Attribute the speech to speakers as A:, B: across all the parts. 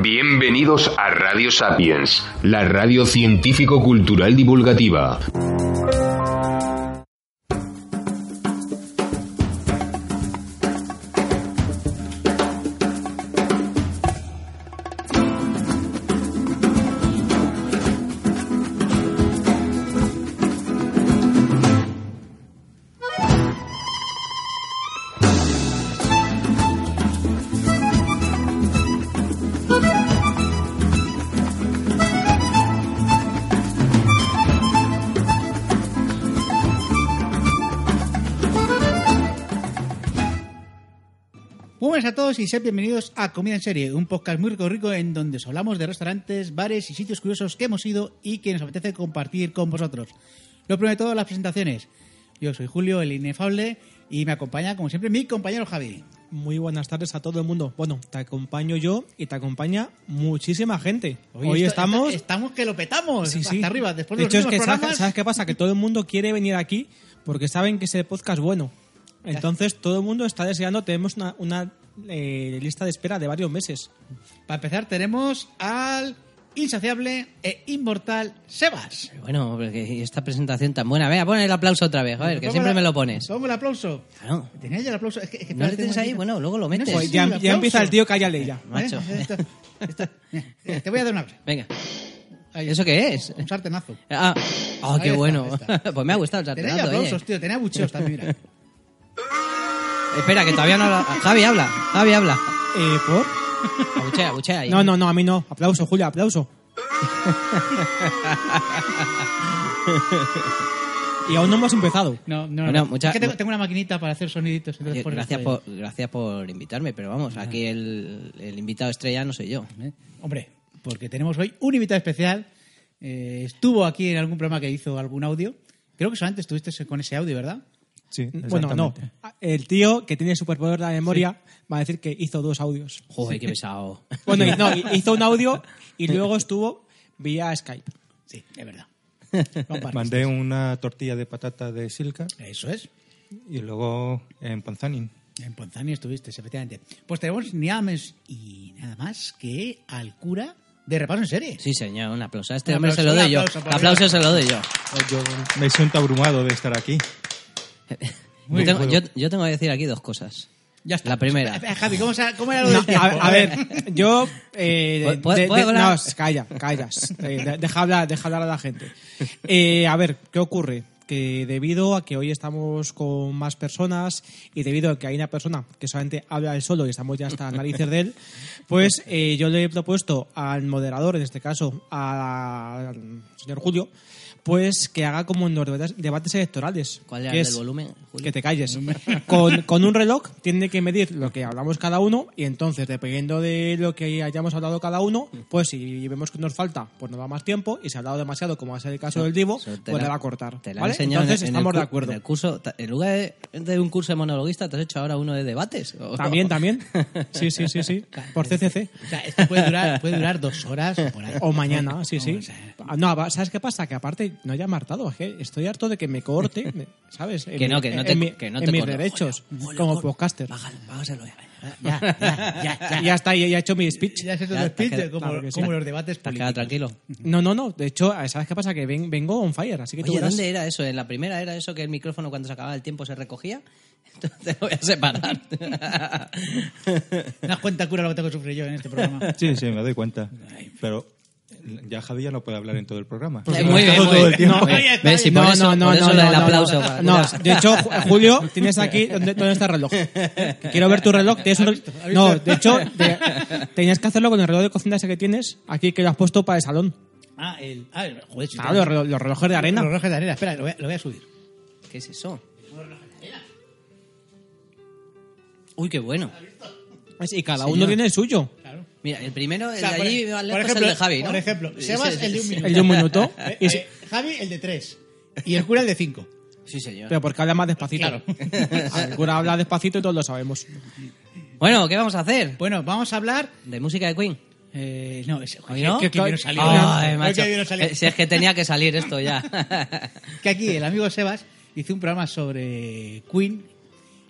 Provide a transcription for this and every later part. A: Bienvenidos a Radio Sapiens, la radio científico-cultural divulgativa.
B: Muy buenas a todos y sean bienvenidos a Comida en Serie, un podcast muy rico rico en donde os hablamos de restaurantes, bares y sitios curiosos que hemos ido y que nos apetece compartir con vosotros. Lo primero de todo, las presentaciones. Yo soy Julio, el inefable, y me acompaña, como siempre, mi compañero Javi.
C: Muy buenas tardes a todo el mundo. Bueno, te acompaño yo y te acompaña muchísima gente. Hoy,
B: esto-
C: estamos...
B: esta- Estamos que lo petamos,
C: Sí,
B: hasta
C: sí.
B: arriba, después de,
C: de
B: los
C: hecho, es que
B: últimos
C: ¿sabes,
B: programas.
C: sabes qué pasa? Que todo el mundo quiere venir aquí porque saben que ese podcast es bueno. Entonces, todo el mundo está deseando. Tenemos una, una, eh, lista de espera de varios meses.
B: Para empezar, tenemos al insaciable e inmortal Sebas.
D: Bueno, porque esta presentación tan buena. Vea, pon el aplauso otra vez, joder, que
B: Pongo
D: siempre
B: la-
D: me lo pones.
B: Pongo el aplauso.
D: Claro.
B: Tenía ya el aplauso. Es que- es que
D: ¿No
B: espérate
D: le tienes
B: un
D: ahí?
B: momentito.
D: Bueno, luego lo metes.
B: sé
C: Pues
B: si
C: ya,
B: el
C: ya
B: aplauso.
C: empieza el tío, cállale ya.
D: Macho.
B: ¿Eh? Esto- esto- mira, te voy a dar una
D: Venga.
B: Ahí.
D: ¿Eso qué es?
B: un sartenazo.
D: Ah, oh,
B: Ahí
D: qué
B: está,
D: bueno.
B: ahí está.
D: Pues me ha gustado el
B: Tenía
D: sartenazo, oye.
B: aplausos, tío, tenía bucheos también. mira.
D: Espera, que todavía no habla. Javi, habla. Javi, habla.
C: Eh, ¿Por?
D: Abuchea, abuchea ahí.
C: No, no, no, a mí no. Aplauso, Julio, aplauso. y aún no hemos empezado.
B: No, no,
D: Bueno,
B: no.
D: mucha-
B: Es que tengo, tengo una maquinita para hacer soniditos. entonces
D: Oye,
B: por eso
D: Eh, gracias, por,
B: estoy-
D: gracias por invitarme, pero vamos, aquí el, el invitado estrella no soy yo.
B: ¿eh? Hombre, porque tenemos hoy un invitado especial. Eh, estuvo aquí en algún programa que hizo algún audio. Creo que solamente estuviste con ese audio, ¿verdad?
E: Sí,
C: Bueno, no. Ah,
E: exactamente.
C: El tío que tiene superpoder de la memoria va a decir que hizo dos audios.
D: Joder, qué pesado.
C: Bueno, y- no, y- hizo un audio y luego estuvo vía Skype.
B: Sí, es verdad.
E: Mandé una tortilla de patata de silca
B: Eso es.
E: y luego en panzanin.
B: En Ponzani estuviste, efectivamente. Pues tenemos ni nada más y nada más que al cura de repaso en serie.
D: Sí, señor, un aplauso. A este
B: Un
D: hombre se
B: aplauso,
D: lo
B: un
D: doy yo.
B: aplauso, por
D: Aplauso
B: Dios.
D: se lo doy yo.
E: Yo me siento abrumado de estar aquí.
D: Yo tengo, yo, yo tengo que decir aquí dos cosas.
B: Ya está. pues,
D: La primera.
B: Espera, Javi, ¿cómo, se- cómo era lo
C: No,
B: del tiempo?
C: a, a ver, yo. eh, de-
D: ¿Puedo-
C: de-
D: puedo
C: de-
D: hablar?
C: no, calla, callas. Eh, de- Deja hablar, deja hablar a la gente. Eh, a ver, ¿qué ocurre? Que debido a que hoy estamos con más personas y debido a que hay una persona que solamente habla él solo y estamos ya hasta narices de él, pues eh, yo le he propuesto al moderador, en este caso a- al señor Julio, pues que haga como en los debates- debates electorales.
D: ¿Cuál era
C: que
D: el del volumen, Julio?
C: Que te calles. con, con un reloj tiene que medir lo que hablamos cada uno y entonces, dependiendo de lo que hayamos hablado cada uno, pues si vemos que nos falta, pues nos da más tiempo y si ha hablado demasiado, como va a ser el caso del Divo,
D: Eso te
C: pues
D: la-
C: le va a cortar.
D: Te la
C: ¿vale?
D: he enseñado
C: Entonces
D: en el- en el
C: estamos de
D: cu-
C: acuerdo.
D: En, el curso, ta- en lugar de, de un curso de monologuista, te has hecho ahora uno de debates. ¿o no?
C: También, también. Sí, sí, sí, sí. Por CCC.
B: O sea, esto puede durar, puede durar dos horas por ahí.
C: O mañana, sí, sí.
B: O sea,
C: No, va- ¿sabes qué pasa? Que aparte no haya martado. es que estoy harto de que me corte, me- ¿sabes? En
D: Que
C: mi-
D: no, que no
C: en
D: te,
C: mi-
D: que no
C: en
D: te
C: mis
D: corro.
C: derechos
D: Julio, Julio,
C: como
D: por-
C: podcaster.
D: bájalo, bájalo ya.
B: ya, ya, ya, ya.
C: Y ya está, ya, ya he hecho mi speech.
B: Ya se te
D: Ya, te
B: despide,
D: queda-
B: como,
C: claro que sí.
B: como los debates
D: Te has quedado
B: políticos.
D: tranquilo.
C: No, no, no. De hecho, ¿sabes qué pasa? Que ven- vengo on fire, así que tú
D: Oye,
C: verás.
D: ¿dónde era eso? En la primera era eso que el micrófono cuando se acababa el tiempo se recogía. Entonces lo voy a separar.
B: ¿Te das cuenta, cura, lo que tengo que sufrir yo en este programa?
E: Sí, sí, me doy cuenta. Pero ya Javi ya no puede hablar en todo el programa.
D: Eh, Muy
E: No,
D: bien, muy
E: todo
D: bien.
E: el tiempo.
D: No, ¿Ves?
B: bien.
D: Y por eso- por eso lo del aplauso. para-
C: No, de hecho, Ju- Julio, tienes aquí ¿dónde, dónde está el reloj. Que Quiero ver tu reloj. tienes un- No, de hecho, de- tenías que hacerlo con el reloj de cocina ese que tienes, aquí que lo has puesto para el salón.
B: Ah, el. Ah, el- joder, si
C: Claro,
B: tengo-
C: los, relo- los relojes de arena.
B: Los relojes de arena. Espera, lo voy, a- lo voy a subir.
D: ¿Qué es eso? Uy, qué bueno.
C: Y cada
D: Señor.
C: uno tiene el suyo.
B: Claro.
D: Mira, el primero, el
B: O sea,
D: de
B: por
D: allí,
B: ej-
D: más
B: por
D: lejos,
B: ejemplo,
D: el de Javi, ¿no?
B: Por ejemplo,
D: Sí,
B: Sebas,
D: sí,
B: el de un
D: sí.
B: minuto.
C: El de un minuto.
B: Eh,
C: Y si-
B: eh, Javi, el de tres. Y el cura, el de cinco.
D: Sí, señor.
C: Pero porque habla más despacito.
B: Claro.
C: El cura habla despacito y todos lo sabemos.
D: Bueno, ¿qué vamos a hacer?
B: Bueno, vamos a hablar.
D: ¿De música de Queen?
B: Eh, no, es,
D: ¿Hoy no?
B: que, que bien nos salió.
D: Ay,
B: Ay,
D: macho.
B: que bien nos salió.
D: Eh, Si es que tenía que salir esto ya.
B: que aquí el amigo Sebas hizo un programa sobre Queen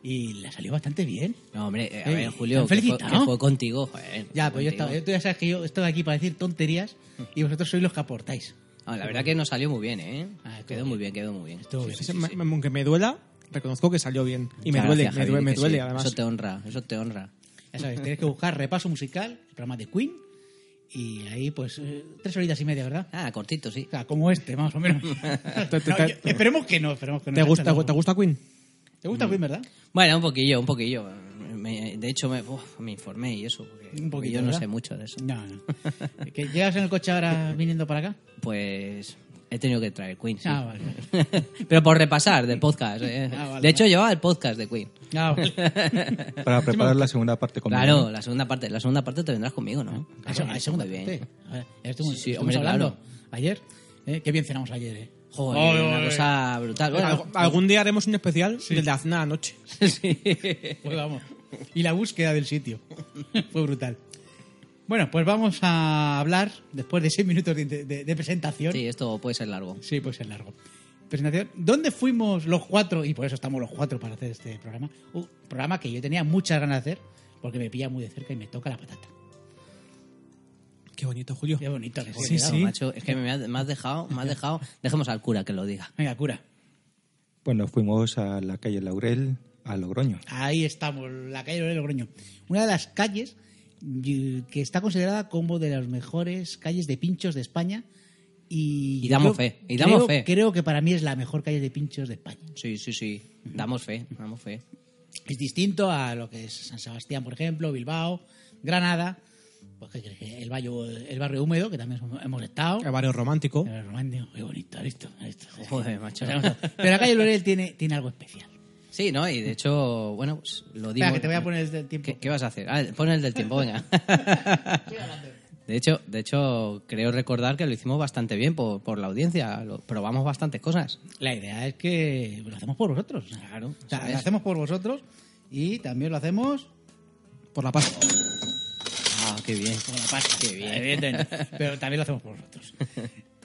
B: y le salió bastante bien.
D: No, hombre, eh, a
B: Ey,
D: ver,
B: ¿te
D: Julio,
B: han
D: que fue,
B: felicitado?
D: que fue contigo, joder.
B: Ya,
D: fue
B: pues yo estaba,
D: contigo.
B: tú ya sabes que yo estoy aquí para decir tonterías y vosotros sois los que aportáis.
D: Ah, la verdad que no salió muy bien, ¿eh?
B: Ah, estuvo
D: quedó muy bien, quedó muy bien.
B: Estuvo bien.
C: Sí, me- me- Aunque me duela, reconozco que salió bien. Y me
D: Muchas
C: duele,
D: gracias,
C: me
D: Javi,
C: duele, me
D: que
C: duele,
D: sí.
C: además.
D: Eso te honra, eso te honra.
B: Ya sabéis, tenéis que buscar repaso musical, el programa de Queen, y ahí pues eh, tres horitas y media, ¿verdad?
D: Ah, cortito, sí.
B: O sea, como este, más o menos. No, yo- esperemos que no, esperemos que no.
C: ¿Te gusta,
B: Te
C: ¿Te gusta Queen?
B: gusta Queen, ¿verdad?
D: Bueno, un poquillo, un poquillo. Me- de hecho, me, uf, me informé y eso. porque-
B: Un
D: porque
B: poquito,
D: Yo no
B: ¿verdad?
D: sé mucho de eso.
B: No, no. ¿Que ¿Llegas en el coche ahora viniendo para acá?
D: Pues he tenido que traer Queen, sí.
B: Ah, vale.
D: Pero por repasar del podcast. ¿eh?
B: Ah, vale,
D: de hecho, llevaba el podcast de Queen.
B: Ah, vale.
E: Para preparar la segunda parte conmigo.
D: Claro, la segunda parte, la segunda parte te vendrás conmigo, ¿no?
B: Ah,
D: Claro,
B: eso- ah,
D: muy
B: segunda
D: bien.
B: parte. A ver, estuvimos-
D: Sí, sí,
B: estuvimos
D: hombre,
B: hablando
D: claro.
B: ayer. ¿eh? Qué bien cenamos ayer, ¿eh?
D: Joder, una cosa brutal. Bueno,
C: Alg- algún día haremos un especial del de Aznar anoche.
D: sí.
B: Pues vamos. Y la búsqueda del sitio. Fue brutal. Bueno, pues vamos a hablar después de seis minutos de, de- de presentación.
D: Sí, esto puede ser largo.
B: Sí, pues es largo. Presentación. ¿Dónde fuimos los cuatro? Y por eso estamos los cuatro para hacer este programa. Un programa que yo tenía muchas ganas de hacer porque me pilla muy de cerca y me toca la patata.
C: Qué bonito, Julio.
B: Qué bonito que se ha
C: Sí,
B: quedado.
C: sí.
D: Macho, es que me, ha- me has dejado, me has dejado. Dejemos al cura que lo diga.
B: Venga, cura.
E: Bueno, fuimos a la calle Laurel, a Logroño.
B: Ahí estamos, la calle Lorena Logroño. Una de las calles y- que está considerada como de las mejores calles de pinchos de España. Y,
D: Y damos
B: creo-
D: fe, y damos
B: creo-
D: fe.
B: Creo que para mí es la mejor calle de pinchos de España.
D: Sí, sí, sí. Damos fe, damos fe.
B: Es distinto a lo que es San Sebastián, por ejemplo, Bilbao, Granada, pues, ¿qué crees? el, barrio, el barrio húmedo, que también hemos estado.
D: Ah,
C: El barrio romántico.
B: El romántico, qué bonito, listo. listo.
D: Joder, macho.
B: Pero la calle Lorel tiene, tiene algo especial.
D: Sí, ¿no? Y de hecho, bueno, pues lo digo.
B: Espera, que te voy a poner el tiempo.
D: ¿Qué, qué vas a hacer? Ah, pon el del tiempo, venga. De hecho, de hecho, creo recordar que lo hicimos bastante bien por, por la audiencia. Lo- probamos bastantes cosas.
B: La idea es que lo hacemos por vosotros.
D: Claro,
B: O sea,
D: eso es.
B: lo hacemos por vosotros y también lo hacemos
C: Por la paz.
D: Ah, qué bien.
B: por la pasta.
D: Qué bien.
B: evidentemente. Pero también lo hacemos por vosotros.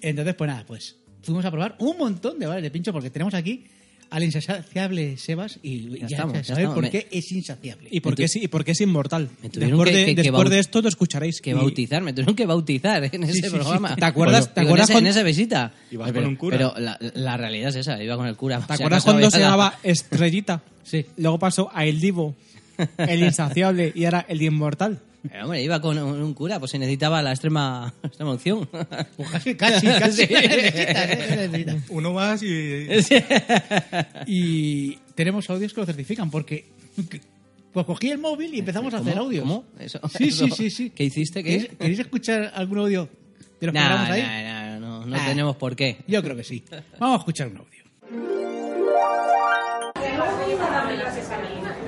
B: Entonces, pues nada, pues fuimos a probar un montón de bares de pincho porque tenemos aquí al insaciable Sebas y
D: Ya
B: ya,
D: estamos, ya
B: sabes
D: estamos.
B: por
D: Me-
B: qué es insaciable.
C: ¿Y por, qué, es- y por qué es inmortal?
D: Me tuvieron
C: Después,
D: que-
C: de,
D: que- que
C: después de
D: baut-
C: esto lo escucharéis.
D: Que
C: Y-
D: bautizar, me tuvieron que bautizar en ese
C: sí, sí.
D: programa.
C: ¿Te acuerdas-
D: Digo,
C: te acuerdas
D: en, ese- en
C: cuando-
D: esa visita?
E: Ibas
D: Pero-
E: con un cura.
D: Pero la, la realidad es esa, iba con el cura.
C: ¿Te
D: Si
C: acuerdas
D: acaso
C: cuando se
D: había-
C: llamaba Estrellita?
B: Sí.
C: Luego pasó a El Divo, El Insaciable y ahora El Inmortal.
D: Pero, Eh, hombre, iba con un, un cura, pues se necesitaba la extrema, extrema unción.
B: Pues casi, casi, casi.
D: Sí.
B: Necesitas, eh, necesitas.
E: Uno más y...
B: Y tenemos audios que lo certifican porque pues cogí el móvil y empezamos a hacer
D: ¿Cómo?
B: audios.
D: ¿Cómo? Eso-
B: sí, sí,
D: eso.
B: sí, sí.
D: ¿Qué hiciste? ¿Qué?
B: ¿Queréis, queréis escuchar algún audio de los que
D: Nah,
B: grabamos ahí?
D: nah, nah, no, no
B: Ah.
D: tenemos por qué.
B: Yo creo que sí. Vamos a escuchar un audio.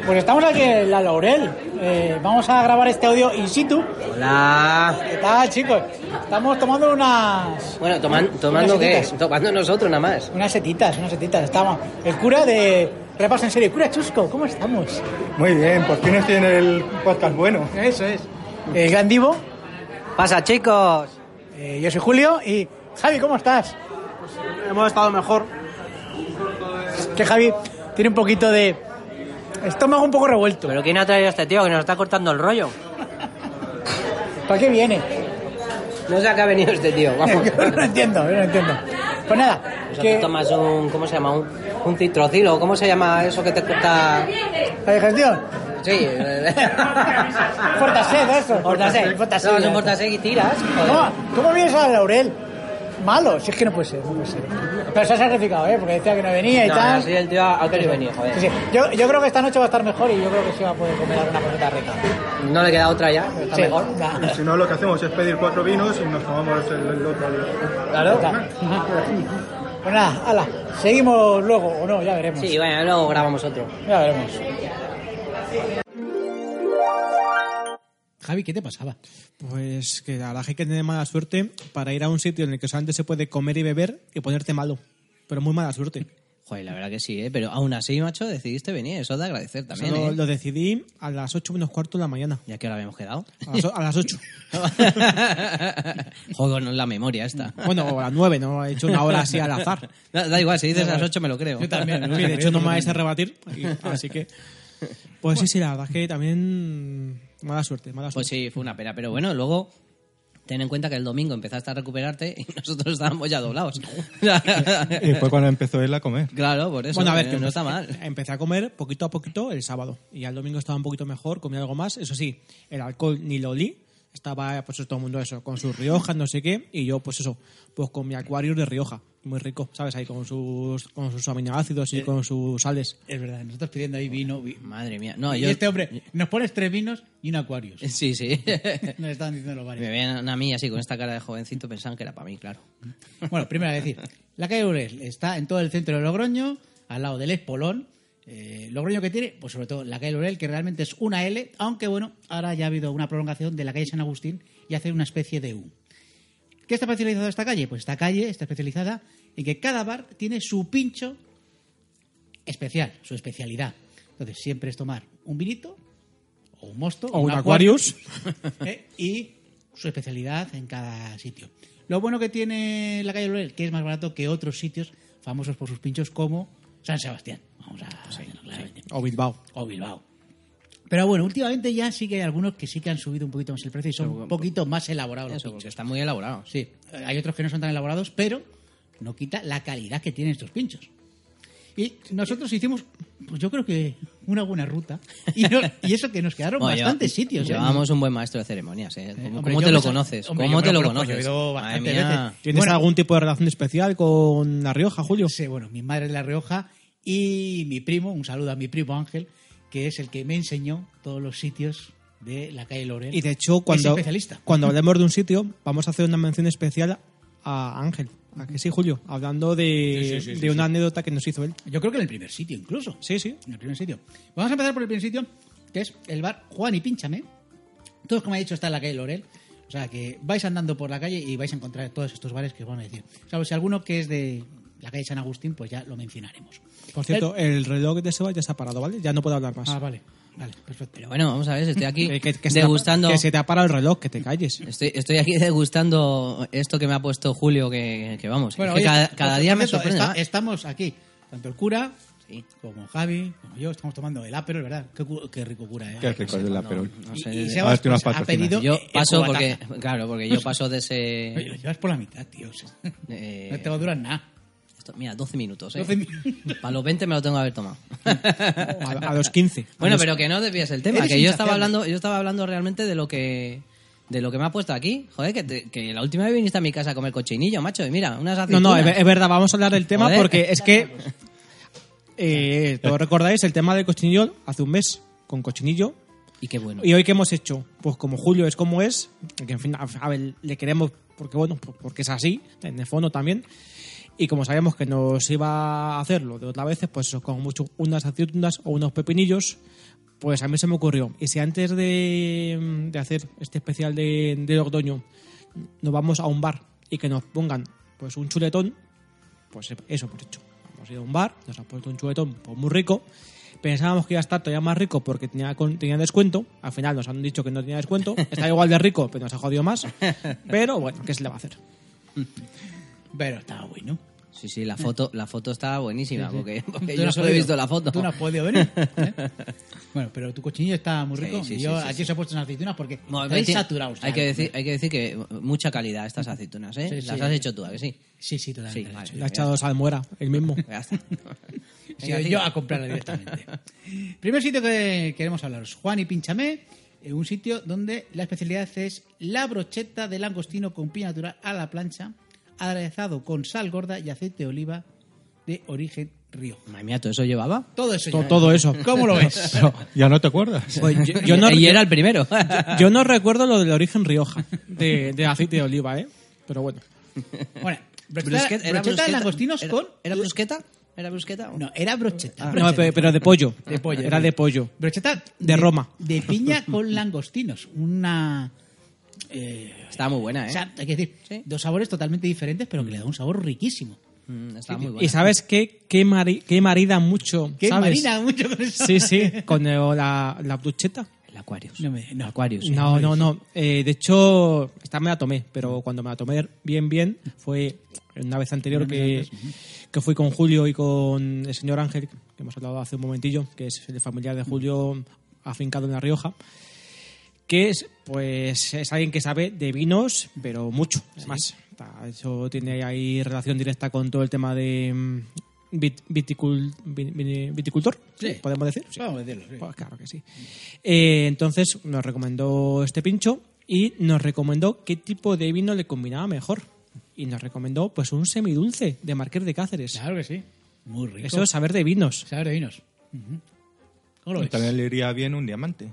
B: Pues estamos aquí en La Laurel. Eh, vamos a grabar este audio in situ.
D: Hola.
B: ¿Qué tal, chicos? Estamos tomando unas,
D: Bueno,
B: tomando, ¿qué?
D: Tomando nosotros nada más.
B: unas setitas, unas setitas. Estamos. El cura de Repaso en Serie. Cura Chusco, ¿cómo estamos?
F: Muy bien, por fin estoy en el podcast bueno.
B: Eso es. El gran divo.
D: Pasa, chicos.
B: Eh, yo soy Julio y Javi, ¿cómo estás?
G: Hemos estado mejor.
B: Que Javi tiene un poquito de estómago un poco revuelto.
G: Pero ¿quién ha traído a este tío que nos está cortando el rollo?
B: ¿Para qué viene?
G: No sé a qué ha venido este tío. Vamos.
B: Yo no entiendo, yo no entiendo. Pues nada, que
G: tomas un. ¿Cómo se llama? Un, un citrocilo. ¿Cómo se llama eso que te corta.?
B: la digestión.
G: Sí. eh,
B: Fortased, eso.
G: Fortaseg. eh.
B: Fortased.
G: Tomas un Fortaseg y tiras.
B: ¿Cómo, ¿Cómo vienes a Laurel? Malo, si es que no puede ser, no puede ser. Pero se ha sacrificado, ¿eh? Porque decía que no venía y
G: No,
B: tal.
G: no, soy el tío ha querido venir,
B: Sí,
G: joder.
B: sí. Yo, yo creo que esta noche va a estar mejor y yo creo que sí va a poder comer alguna cosita rica.
G: No le queda otra ya. Está
B: Sí.
G: mejor.
F: Y si no, lo que hacemos es pedir cuatro vinos y nos tomamos el, el otro.
G: Claro.
B: Pues nada, ala, seguimos luego o no, ya veremos.
G: Sí, bueno, luego grabamos otro.
B: Ya veremos. Javi, ¿qué te pasaba?
C: Pues que la verdad es que hay que tener mala suerte para ir a un sitio en el que solamente se puede comer y beber y ponerte malo. Pero muy mala suerte.
D: Joder, la verdad que sí, ¿eh? Pero aún así, macho, decidiste venir. Eso es de agradecer
C: Eso
D: también,
C: lo,
D: ¿eh?
C: lo decidí a las 8 menos cuarto de la mañana.
D: Ya que ahora habíamos quedado.
C: A las, o- a las 8.
D: Joder, no es la memoria esta.
C: Bueno, o a las 9, no he hecho una hora así al azar.
D: Da, da igual, si dices a las 8 me lo creo.
B: Yo también,
C: Sí, de hecho, no me vais a rebatir. y- Así que. Pues sí, sí, la verdad es que también. Mala suerte, mala
D: Pues
C: suerte.
D: sí, fue una pena. Pero bueno, luego ten en cuenta que el domingo empezaste a recuperarte y nosotros estábamos ya doblados.
E: Y fue cuando empezó él a comer.
D: claro, por eso.
C: bueno, a ver,
D: no,
C: que
D: no
C: empe-
D: está mal.
C: Empecé a comer poquito a poquito el sábado. Y al domingo estaba un poquito mejor, comí algo más. Eso sí, el alcohol ni lo olí. Estaba, pues todo el mundo eso, con sus riojas, no sé qué. Y yo, pues eso, pues con mi acuario de rioja. Muy rico, ¿sabes? Ahí con sus, con sus aminoácidos
D: Eh.
C: y con sus sales.
B: Es verdad, nosotros pidiendo ahí vino. vi-
D: Madre mía. No,
B: y
D: yo.
B: este hombre, nos pones tres vinos y un Aquarius.
D: Sí, sí.
B: Nos estaban diciendo los
D: Me
B: bares.
D: ven a mí así con esta cara de jovencito, pensaban que era para mí, claro.
B: Bueno, primero a decir, la calle Urel está en todo el centro de Logroño, al lado del Espolón. Eh, Logroño que tiene, pues sobre todo la calle Urel, que realmente es una L, aunque bueno, ahora ya ha habido una prolongación de la calle San Agustín y hace una especie de U. ¿Qué está especializada esta calle? Pues esta calle está especializada en que cada bar tiene su pincho especial, su especialidad. Entonces, siempre es tomar un vinito, o un mosto,
C: O un Aquarius.
B: ¿eh? y su especialidad en cada sitio. Lo bueno que tiene la calle Lorel, que es más barato que otros sitios famosos por sus pinchos como San Sebastián. Vamos a claramente.
C: O Bilbao.
B: O Bilbao. Pero bueno, últimamente ya sí que hay algunos que sí que han subido un poquito más el precio y son un poquito más elaborados los
D: Eso, porque
B: pinchos.
D: está muy elaborado.
B: Sí, hay otros que no son tan elaborados, pero no quita la calidad que tienen estos pinchos. Y nosotros hicimos, pues yo creo que una buena ruta. Y, no- y eso que nos quedaron
D: Bueno,
B: bastantes
D: lleva-
B: sitios. ¿eh?
D: Llevábamos un buen maestro de ceremonias, ¿eh? ¿Cómo,
B: hombre,
D: cómo
B: yo
D: te lo
B: pensaba-
D: conoces?
B: hombre,
D: ¿Cómo
B: yo
D: te
B: me
D: lo
B: lo conozco, yo he
D: conoces?
B: ido
D: Madre
B: bastantes
D: mía.
B: veces.
C: ¿Tienes
B: Bueno.
C: algún tipo de relación especial con La Rioja, Julio?
B: Sí, bueno, mi madre es de La Rioja y mi primo, un saludo a mi primo Ángel, que es el que me enseñó todos los sitios de la calle Lorel.
C: Y de hecho,
B: Es
C: cuando,
B: especialista.
C: cuando hablemos de un sitio, vamos a hacer una mención especial a Ángel. ¿A que sí, Julio? Hablando de, de una anécdota que nos hizo él.
B: Yo creo que en el primer sitio incluso.
C: Sí, sí.
B: En el primer sitio. Vamos a empezar por el primer sitio, que es el bar Juan y Pínchame. Todos, como he dicho, está en la calle Lorel. O sea, que vais andando por la calle y vais a encontrar todos estos bares que os van a decir. Salvo si alguno que es de la calle San Agustín, pues ya lo mencionaremos.
C: Por cierto, el, reloj de Seba ya está parado, Eh. ¿vale? Ya no puedo hablar más.
B: Ah, vale. Vale, perfecto.
D: Pero bueno, vamos a ver, estoy aquí
C: Que- que- que se te ha-
D: degustando...
C: que se te ha parado el reloj, que te calles. ¿eh?
D: Estoy, estoy aquí degustando esto que me ha puesto Julio, que, que vamos, es que
B: oye,
D: cada, cada
B: por
D: día me
B: cierto,
D: sorprende
B: está-
D: más.
B: estamos aquí, tanto el cura
D: Sí.
B: como Javi, como yo, estamos tomando el Aperol, ¿verdad? Qué, cu- qué rico cura, ¿eh?
E: Qué rico de la Ah, Perol.
D: No
B: Y-
D: sé,
B: y
D: de-
B: Sebas,
E: ver, tiene unas
B: pues, ha
E: patrocinas.
B: pedido
D: yo
B: el
D: paso porque...
B: cubatazo.
D: Claro, porque yo paso de
B: Oye, lo
D: ese...
B: llevas por la mitad, tío.
D: eh,
B: No te va a durar nada.
D: esto- mira, 12 minutos, ¿eh?
B: 12 minutos.
D: Para los 20 me lo tengo que haber tomado.
C: A, a los 15. A
D: Bueno,
C: los-
D: pero que no desvíes el tema,
B: Eres
D: que yo
B: insaciable.
D: estaba hablando, yo estaba hablando realmente de lo que de lo que me ha puesto aquí. Joder, que, te- que la última vez viniste a mi casa a comer cochinillo, macho, y mira, unas
C: No,
D: aceitunas.
C: no, es, es verdad, vamos a hablar del tema
D: Joder.
C: porque es que. Eh, todos recordáis el tema del cochinillo hace un mes con cochinillo
D: Y qué bueno.
C: ¿Y hoy qué hemos hecho? Pues como Julio es como es, que en fin, a, a ver, le queremos porque bueno, por- porque es así, en el fondo también. Y como sabíamos que nos iba a hacerlo de otra vez, pues eso, con mucho unas aceitunas o unos pepinillos, pues a mí se me ocurrió. Y si antes de, de hacer este especial de, de Ordoño nos vamos a un bar y que nos pongan pues un chuletón, pues eso hemos hecho. Hemos ido a un bar, nos han puesto un chuletón pues, muy rico. Pensábamos que iba a estar todavía más rico porque tenía, con- tenía descuento. Al final nos han dicho que no tenía descuento. Está igual de rico, pero nos ha jodido más. Pero bueno, ¿qué se le va a hacer?
B: Pero está bueno.
D: Sí, sí, la foto, la foto está buenísima, porque, porque
B: Tú no
D: yo
B: has
D: solo he
B: podido-
D: visto la foto.
B: Tú no has podido venir. ¿eh? bueno, pero tu cochinillo está muy
D: Sí,
B: rico.
D: sí,
B: y yo
D: sí, sí,
B: aquí
D: sí.
B: os he puesto unas aceitunas porque
D: Bueno,
B: estáis
D: hay que-
B: saturados.
D: Hay
B: ya.
D: que, decir, hay que decir que mucha calidad estas aceitunas, ¿eh?
B: Sí,
D: Las
B: sí.
D: has hecho tú, ¿a que sí?
B: Sí, sí, totalmente.
D: Sí,
B: lo he
D: vale.
B: hecho.
C: Le ha echado salmuera, el mismo.
D: Ya está.
B: Sí,
D: Venga,
B: yo
D: tira.
B: a comprarla directamente. Primer sitio que queremos hablaros, Juan y Pinchamé, eh, un sitio donde la especialidad es la brocheta de langostino con piña natural a la plancha, aderezado con sal gorda y aceite de oliva de origen río.
D: Madre mía, ¿todo eso llevaba?
B: Todo eso.
C: To-
B: ya- ¿eh?
C: todo eso.
B: ¿Cómo lo ves?
E: ¿Ya no te acuerdas?
C: Pues yo, yo no,
D: y era el primero.
C: yo no recuerdo lo del origen Rioja, de, de aceite de oliva, ¿eh? Pero bueno.
B: bueno, brocheta,
D: Brusqueta-
B: brocheta de langostinos
D: era-
B: con...
D: ¿Era brusqueta? ¿Era brusqueta?
B: No, era Ah, brocheta.
C: No, pe- pero de pollo. Era de pollo.
B: Brocheta
C: De Roma.
B: De piña con langostinos. Una... eh,
D: Estaba muy buena, ¿eh?
B: O sea, hay que decir,
D: Sí.
B: dos sabores totalmente diferentes, pero que le da un sabor riquísimo.
D: Mm, está muy bueno.
C: ¿Y sabes qué? Que, mari- que marida mucho,
B: Que
C: ¿sabes?
B: marina mucho con eso.
C: Sí, sí, con el- la, la brucheta.
D: El Aquarius.
B: No me- no.
D: Aquarius.
C: No, no, no. Eh, de hecho, esta me la tomé, pero cuando me la tomé bien, bien, fue una vez anterior que, que fui con Julio y con el señor Ángel, que hemos hablado hace un momentillo, que es el familiar de Julio afincado en La Rioja, que es, pues, es alguien que sabe de vinos, pero mucho, además. Está- Eso tiene ahí relación directa con todo el tema de mm, vit- viticul- vi- vi- viticultor,
B: Sí.
C: podemos decir. Sí.
B: Vamos a decirlo. sí.
C: Pues claro que sí. Eh, entonces nos recomendó este pincho y nos recomendó qué tipo de vino le combinaba mejor. Y nos recomendó pues un semidulce de Marqués de Cáceres.
B: Claro que sí. Muy rico.
C: Eso es saber de vinos.
B: Sabe de vinos. Ujú. ¿Cómo lo
E: Y
B: ves?
E: También le iría bien un diamante.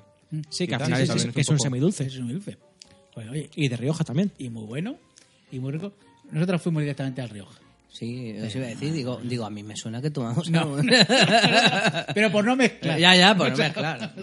C: Sí, que al
E: tal,
C: final es,
E: saber
C: es-
E: un
C: que es un
E: poco.
C: semidulce.
B: Es muy dulce. Pues, oye,
C: Y de Rioja también.
B: y muy bueno, y muy rico. Nosotros fuimos directamente al Rioja.
D: Sí, os iba a decir, digo, digo, a mí me suena que tomamos.
B: No,
D: algo.
B: Pero por no mezclar.
D: Ah, Ya, ya, por no mezclar.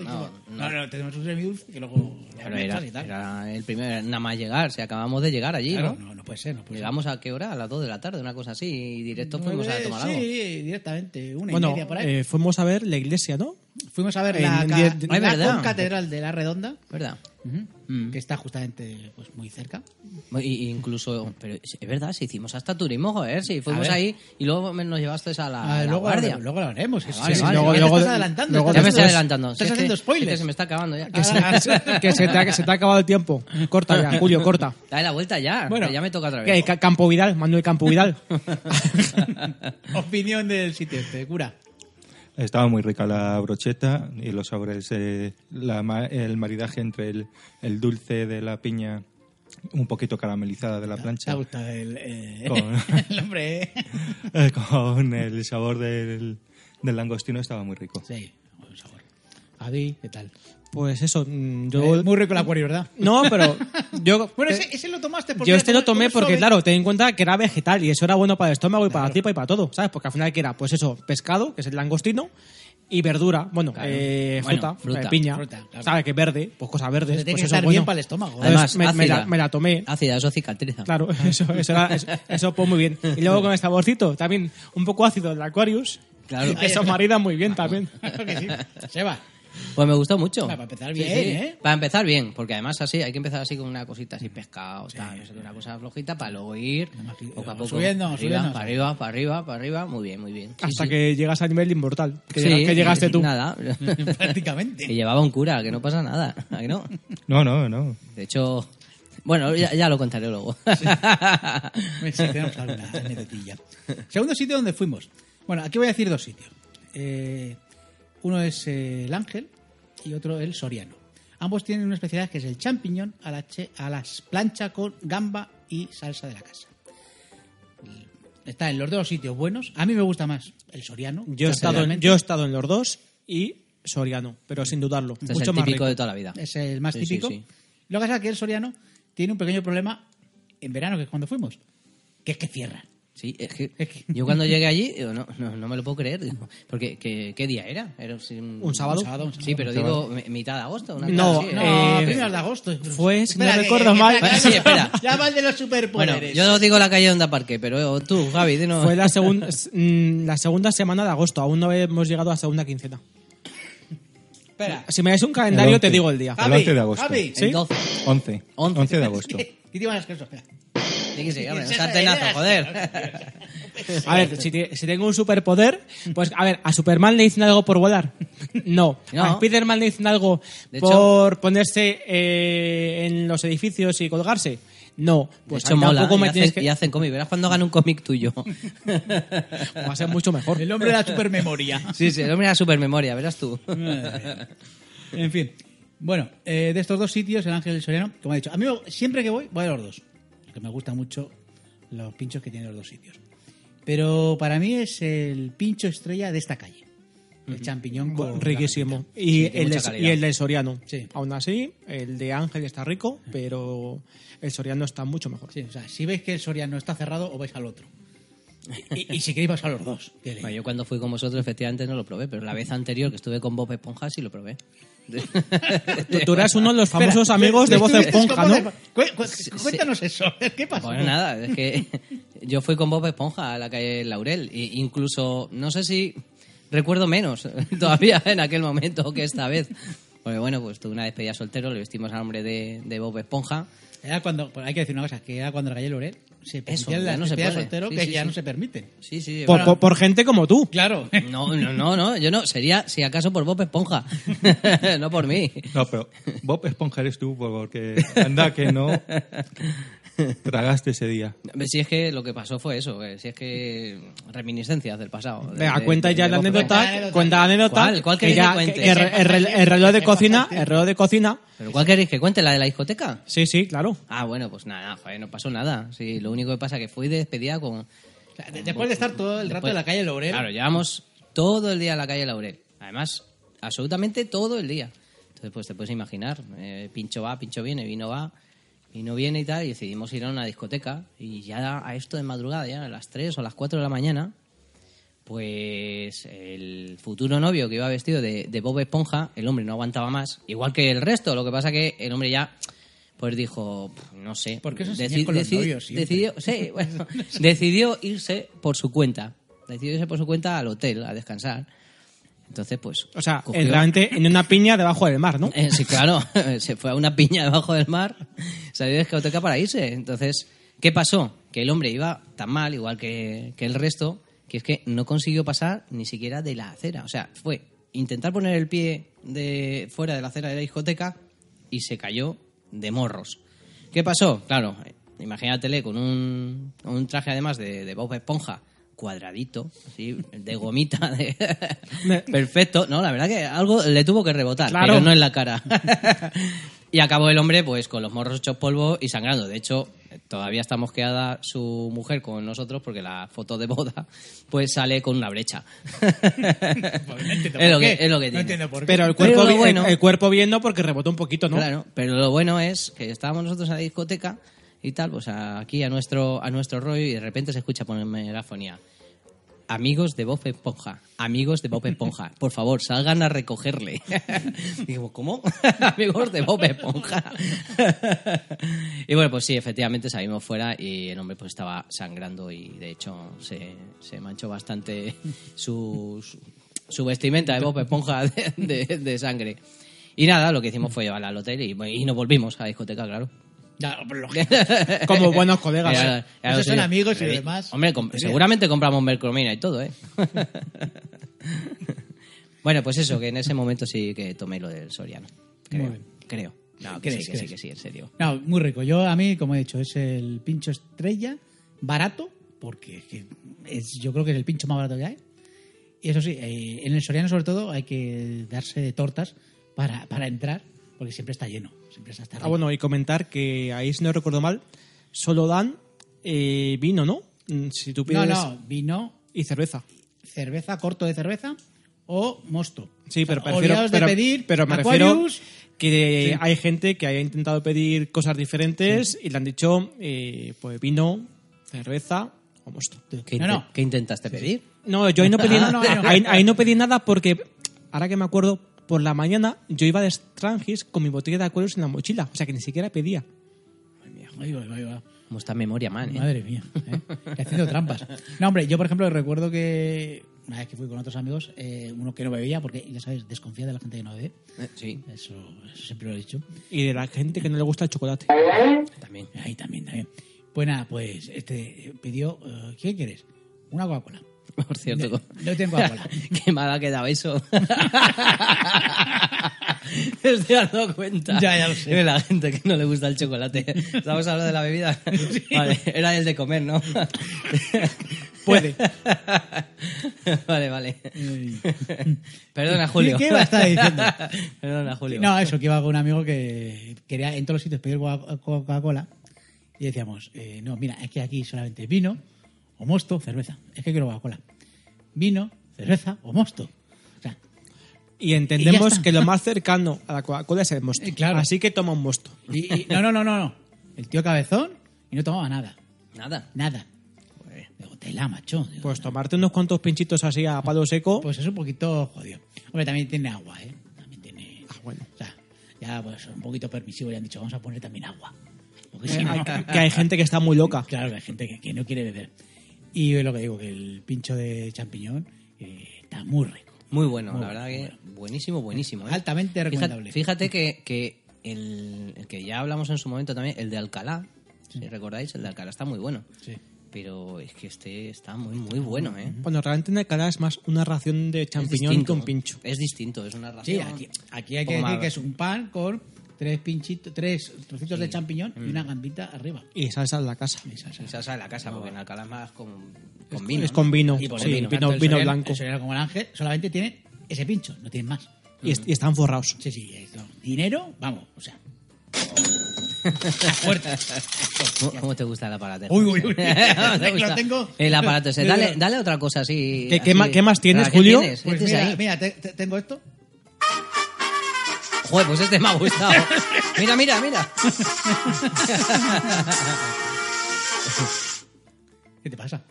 D: No,
B: no, no, tenemos un semidulce que luego lo
D: Pero
B: mezclas
D: era,
B: y tal.
D: era el primer, nada más llegar, si acabamos de llegar allí,
B: Claro,
D: ¿no?
B: no, no puede ser, no puede
D: Llegamos a qué hora, a las 2 de la tarde, una cosa así, y
B: ser.
D: directo fuimos a
B: Nueve,
D: tomar
B: Pues, sí,
D: algo.
B: directamente, una y
C: Bueno,
B: media por ahí.
C: eh, fuimos a ver la iglesia, ¿no?
B: fuimos a ver
C: en-
B: la,
C: en
B: ca-
C: diez-
B: la
D: Ah, ¿verdad?
B: concatedral de La Redonda,
D: ¿Verdad?
B: ujú,
D: Mm.
B: que está justamente pues muy cerca.
D: Y- y incluso, pero es es verdad, si hicimos hasta turismo, joder, si fuimos
B: ver.
D: ahí y luego me- nos llevaste a la,
B: Ah,
D: a la
B: luego,
D: guardia.
B: lo, luego lo haremos.
D: Ah, vale, vale.
B: luego,
D: Ya te
B: luego-
C: estás
B: adelantando,
C: luego-
D: ya me
B: estás-
D: estoy adelantando.
B: Estás
D: Si es que-
B: haciendo
D: es que
B: spoilers.
D: se me está acabando ya.
C: Que se, que se te ha, que se te ha acabado el tiempo. Corta ya, Julio, corta.
D: Dale la vuelta ya,
B: Bueno.
D: que ya me toca otra
C: Que-
D: vez.
C: Ca- Campo Vidal, Manuel Campo Vidal.
B: Opinión del sitio este, cura.
E: Estaba muy rica la brocheta y los sabores, eh, la ma- el maridaje entre el, el dulce de la piña, un poquito caramelizada de
C: Ah,
E: la
B: Te ha
E: plancha,
B: gustado el, eh,
E: Con-
B: el hombre. eh.
E: eh, con el sabor del, del langostino, estaba muy rico.
B: Sí, buen sabor. Javi, ¿qué tal?
C: Pues eso, mm, yo...
B: Eh, muy rico el acuario, ¿verdad?
C: No, pero yo...
B: Bueno,
C: eh,
B: ese, ese lo tomaste porque...
C: Yo
B: era
C: este lo
B: como- ¿eh?
C: tomé
B: como
C: porque,
B: suave.
C: claro, ten en cuenta que era vegetal y eso era bueno para el estómago y para la tripa y para todo, ¿sabes? Porque al final que era, pues eso, pescado, que es el langostino, y verdura, bueno,
D: Claro.
C: eh,
D: Bueno,
C: fruta,
D: fruta,
C: eh, piña,
B: fruta, claro.
C: ¿sabes? Que es verde, pues cosas verdes.
B: Pero tiene
C: pues
B: que
C: eso
B: estar
C: bueno.
B: bien para el estómago. ¿eh?
C: Además, me, me la,
D: ácida.
C: me la tomé.
D: Ácida, eso cicatriza.
C: Claro, eso, eso, era- eso, eso, pues muy bien. Y luego con el saborcito, también un poco ácido del Aquarius.
D: Claro.
C: Eso marida muy bien también.
B: Claro que sí. Seba,
D: Pues me gustó mucho.
B: Para empezar
D: Sí,
B: bien,
D: sí.
B: ¿eh?
D: Para empezar bien, porque además así hay que empezar así con una cosita así pescado, tal, no sé qué, una cosa flojita para luego ir
B: que-
D: poco a
B: vamos
D: poco.
B: subiendo,
D: para
B: vamos
D: arriba,
B: subiendo,
D: para
B: sí.
D: arriba, para arriba, para arriba, muy bien, muy bien. Sí,
C: Hasta
D: sí.
C: que llegas al nivel inmortal. Que,
D: Sí,
C: llegas- que llegaste tú.
D: Nada. que
B: prácticamente.
D: llevaba un cura, que no pasa nada, ¿a que no?
E: No, no, no.
D: De hecho, bueno, ya, ya lo contaré luego.
B: Me- sí, tenemos alguna anecdotilla. Segundo sitio donde fuimos. Bueno, aquí voy a decir dos sitios. Eh, uno es eh, el Ángel y otro el Soriano. Ambos tienen una especialidad que es el champiñón a la, che- a las plancha con gamba y salsa de la casa. Está en los dos sitios buenos. A mí me gusta más el Soriano.
C: Yo he, estado en,
B: realmente.
C: yo he estado en los dos y Soriano, pero sin dudarlo.
D: Este es
C: mucho
D: el
C: más
D: típico
C: rico.
D: de toda la vida.
B: Es el más
D: Sí, sí,
B: típico.
D: sí.
B: Lo que pasa es que el Soriano tiene un pequeño problema en verano, que es cuando fuimos, que es que cierra.
D: Sí, es que,
B: Es que-
D: yo cuando llegué allí, digo, no, no, no me lo puedo creer, digo, porque ¿qué, qué día era? ¿Era un,
C: ¿Un sábado?
B: un sábado.
D: Sí, pero digo mi- mitad de agosto. Una
C: No,
D: cosa así,
B: No,
D: ¿eh?
B: a
C: Eh,
B: primeros de agosto.
C: fue, si no
B: Espera, que-
C: recuerdo
B: que-
C: mal.
B: espera,
D: Sí,
B: que-
D: espera.
B: Ya va el de los
D: Bueno,
B: superpoderes.
D: yo os digo la calle donde aparqué, pero eh, tú, Javi, dinos.
C: Fue la, segun- s- mm, la segunda semana de agosto, aún no hemos llegado a la segunda quincena.
B: Espera.
C: Si me dais un calendario,
E: El
C: te
E: once.
C: digo el día.
E: Ah. 11 de agosto.
B: Javi.
D: El 12.
E: 11.
D: 11.
E: 11 de agosto.
B: Y te iban a escribir, espera.
D: Sí, que sí, hombre,
B: Sí,
D: un sartenazo,
B: sí,
D: joder.
C: A ver, si, te- si tengo un superpoder, pues a ver, ¿a Superman le dicen algo por volar? No.
D: No.
C: ¿A Spiderman le dicen algo
D: De
C: por ponerse eh, en los edificios y colgarse? No.
D: De
C: Pues
D: hecho,
C: a mí
D: mola.
C: tampoco
D: Y
C: me tienes
D: hacen,
C: que...
D: y hacen cómic. Verás cuando hagan un cómic tuyo.
C: Va a ser mucho mejor.
B: El hombre de la supermemoria.
D: Sí, sí, el hombre de la supermemoria, verás tú.
B: En fin. Bueno, eh, de estos dos sitios, el Ángel y el Soriano, como he dicho, a mí siempre que voy, voy a los dos. Porque me gustan mucho los pinchos que tienen los dos sitios. Pero para mí es el pincho estrella de esta calle. El champiñón
C: Bueno,
B: con
C: riquísimo.
B: gambita.
C: Y,
D: tiene
C: el
D: mucha
C: de,
D: calidad.
C: y el del Soriano.
B: Sí.
C: Aún así, el de Ángel está rico, pero el Soriano está mucho mejor.
B: Sí, o sea, si veis que el Soriano está cerrado, o vais al otro. Y, y si queréis, vais a los dos. Que le-
D: Bueno, yo cuando fui con vosotros, efectivamente no lo probé, pero la vez anterior que estuve con Bob Esponja sí lo probé.
C: Tú eras uno de los
B: Espera,
C: famosos amigos de
B: tú
C: voz
B: eres como
C: esponja,
B: de-
C: ¿no?
B: Cué- cué- Cuéntanos eso. ¿Qué pasa?
D: Bueno, nada, es que yo fui con Bob Esponja a la calle Laurel. E incluso, no sé si recuerdo menos todavía en aquel momento que esta vez. Porque bueno, pues tuve una despedida soltero, le vestimos al nombre de, de Bob Esponja.
B: Era cuando, pues hay que decir una cosa, que era cuando el Galle Lorel se permitían
D: ya
B: las
D: no se
B: despedidas
D: puede.
B: soltero
D: Sí,
B: que
D: sí,
B: ya
D: sí.
B: no se permiten.
D: Sí, sí.
C: Por,
D: bueno.
C: por- por gente como tú.
B: Claro.
D: No, no, no, no, yo no. Sería, si acaso, por Bob Esponja. no por mí.
E: No, pero Bob Esponja eres tú porque anda que no tragaste ese día.
D: Si es que lo que pasó fue eso. eh, Si es que reminiscencias del pasado. de-
C: Venga,
D: de-
C: cuenta
D: de-
C: ya
D: de
C: la
D: Bob Esponja.
B: Esponja.
C: anécdota, cuenta la anécdota.
D: ¿Cuál? ¿Cuál
C: que
D: queréis
C: ya-
D: que cuente?
C: que el, el- el reloj de cocina, el reloj de cocina.
D: ¿Pero cuál queréis que cuente? ¿La de la discoteca?
C: Sí, sí, claro.
D: Ah, bueno, pues nada, joder, no pasó nada. Sí, lo único que pasa es que fui despedida con...
B: De- Después de estar todo el rato
D: Después-
B: en la calle Lorel,
D: Claro, llevamos todo el día en la calle Laurel. Además, absolutamente todo el día. Entonces, pues te puedes imaginar, eh, pincho va, pincho viene, vino va, vino viene y tal, y decidimos ir a una discoteca. Y ya a esto de madrugada, ya a las 3 o las 4 de la mañana, pues el futuro novio que iba vestido de, de Bob Esponja, el hombre no aguantaba más, igual que el resto, lo que pasa que el hombre ya pues dijo, "Pff, no sé,
B: ¿Por qué os enseñáis
D: deci-
B: con los
D: deci-
B: novios siempre?
D: decidió, sí, bueno, decidió irse por su cuenta, decidió irse por su cuenta al hotel a descansar. Entonces, pues
C: O sea,
D: cogió-
C: en- realmente en una piña debajo del mar, ¿no?
D: eh, sí, claro. Se fue a una piña debajo del mar, salió de discoteca para irse. Entonces, ¿qué pasó? Que el hombre iba tan mal, igual que, que el resto, que es que no consiguió pasar ni siquiera de la acera. O sea, fue intentar poner el pie de fuera de la acera de la discoteca y se cayó de morros. ¿Qué pasó? Claro, eh, imagínatele con un, un traje además de, de Bob Esponja cuadradito, así, de gomita, de- perfecto. No, la verdad que algo le tuvo que rebotar,
C: Claro.
D: pero no en la cara. y acabó el hombre pues con los morros hechos polvo y sangrando. De hecho, todavía está mosqueada su mujer con nosotros porque la foto de boda pues sale con una brecha.
B: pues, no entiendo por
D: es, lo que,
B: qué.
D: es lo que
B: No
D: tiene.
B: entiendo por qué.
C: Pero el cuerpo,
D: Pero
C: vi- el-
D: bueno.
C: el cuerpo viendo porque rebotó un poquito, ¿no?
D: Claro, pero lo bueno es que estábamos nosotros en la discoteca y tal, pues aquí a nuestro, a nuestro rollo y de repente se escucha ponerme la fonía. Amigos de Bob Esponja, amigos de Bob Esponja, por favor, salgan a recogerle. Digo, ¿cómo? amigos de Bob Esponja. y bueno, pues sí, efectivamente salimos fuera y el hombre pues estaba sangrando y de hecho se, se manchó bastante su, su, su vestimenta de Bob Esponja de, de- de sangre. Y nada, lo que hicimos fue llevarla al hotel y, y nos volvimos a la discoteca, claro.
B: Ya, por lo-
C: Como buenos colegas.
D: Ya,
C: ¿eh?
D: ya lo
B: Esos
D: sé
B: son
D: yo.
B: amigos y
D: Pero,
B: demás.
D: Hombre, com- seguramente compramos mercromina y todo, ¿eh? bueno, pues eso, que en ese momento sí que tomé lo del Soriano. Creo.
B: Muy bien.
D: Creo. No, que
B: ¿Crees,
D: sí, que sí,
B: crees?
D: que sí, en serio.
B: No, muy rico. Yo, a mí, como he dicho, es el pincho estrella, barato, porque es que es- yo creo que es el pincho más barato que hay. Y eso sí, eh, en el Soriano, sobre todo, hay que darse de tortas para, para entrar, porque siempre está lleno. Siempre está hasta
C: Ah,
B: arriba.
C: bueno, y comentar que ahí, si no recuerdo mal, solo dan eh, vino, ¿no? Mm, Si tú
B: No,
C: pides.
B: no, vino,
C: Y cerveza.
B: cerveza, corto de cerveza o mosto.
C: Sí, pero
B: O sea,
C: prefiero.
B: olvidaos
C: pero,
B: de pedir
C: pero me
B: Aquarius,
C: refiero que
B: Sí.
C: hay gente que haya intentado pedir cosas diferentes y le han dicho, eh, pues vino, cerveza o mosto.
D: ¿Qué,
B: No,
D: inte-
B: no.
D: qué intentaste pedir?
C: No, yo ahí no pedí
B: Ah,
C: nada.
B: no, no, no.
C: Ahí, ahí no pedí nada porque, ahora que me acuerdo, por la mañana yo iba de Strangis con mi botella de Aquarius en la mochila. O sea que ni siquiera pedía.
B: Ahí va, ahí va.
D: ¿Cómo está memoria, man? eh?
B: Madre mía, ¿eh? Que haciendo trampas. No, hombre, yo por ejemplo recuerdo que una vez que fui con otros amigos, eh, uno que no bebía, porque ya sabes, desconfía de la gente que no bebe.
D: Eh, Sí,
B: Eso, eso siempre lo he dicho.
C: Y de la gente que no le gusta el chocolate.
D: también.
B: Ahí también, también. Pues nada, pues este pidió, eh, ¿qué quieres? Una Coca-Cola.
D: Por cierto.
B: No,
D: con-
B: no tengo Coca-Cola.
D: qué mal ha quedado eso. Me estoy dando cuenta.
B: Ya, ya lo sé.
D: De la gente que no le gusta el chocolate. ¿Estamos hablando de la bebida? Vale, era el de comer, ¿no?
C: Puede.
D: vale, vale. Perdona, Julio.
B: ¿Qué iba a estar diciendo?
D: Perdona, Julio.
B: No, eso que iba con un amigo que quería en todos los sitios pedir Coca- Coca-Cola y decíamos, eh, no, mira, es que aquí solamente vino o mosto, cerveza. Es que quiero Coca-Cola. Vino, cerveza o mosto. O sea,
C: Y
B: Y ya
C: entendemos
B: está.
C: que lo más cercano a la Coca-Cola es el mosto.
B: Eh, claro.
C: Así que toma un mosto.
B: y- y- no, no, no, no, no. El tío cabezón y no tomaba nada.
D: Nada.
B: Nada. Digo, tela, macho. Digo,
C: Pues tomarte unos cuantos pinchitos así a palo seco.
B: pues es un poquito jodido. Hombre, también tiene agua, ¿eh? También tiene...
C: ah, Bueno.
B: O sea, ya pues un poquito permisivo, le han dicho, vamos a poner también agua. Porque si no-
C: que Eh, hay gente que está muy loca.
B: Claro, que hay gente que, que no quiere beber. Y es lo que digo, que el pincho de champiñón eh, está muy rico.
D: Muy bueno,
B: Muy
D: la verdad que buenísimo, buenísimo. ¿eh?
B: Altamente
D: Fíjate-
B: recomendable.
D: Fíjate, que, que el, el que ya hablamos en su momento también, el de Alcalá, si recordáis, el de Alcalá está muy bueno.
B: Sí.
D: Pero es que este está muy, muy bueno, ¿eh?
C: Bueno, realmente en Alcalá es más una ración de
D: Es
C: champiñón
D: distinto.
C: con pincho.
D: Es distinto, es una ración.
B: Sí, aquí, aquí hay que
D: Poco
B: decir
D: más.
B: que es un pan con tres pinchitos, tres trocitos de champiñón
C: Mm.
B: y una gambita arriba.
C: Y salsa de la casa.
B: Y salsa.
D: Y salsa de la casa, porque en Alcalá es más con, con
C: Es-
D: vino.
C: es
D: ¿no?
C: con vino.
D: Y con
C: Sí,
D: vino.
C: vino-
B: Tanto el
C: vino
B: Soriano-
C: blanco.
B: El Soriano como el ángel solamente tiene ese pincho, no tienen más.
C: Y, est- y están forrados.
B: Sí, sí, es lo- dinero, vamos, o sea. a fuerza.
D: ¿Cómo, cómo te gusta el aparato?
B: Uy, uy, uy.
D: ¿Te
B: Lo
D: gusta?
B: tengo-
D: El aparato ese.
B: Mira.
D: Dale, dale otra cosa así.
C: ¿Qué- qué
D: así.
C: ma- qué más tienes,
D: Ah, ¿qué
C: Julio?
D: tienes? ¿Qué
B: Pues
D: tienes
B: mira,
D: ahí?
B: mira, te- te- tengo esto.
D: Joder, pues este me ha gustado. Mira, mira, mira.
B: ¿Qué te pasa?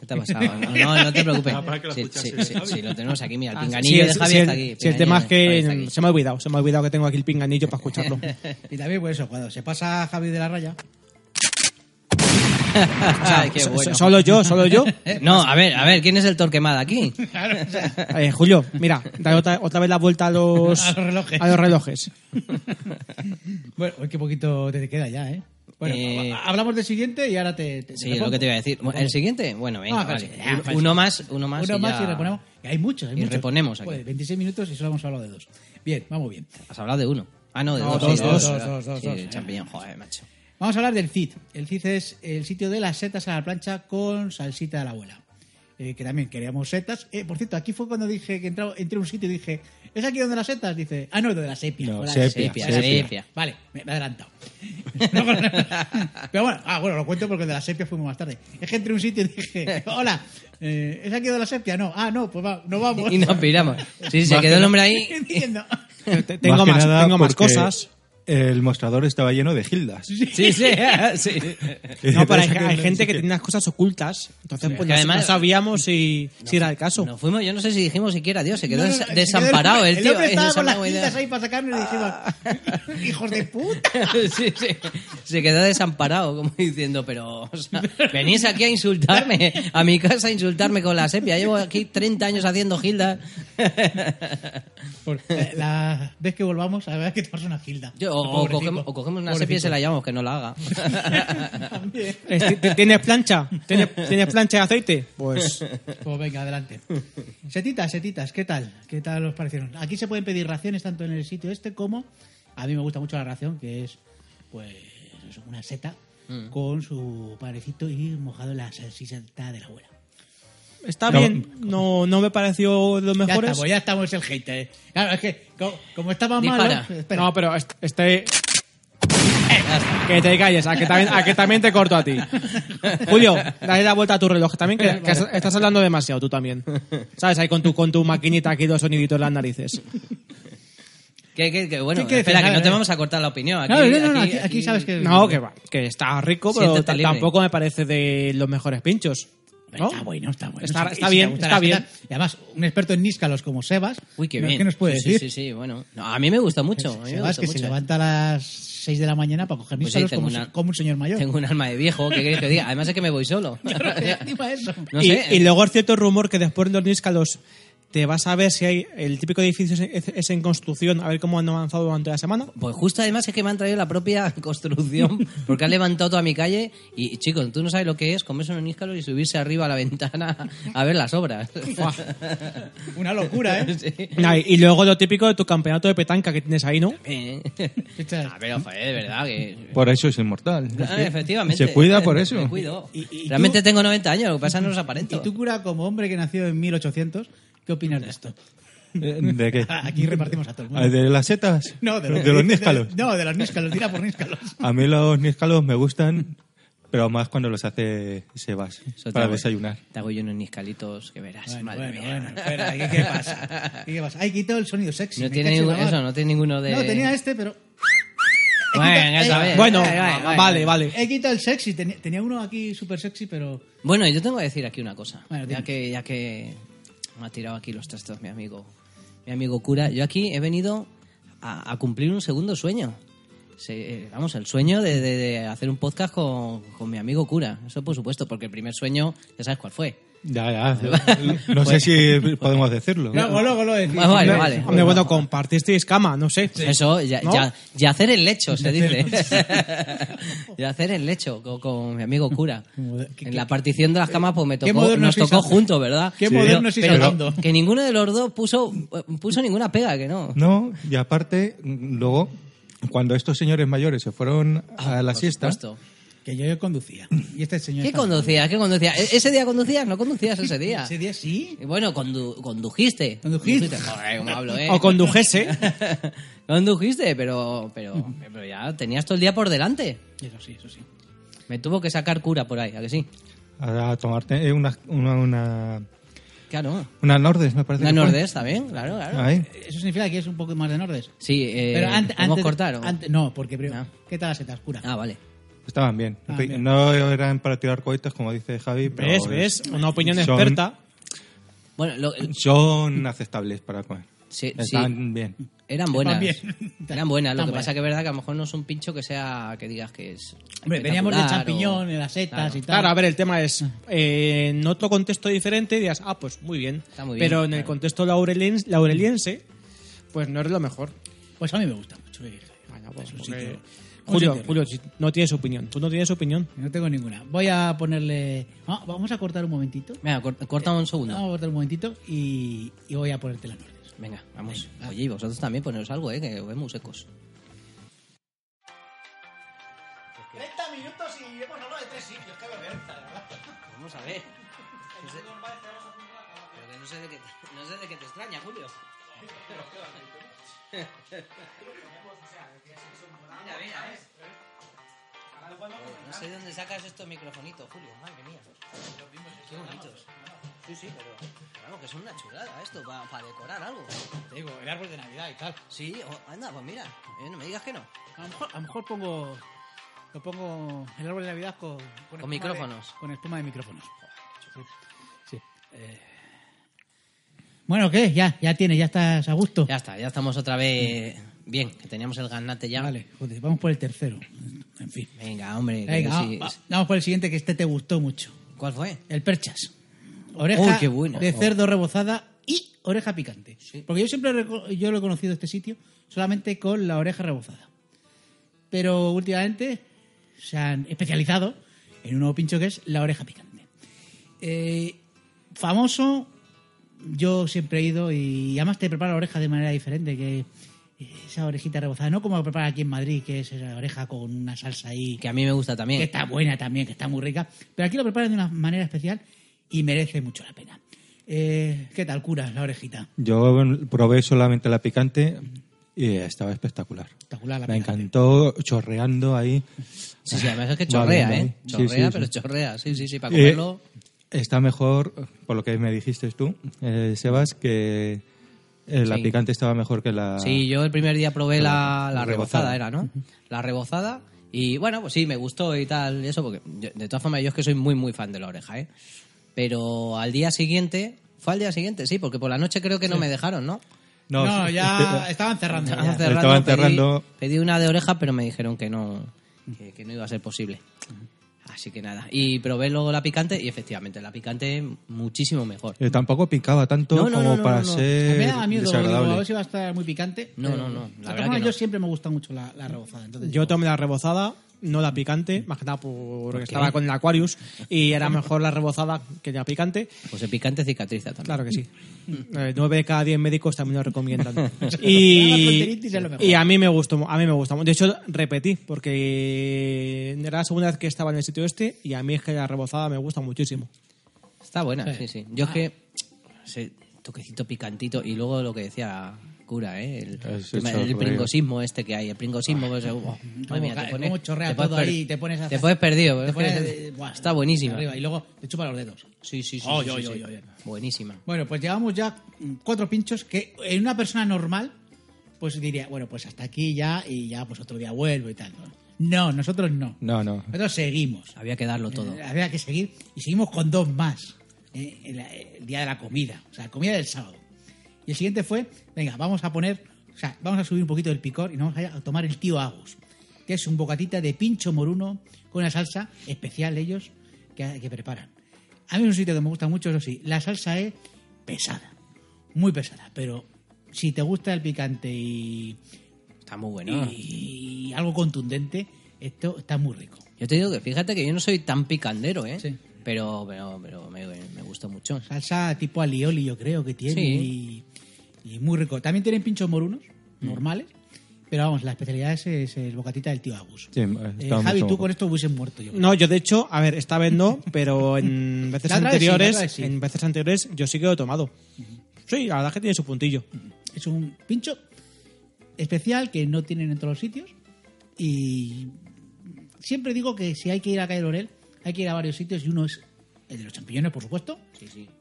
D: ¿Qué te ha pasado? No, no te preocupes.
E: Ah, para que lo
D: Sí,
E: escuchase,
D: sí, sí,
E: Javi.
D: sí, lo tenemos aquí, mira, el
C: Ah,
D: pinganillo
C: sí,
D: de
C: sí,
D: Javi
C: sí,
D: está
C: el-
D: aquí.
C: sí, el
D: pinganillo
C: tema es
D: de Javi
C: que
D: está
C: mm,
D: aquí.
C: se me ha olvidado, se me ha olvidado que tengo aquí el pinganillo para escucharlo.
B: Y también, pues eso, cuando se pasa Javi de la raya.
D: Ay, qué
C: So-
D: bueno.
C: Solo yo, solo yo.
D: No, a ver, a ver, ¿quién es el Torquemada aquí?
C: Eh, Julio, mira, dale otra, otra vez la vuelta a los,
B: A los relojes.
D: Ah.
C: a los relojes.
B: Bueno, hoy qué poquito te queda ya, ¿eh? Bueno,
D: Eh,
B: ha- hablamos del siguiente y ahora te. te-
D: Sí,
B: te
D: es lo que
B: pongo.
D: te iba a decir. Bueno, ¿El siguiente? Bueno, venga,
B: Ah, claro,
D: vale.
B: sí, ya,
D: Un-
B: fácil.
D: Uno más, uno más.
B: Uno
D: y
B: más
D: ya-
B: y reponemos. que Hay muchos, hay
D: y
B: muchos.
D: reponemos aquí.
B: Joder, 26 minutos y solo hemos hablado de dos. Bien, vamos bien.
D: Has hablado de uno. Ah, no, de
B: No,
D: dos.
B: dos,
D: sí,
B: dos,
D: de
B: dos, dos, dos,
D: Sí,
B: dos.
D: el champiñón, joder, macho.
B: Vamos a hablar del CID. El CID es el sitio de las setas a la plancha con salsita de la abuela. Eh, que también queríamos setas. Eh, por cierto, aquí fue cuando dije que entraba, entré a un sitio y dije, ¿es aquí donde las setas? Dice, ah, no, de la sepia.
E: No,
B: Hola,
E: sepia,
D: Sepia,
E: sepia.
D: sepia.
B: Vale, me, me he adelantado. Pero bueno, ah, bueno, lo cuento porque de la sepia fuimos más tarde. Es que entré a un sitio y dije, hola, eh, ¿es aquí de la sepia? No, ah, no, pues va, no vamos.
D: Y nos piramos. Sí, se quedó el hombre ahí.
B: Entiendo.
C: Te- Tengo
E: que
C: más,
E: nada
C: tengo más
E: porque
C: cosas.
E: El mostrador estaba lleno de gildas.
D: Sí, sí, sí.
C: No, pero hay,
E: Esa que
C: hay
E: no
C: gente que
E: sé qué.
C: tiene unas cosas ocultas. Entonces, pues
D: Que
C: no-
D: además-
C: no sabíamos si, si era el caso.
D: Nos fuimos, yo no sé si dijimos siquiera adiós, se quedó
B: No, no,
D: des-
B: se quedó
D: desamparado el, tío.
B: El hombre estaba con las
D: desamparado,
B: quintas
D: ya.
B: ahí para sacarnos y dijimos, hijos de puta.
D: Sí, sí. Se quedó desamparado, como diciendo, pero o sea, venís aquí a insultarme, a mi casa a insultarme con la sepia. Llevo aquí 30 años haciendo gildas.
B: Eh, La vez que volvamos, a ver que te una gilda.
D: Yo- o, o cogemos, o cogemos una sepia y se la llamamos, que no la haga.
C: Eh, ti- ti- ¿Tienes plancha? ¿Tienes, tienes plancha de aceite? Pues
B: Pues venga, adelante. Setitas, setitas, ¿qué tal? ¿Qué tal os parecieron? Aquí se pueden pedir raciones tanto en el sitio este como a mí me gusta mucho la ración que es pues eso, una seta
D: Mm.
B: con su panecito y mojado en la salsita de la abuela.
C: está bien. No, no me pareció de los
B: Ya
C: mejores.
B: estamos, ya estamos el hater. ¿eh? Claro, es que co- como, estaba
D: Dispara.
B: malo, espera.
C: No, pero est- este... Que te calles, a que, también, a que también te corto a ti. Julio, dale la vuelta a tu reloj también, que, que has- estás hablando demasiado tú también. ¿Sabes? Ahí con tu, con tu maquinita aquí dos soniditos en las narices.
D: que, que- que, bueno,
B: ¿Qué quieres
D: espera,
B: decir?
D: que no
B: A
D: te
B: ver.
D: vamos a cortar la opinión. Aquí,
B: No, no, no, no, aquí- aquí sabes que-
C: No, que va, que está rico, pero
D: Siéntete
C: ta-
D: libre.
C: tampoco me parece de los mejores pinchos.
B: Pero
C: ¿no?
B: Está bueno, está bueno.
C: Está-
B: Sí,
C: está
B: sí,
C: bien,
B: me gusta
C: está
B: la
C: bien.
B: seta. Y además, un experto en níscalos como Sebas.
D: Uy, qué
B: ¿no?
D: bien.
B: ¿Qué nos puede
D: sí,
B: decir?
D: Sí, sí, sí, bueno. No, a mí me gusta mucho. a mí me
B: Sebas
D: gusta
B: que se
D: mucho.
B: levanta a las 6 de la mañana para coger
D: Pues sí,
B: níscalos
D: tengo
B: como,
D: una-
B: si- como un señor mayor.
D: Tengo un alma de viejo, ¿qué queréis que diga? Además es que me voy solo.
B: Claro, que encima eso.
D: No
C: y,
D: sé.
C: y luego hay cierto rumor que después de los níscalos te vas a ver si hay el típico edificio es, es en construcción, a ver cómo han avanzado durante la semana.
D: Pues justo además es que me han traído la propia construcción porque han levantado toda mi calle y chicos, tú no sabes lo que es comerse un níscalo y subirse arriba a la ventana a ver las obras.
B: Una locura, ¿eh?
D: Sí.
C: Ah, y- y luego lo típico de tu campeonato de petanca que tienes ahí, ¿no?
D: Eh.
B: Escucha,
D: Ah, pero joder, de verdad que...
E: Por eso es inmortal.
D: Ah, efectivamente.
E: Se cuida por eso.
D: Me cuido.
B: ¿Y- y tú?
D: Realmente tengo 90 años, lo que pasa es que no los aparento.
B: Y tú, cura, como hombre que nació en 1800, ¿qué opinas de esto?
E: Eh, ¿De qué?
B: Aquí repartimos a todo el
E: Ah,
B: mundo.
E: ¿De las setas?
B: No, de los,
E: níscalos.
B: de- no, de los níscalos, tira por níscalos.
E: A mí los níscalos me gustan, pero más cuando los hace Sebas
D: Eso te
E: para
D: hago-
E: desayunar.
D: Te hago yo unos niscalitos que verás,
B: Bueno,
D: madre
B: bueno,
D: mía.
B: bueno, espera, ¿qué, qué pasa? ¿Qué, qué pasa? Ay, quitó el sonido sexy.
D: No
B: me cacho
D: tiene
B: en
D: ninguno,
B: la mar.
D: eso, no tiene ninguno de...
B: No, tenía este, pero
D: Bueno, eso, a ver.
C: Bueno,
D: Ay, ay, ay.
C: vale, vale.
B: he quitado el sexy. Tenía, tenía uno aquí súper sexy, pero...
D: Bueno, yo tengo que decir aquí una cosa.
B: Bueno,
D: ya,
B: dime.
D: que, ya que me ha tirado aquí los trastos mi amigo, mi amigo cura. Yo aquí he venido a a, a cumplir un segundo sueño. Se- eh, vamos, el sueño de, de- de hacer un podcast con, con mi amigo cura. Eso por supuesto, porque el primer sueño, ya sabes cuál fue.
E: Ya, ya. No
B: Pues-
E: sé si podemos decirlo.
B: Luego, luego lo decís.
D: Vale, vale, vale.
C: Hombre, bueno, compartisteis cama, no sé.
D: Eso, ya,
C: ¿No?
D: ya- yacer en lecho, se dice. yacer en lecho con, con mi amigo cura. En la partición de las camas, pues me
B: qué
D: tocó,
B: moderno
D: nos
B: sois
D: tocó
B: ahora.
D: juntos, ¿verdad?
B: Qué
D: Pero-
B: moderno sois
D: pero que-
B: hablando.
D: Que ninguno de los dos puso, eh, puso ninguna pega, que no.
E: No, y aparte, luego, cuando estos señores mayores se fueron
B: Ah,
E: a la
D: Por
E: siesta,
D: supuesto.
B: Que yo conducía. Y este señor.
D: ¿Qué
B: está-
D: conducías? ¿Qué conducías? ¿E- ¿Ese día conducías? ¿No conducías ese día?
B: Ese día sí.
D: Y Bueno, condu- condujiste.
B: Condujiste.
D: Joder, cómo hablo, ¿eh?
C: O condujese.
D: condujiste, pero, pero, pero ya tenías todo el día por delante.
B: Eso sí, eso sí.
D: Me tuvo que sacar cura por ahí, ¿a que sí?
E: a, a tomarte eh, una, una, una,
D: Claro.
E: una Nordes, me parece.
D: Una
E: que fue.
D: Nordés también, ¿eh? claro, claro.
E: Ahí.
B: Eso significa que es un poco más de Nordes.
D: Sí, eh,
B: Pero ante-
D: ¿podemos
B: antes.
D: cortar o-
B: ante- no, porque primero.
D: Ah.
B: ¿Qué tal las setas cura?
D: Ah, vale.
E: Estaban bien.
B: Ah,
E: Pe-
B: bien.
E: No eran para tirar cohetes, como dice Javi, pero
C: ¿Ves? ¿Ves? Una opinión
E: Son-
C: experta.
D: Bueno, lo- el-
E: son aceptables para comer.
D: sí, sí,
E: Están bien.
D: eran buenas.
B: bien.
D: Eran buenas. Lo
B: Están
D: que pasa
B: buenas.
D: que es verdad que a lo mejor no es un pincho que sea que digas que es.
B: Hombre, veníamos de
D: espectacular
B: champiñón,
D: o-
B: de las setas
D: Claro.
B: y tal.
C: Claro, a ver, el tema es, eh, en otro contexto diferente dirías, ah, pues muy bien.
D: Está muy bien,
C: Pero en el
D: claro.
C: contexto laurelien- laureliense, pues no es lo mejor.
B: Pues a mí me gusta mucho. ¿qué quieres?
C: Bueno, pues,
B: Es un
C: porque-
B: sitio- un
C: Julio,
B: sitio
C: Julio, si no tienes opinión. Tú no tienes opinión.
B: No tengo ninguna. Voy a ponerle. Ah, vamos a cortar un momentito.
D: Venga, cor- corta un segundo.
B: Vamos a cortar un momentito y, y voy a ponerte la norte.
D: Venga, vamos. Oye, y vosotros también poneros algo, ¿eh? Que os vemos secos.
B: 30 minutos y hemos hablado de tres sitios, qué vergüenza.
D: Vamos a ver. Pero que no sé de qué, no sé de qué te extraña, Julio. Mira, mira,
B: eh.
D: ¿ves? No sé de dónde sacas estos microfonitos, Julio. Madre mía. Qué bonitos. Sí, sí, pero... Vamos, que son una chulada esto, para decorar algo.
B: Te digo, el árbol de Navidad y tal.
D: Sí, o- anda, pues mira. eh, no me digas que no.
B: A lo mejor, a lo mejor pongo. Lo pongo el árbol de Navidad con. Con, espuma de-
D: micrófonos.
B: con espuma de micrófonos. Sí. Sí. Eh, Bueno, ¿qué? Ya, ya tienes, ya estás a gusto.
D: Ya está, ya estamos otra vez bien, que teníamos el ganate ya.
B: Vale, joder, vamos por el tercero. En fin.
D: Venga, hombre. que
B: Venga,
D: sí-
B: va- vamos por el siguiente que este te gustó mucho.
D: ¿Cuál fue?
B: El perchas. Oreja
D: Uy, qué bueno.
B: de cerdo rebozada y oreja picante. Porque yo siempre reco- yo lo he conocido este sitio solamente con la oreja rebozada. Pero últimamente se han especializado en un nuevo pincho que es la oreja picante. Eh, famoso, yo siempre he ido y además te prepara la oreja de manera diferente que esa orejita rebozada, no como prepara aquí en Madrid, que es esa oreja con una salsa ahí
D: Que a mí me gusta también.
B: que está buena también, que está muy rica. Pero aquí lo preparan de una manera especial y merece mucho la pena. Eh, ¿Qué tal, cura, la orejita?
E: Yo probé solamente la picante y estaba espectacular.
B: Espectacular la
E: Me
B: picante.
E: encantó chorreando ahí.
D: Sí, sí, además es que chorrea,
E: Vale,
D: ¿eh?
E: vale. Sí,
D: Chorrea,
E: sí,
D: pero
E: sí.
D: chorrea. Sí, sí, sí, para
E: Eh,
D: comerlo.
E: está mejor, por lo que me dijiste tú, eh, Sebas, que eh, la
D: Sí.
E: picante estaba mejor que la...
D: Sí, yo el primer día probé Ah. la, la rebozada,
E: Rebozada.
D: era, ¿no? La rebozada. Y bueno, pues sí, me gustó y tal, y eso, porque yo- de todas formas yo es que soy muy, muy fan de la oreja, ¿eh? Pero al día siguiente, fue al día siguiente, sí, porque por la noche creo que no me dejaron, ¿no?
B: No,
E: sí,
B: ya
E: este-
B: estaban cerrando.
D: Estaban
B: ya.
E: cerrando. Estaban
D: pedí-
E: cerrando.
D: Pedí, una de oreja, pero me dijeron que no, que, que no iba a ser posible. Así que nada. Y probé luego la picante y efectivamente, la picante muchísimo mejor.
E: eh, tampoco picaba tanto
D: No, no,
E: como
D: no, no,
E: para
D: no.
B: A mí
E: ser
B: me da miedo, digo,
E: Eh, desagradable.
B: a ver si va a estar muy picante.
D: No,
B: pero-
D: no, no, la
B: De todas
D: verdad
B: formas,
D: que no.
B: Yo siempre me gusta mucho la, la rebozada. Entonces,
C: Yo tomé la rebozada, no la picante, más que nada porque estaba con el Aquarius y era mejor la rebozada que la picante.
D: Pues el picante cicatriza también.
C: Claro que sí. Eh, Nueve de cada diez médicos también lo recomiendan.
B: Mm. La
C: y,
B: fronteritis es lo mejor.
C: y a mí me gustó, mu- a mí me gusta. mu- De hecho, repetí porque era la segunda vez que estaba en el sitio este y a mí es que la rebozada me gusta muchísimo.
D: Está buena,
B: Sí. Ah.
D: sí, sí. Yo es que ese toquecito picantito y luego lo que decía cura, ¿eh? El,
E: Es
D: tema-
E: hecho
D: el
E: horrible.
D: pringosismo este que hay, el pringosismo. que se- oh, madre mía,
B: ca-
D: te pones,
B: cómo chorrea
D: te pones
B: todo
D: per-
B: ahí, te pones a-
D: te pones perdido.
B: Te
D: es
B: pones,
D: que-
B: eh, buah,
D: está buenísima.
B: arriba, y luego te chupa los dedos. Oh,
D: Sí, sí, sí.
B: Oy,
D: sí,
B: oy,
D: sí,
B: oy,
D: sí.
B: oy.
D: Buenísima.
B: Bueno, pues llevamos ya mm, cuatro pinchos que en una persona normal, pues diría, bueno, pues hasta aquí ya y ya pues otro día vuelvo y tal. No, nosotros no.
E: No, no.
B: Nosotros seguimos.
D: Había que darlo todo.
B: Eh, Había que seguir y seguimos con dos más eh, en la- el día de la comida, o sea, la comida del sábado. Y el siguiente fue, venga, vamos a poner O sea, vamos a subir un poquito el picor y nos vamos a tomar el tío Agus, que es un bocatita de pincho moruno con una salsa especial ellos que, que preparan. A mí es un sitio que me gusta mucho, eso sí, la salsa es pesada, muy pesada, pero si te gusta el picante y,
D: Está muy bueno.
B: y algo contundente, esto está muy rico.
D: Yo te digo que fíjate que yo no soy tan picandero, ¿eh?
B: Sí.
D: Pero, pero, pero me, me gustó mucho.
B: Salsa tipo alioli, yo creo que tiene.
D: Sí.
B: Y, y muy rico. También tienen pinchos morunos, normales. Pero vamos, la especialidad es, es el bocatita del tío Agus.
E: Sí,
B: Eh,
E: estaba
B: Javi,
E: mucho
B: tú
E: mejor.
B: con esto hubieses muerto yo. creo.
C: No, yo de hecho, a ver, esta vez no, pero en veces
B: La otra vez sí, la otra
C: anteriores,
B: vez sí.
C: en veces anteriores yo sí que lo he tomado. Sí, la verdad es que tiene su puntillo.
B: Es un pincho especial que no tienen en todos los sitios. Y siempre digo que si hay que ir a Calle Lorel, hay que ir a varios sitios. Y uno es el de los champiñones, por supuesto.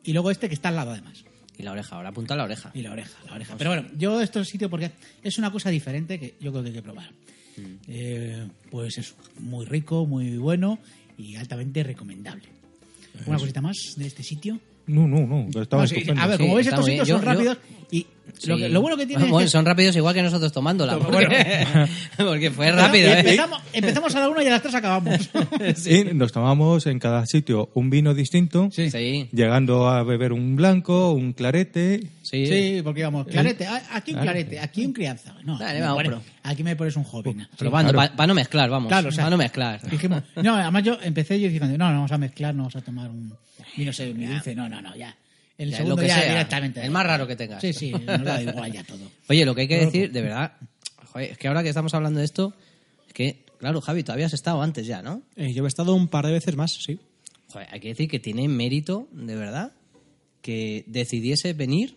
B: Y luego este que está al lado, además.
D: Y la oreja, ahora apunta la oreja.
B: Y la oreja, la oreja. Pero bueno, yo estos sitios porque es una cosa diferente que yo creo que hay que probar.
D: Mm.
B: Eh, pues es muy rico, muy bueno y altamente recomendable.
D: Pues
B: ¿Una cosita más de este sitio?
E: No, no, no, pero estaba
B: No, sí,
E: estupendo.
B: a ver,
D: Sí,
B: como veis
D: está
B: estos
D: muy bien.
B: sitios son
D: Yo- yo-
B: rápidos y lo,
D: Sí.
B: que- lo bueno que tiene
D: Bueno,
B: es que
D: son rápidos igual que nosotros tomándola. Porque, porque fue rápido,
B: Empezamos-
D: ¿eh?
B: empezamos, empezamos a la una y a las tres acabamos.
E: Y nos tomamos en cada sitio un vino distinto,
B: Sí.
D: Sí,
E: llegando a beber un blanco, un clarete.
D: sí.
B: Sí, porque íbamos, clarete, ah, aquí un clarete, aquí un crianza. No,
D: Dale,
B: aquí me
D: vamos,
B: pones-
D: pro.
B: aquí me pones un joven.
D: Probando,
E: claro.
D: para no mezclar, vamos.
B: Claro, o sea,
D: para Pues no mezclar.
B: Dijimos, no, además yo empecé yo diciendo, no, no vamos a mezclar, no vamos a tomar un vino semidulce, no, no, no, ya. El
D: Ya,
B: segundo
D: lo que
B: ya
D: sea,
B: directamente.
D: el más raro que tengas.
B: Sí, sí, nos da igual ya todo.
D: Oye, lo que hay que decir, de verdad, joder, es que ahora que estamos hablando de esto, es que, claro, Javi, tú habías estado antes ya, ¿no?
C: Eh, yo he estado un par de veces más, sí.
D: Joder, hay que decir que tiene mérito, de verdad, que decidiese venir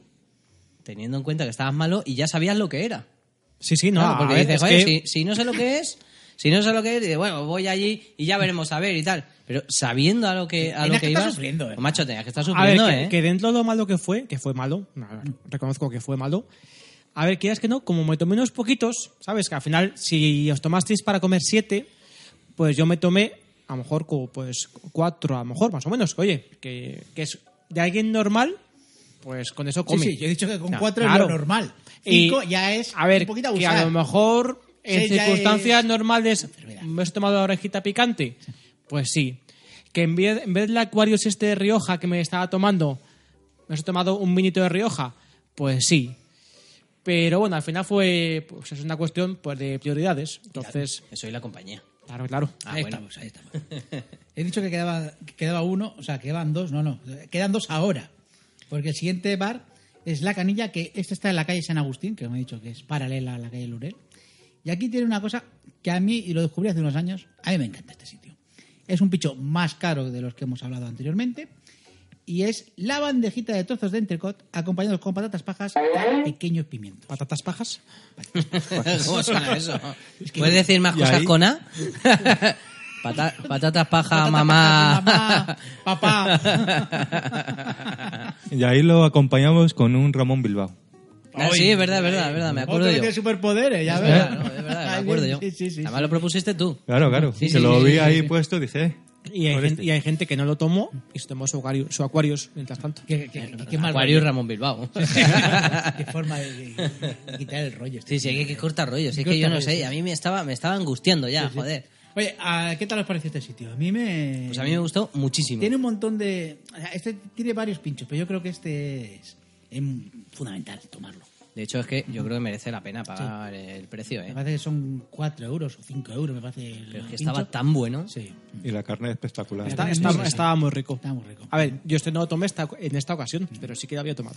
D: teniendo en cuenta que estabas malo y ya sabías lo que era.
C: Sí, sí, no,
D: Claro,
C: a
D: porque
C: ver,
D: dices,
C: es
D: joder,
C: que-
D: si, si no sé lo que es, si no sé lo que es, dices, bueno, voy allí y ya veremos a ver y tal. Pero sabiendo a lo que,
B: Tenías
D: a lo que,
B: que estar
D: ibas. pues,
B: sufriendo, ¿eh? ¿verdad?
D: Macho, tenías que estar
C: A ver,
D: sufriendo,
C: que,
D: ¿eh?
C: que dentro de lo malo que fue, que fue malo, a
B: Mm.
C: ver, reconozco que fue malo. A ver, quieras que no, como me tomé unos poquitos, ¿sabes? Que al final, si os tomasteis para comer siete, pues yo me tomé a lo mejor como, pues cuatro, a lo mejor, más o menos. Que, Oye, que, que es de alguien normal, pues con eso
B: Sí,
C: comí.
B: sí, yo he dicho que con
C: No,
B: cuatro
C: claro.
B: es lo normal.
C: Y,
B: Cinco ya es
C: a ver,
B: un poquito
C: que
B: abusar.
C: a lo mejor en
B: Seis ya
C: circunstancias
B: es
C: normales
B: enfermedad.
C: me has tomado la orejita picante. Pues sí. Que en vez, en vez del Aquarius este de Rioja que me estaba tomando, me has tomado un vinito de Rioja. Pues sí. Pero bueno, al final fue pues, es una cuestión pues, de prioridades. Entonces,
D: Eso y la compañía.
C: claro, claro.
D: Ah,
B: ahí
D: bueno.
B: estamos, ahí estamos. He dicho que quedaba, que quedaba uno, o sea, quedaban dos, no, no, quedan dos ahora. Porque el siguiente bar es La Canilla, que este está en la calle San Agustín, que me he dicho que es paralela a la calle Lurel. Y aquí tiene una cosa que a mí, y lo descubrí hace unos años, a mí me encanta este sitio. Es un picho más caro de los que hemos hablado anteriormente. Y es la bandejita de trozos de entrecot acompañados con patatas pajas y pequeños pimientos.
C: ¿Patatas pajas?
D: ¿Cómo suena eso? ¿Puedes decir más
E: ¿Y
D: cosas
E: ahí?
D: con A? Pata- patatas paja,
B: Patata
D: mamá.
B: pajas, mamá, papá.
E: Y ahí lo acompañamos con un Ramón Bilbao.
D: Ah, sí, es verdad, es verdad, es verdad, me acuerdo
B: Otro que
D: yo.
B: tiene superpoderes, ya
D: Es
B: ves.
D: verdad, no, es verdad, me
B: Ay,
D: acuerdo
B: bien,
D: yo.
B: Sí, sí, sí.
D: Además lo propusiste tú.
E: Claro, claro.
D: Sí,
E: que
D: sí,
E: lo
D: sí,
E: vi
D: sí,
E: ahí
D: sí.
E: puesto, dije. eh,
C: Y hay,
E: por
C: gente,
E: este.
C: y hay gente que no lo tomó y se tomó su Aquarius, su Aquarius mientras tanto.
B: Qué, qué- qué- qué mal
D: Acuario y
B: rollo.
D: Ramón Bilbao.
B: Qué forma de, de- de quitar el rollo. este
D: Sí, sí, hay que cortar rollos. Es
B: Corta
D: que yo no
B: rollos, sí.
D: sé, a mí me estaba, me estaba angustiando ya, joder.
B: Oye, ¿a ¿qué tal os parece este sitio? A mí me...
D: Pues a mí me gustó
B: Eh,
D: muchísimo.
B: Tiene un montón de... o sea, Este tiene varios pinchos, pero yo creo que este es, es fundamental tomarlo.
D: De hecho, es que yo creo que merece la pena pagar el precio,
B: Me
D: ¿eh?
B: parece que son 4 euros o 5 euros, me parece. el
D: Pero es que
B: pincho.
D: estaba tan bueno.
B: Sí,
E: Y la carne espectacular.
B: Está-
C: Está-
B: Sí,
C: está-
B: sí, sí.
C: estaba muy rico.
B: estaba muy rico.
C: A ver, yo este no lo tomé esta- en esta ocasión, pero sí que lo había tomado.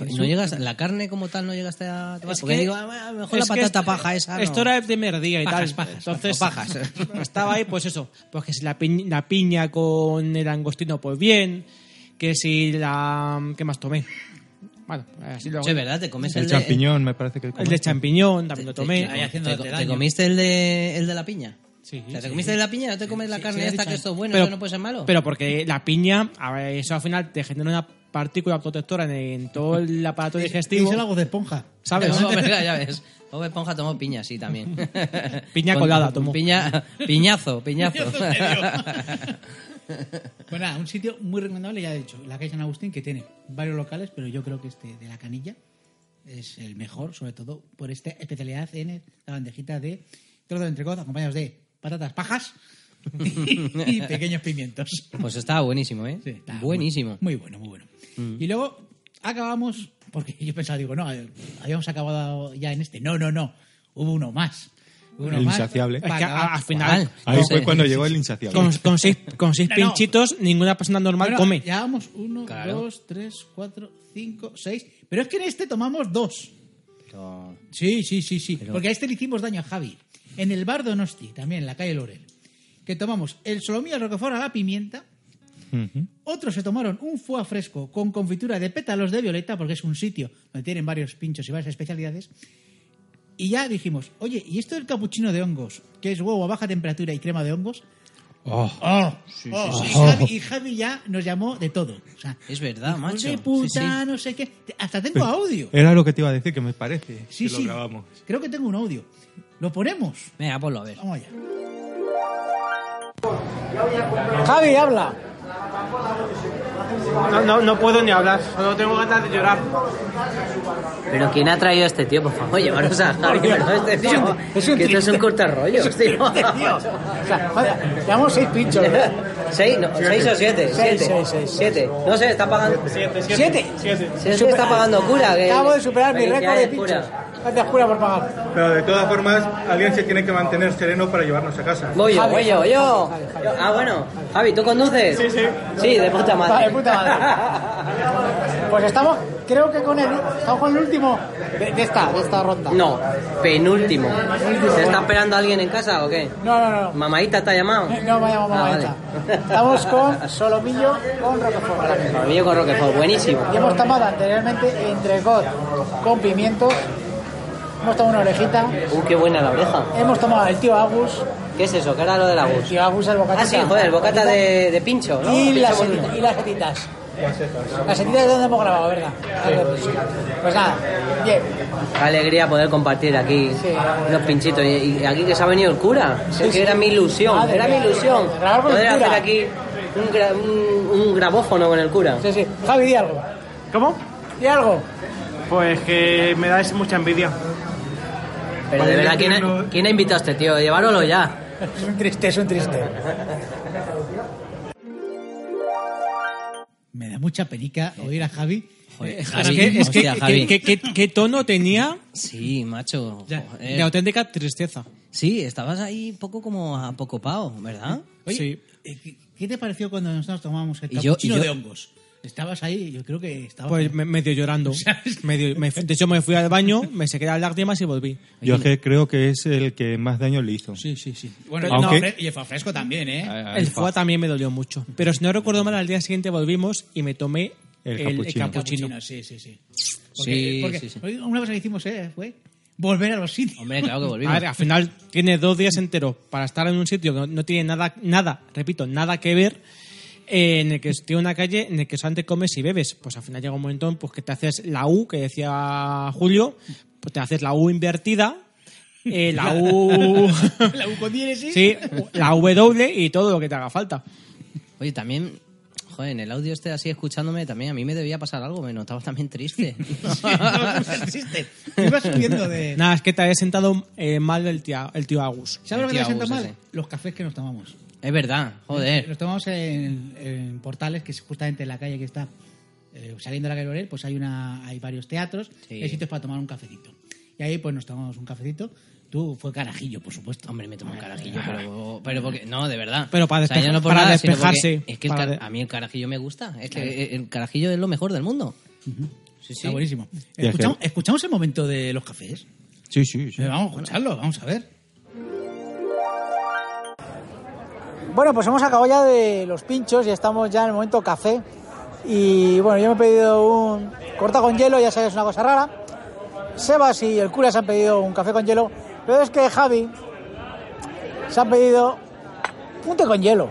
D: No llegas, la carne como tal no llegaste a tomar.
C: Es
D: porque
C: que-
D: digo, ah, bueno, a lo mejor la
C: es que
D: patata
C: esto-
D: paja esa. no.
C: Esto era el primer día y
D: Pajas,
C: tal.
D: pajas,
C: Entonces,
D: pajas. ¿eh?
C: estaba ahí, pues eso. Pues que si la, piñ- la piña con el angostino, pues bien. Que si la. ¿Qué más tomé? Bueno, así lo
D: Sí, es verdad, te comes el,
E: El
D: de-
E: champiñón, me parece que este.
C: El de
E: comiste.
C: champiñón también lo
D: Te,
C: tomé.
B: ahí haciendo
D: te- te
B: daño.
D: comiste el de, el de la piña.
C: Sí,
D: O sea, te
C: sí,
D: comiste el de la piña, no te comes la
B: Sí,
D: carne
B: sí, dicho
D: esta, que
B: antes.
D: esto es bueno,
C: Pero-
D: eso no puede ser malo.
C: Pero porque la piña, a ver, eso al final te genera una partícula protectora en, en todo el aparato digestivo.
B: Hice algo de esponja.
C: ¿Sabes?
D: No, hombre, ya ves. Bob Esponja tomó piña, sí, también.
C: Piña colada tomó.
D: Piña, piñazo, piñazo.
B: Piñazo, en serio. Bueno, nada, un sitio muy recomendable, ya he dicho, la calle San Agustín, que tiene varios locales, pero yo creo que este de la canilla es el mejor, sobre todo por esta especialidad en la bandejita de trozo de entrecot, acompañados de patatas pajas y pequeños pimientos.
D: Pues estaba buenísimo, ¿eh?
B: Sí, está
D: buenísimo.
B: Muy, muy bueno, muy bueno.
C: Mm.
B: Y luego acabamos, porque yo pensaba, digo, no, habíamos acabado ya en este. No, no, no. Hubo uno más. Hubo uno
E: El
B: más.
E: insaciable.
C: Es que a- al
D: ¿Cuál?
C: final,
E: Ahí
D: No
E: fue
D: sé.
E: cuando llegó el insaciable.
C: con, con seis, con seis
B: No, no.
C: pinchitos, ninguna persona normal
B: Bueno,
C: come.
B: Llevábamos uno,
D: Claro.
B: dos, tres, cuatro, cinco, seis. Pero es que en este tomamos dos.
D: No.
B: Sí, sí, sí, sí. Porque a este le hicimos daño a Javi. En el bar Donosti, también en la calle Lorel. Que tomamos el solomillo de roquefort a la pimienta. Otros se tomaron un foie fresco con confitura de pétalos de violeta, porque es un sitio donde tienen varios pinchos y varias especialidades. Y ya dijimos, oye, ¿y esto del capuchino de hongos, que es huevo a baja temperatura y crema de hongos?
E: Oh,
B: ¡Oh! oh. Y, Javi, y Javi ya nos llamó de todo. O sea,
D: Es verdad,
B: hijos
D: Ah, macho.
B: de
D: Sí, Eh.
B: puta,
D: sí.
B: no sé qué. Hasta tengo audio.
E: era lo que te iba a decir, que me parece
B: Sí,
E: que
B: sí.
E: lo grabamos.
B: Creo que tengo un audio. Lo ponemos.
D: Venga, ponlo a ver.
B: Vamos allá.
G: Javi, habla.
F: No, no, no puedo ni hablar, solo tengo ganas de llorar.
G: Pero ¿quién ha traído a este tío? Por favor, llevaros a Javi. pero este tío, que esto es un cortarrollos, tío.
H: Llevamos seis pinchos, ¿verdad?
G: ¿Seis? No, ¿Seis o siete?
H: Seis,
G: siete.
H: seis, seis,
G: siete. No sé, está pagando...
F: Siete,
H: ¿Siete?
G: Se está pagando cura. que-
H: Acabo de superar mi
G: Ya
H: récord de
G: es
H: pinchos.
G: cura.
H: Gracias, cura, por pagar.
F: Pero de todas formas, alguien se tiene que mantener sereno para llevarnos a casa.
G: Voy yo,
H: Javi,
G: voy yo,
H: Javi,
G: yo.
H: Javi, Javi, Javi.
G: Ah, bueno. Javi, ¿tú conduces? Sí, sí. Sí, de puta madre.
H: Vale, Ah, de puta Pues estamos, creo que con el, estamos con el último de, de esta, de esta ronda.
G: No, penúltimo. ¿Se está esperando alguien en casa o qué?
H: No, no, no. no.
G: ¿Mamadita te ha llamado?
H: No me llamo mamá
G: Ah,
H: hecha.
G: vale.
H: Estamos con Solomillo con Roquefort ahora mismo.
G: Solomillo con Roquefort, buenísimo.
H: Y hemos tomado anteriormente entrecot con pimientos. Hemos tomado una orejita.
G: Uh, qué buena la oreja.
H: Hemos tomado el tío Agus.
G: ¿Qué es eso? ¿Qué era lo de la
H: El
G: bus?
H: tío Agus, el bocata.
G: Ah, sí, joder, el bocata de, de pincho, ¿no?
H: Y
G: Pincho
H: las,
G: con-
H: setitas, y las setitas. Las setitas es donde hemos grabado, ¿verdad? Pues nada, bien.
G: Qué alegría poder compartir aquí
H: Sí.
G: los pinchitos. Y, y aquí que se ha venido el cura. Es que era mi ilusión,
H: Madre
G: era mi
H: mía.
G: ilusión.
H: Grabar con el
G: Poder
H: cura.
G: hacer aquí un, gra- un- un grabófono con el cura.
H: Sí, sí. Javi, di algo.
F: ¿Cómo?
H: Di algo.
F: Pues que me dais mucha envidia.
G: Pero de
F: Podría
G: verdad, ¿quién
F: tenerlo-
G: ha, quién ha invitado a este tío? Llevároslo ya.
H: Es un triste, es un triste.
B: Me da mucha penica oír a Javi.
D: Joder,
B: Eh,
D: Javi,
B: ahora que-
C: Es que,
D: Hostia,
C: que-
D: Javi.
C: que- que- qué tono tenía
D: Sí, macho.
B: Ya,
D: joder.
C: de auténtica tristeza.
D: Sí, estabas ahí un poco como apocopado, ¿verdad?
B: Oye,
C: Sí.
B: eh, ¿qué- ¿qué te pareció cuando nosotros tomábamos el
D: Y yo- y
B: capuchino
D: yo-
B: de hongos? Estabas ahí, yo creo que estaba.
C: Pues me- medio llorando.
B: ¿Sabes?
C: Medio, me- de hecho, me fui al baño, me sequé las lágrimas y volví.
E: Yo que creo que es el que más daño le hizo.
C: Sí, sí, sí.
B: bueno,
E: Pero- aunque-
B: no, fre- y el fresco también, ¿eh?
E: Ah,
C: El foie también me dolió mucho. Pero si no recuerdo mal, al día siguiente volvimos y me tomé
E: El
C: el, el
E: capuchino.
C: capuchino.
B: Capuchino, sí, sí, sí.
D: Sí,
B: porque,
D: sí, sí.
B: oye, Una cosa que hicimos, ¿eh? Fue volver a los sitios.
D: Hombre, claro que
C: A
D: volvimos.
C: ver, al final tienes dos días enteros para estar en un sitio que no, no tiene nada, nada, repito, nada que ver, eh, en el que tiene una calle en el que solamente comes y bebes. Pues al final llega un momento en pues, que te haces la U, que decía Julio, pues te haces la U invertida, eh, la U...
B: La U con diéresis.
C: sí, la W y todo lo que te haga falta.
D: Oye, también, joder, en el audio este así escuchándome, también a mí me debía pasar algo, me notaba también triste.
B: Sí, no, no existe. Te ibas subiendo de.
C: Nada, es que te había sentado eh, mal el, tía- el tío Agus.
B: ¿Sabes lo que
D: Tía
B: te sienta
D: Agus,
B: mal?
D: ese.
B: Los cafés que nos tomamos.
D: es verdad, joder.
B: Nos tomamos en, en portales, que es justamente en la calle que está eh, saliendo de la calle Lorel, pues hay una hay varios teatros,
D: Sí.
B: y hay sitios para tomar un cafecito. Y ahí pues nos tomamos un cafecito. Tú fue carajillo, por supuesto.
D: Hombre, me tomo un carajillo, pero, pero porque... No, de verdad.
C: Pero para
D: ya
C: despejar-
D: por
C: para
D: nada, sino porque
C: despejarse,
D: Es que el
C: para
D: car-
C: de-
D: a mí el carajillo me gusta. Es que el- el carajillo es lo mejor del mundo. Sí, sí.
B: Está buenísimo.
E: Y es
B: ¿Escuchamos,
E: que-
B: escuchamos el momento de los cafés?
E: Sí, sí, sí.
B: Eh, Vamos a escucharlo, vamos a ver.
H: Bueno, pues hemos acabado ya de los pinchos y estamos ya en el momento café. Y bueno, yo me he pedido un corta con hielo, ya sabes, es una cosa rara. Sebas y el cura se han pedido un café con hielo, pero es que Javi se ha pedido un té con hielo.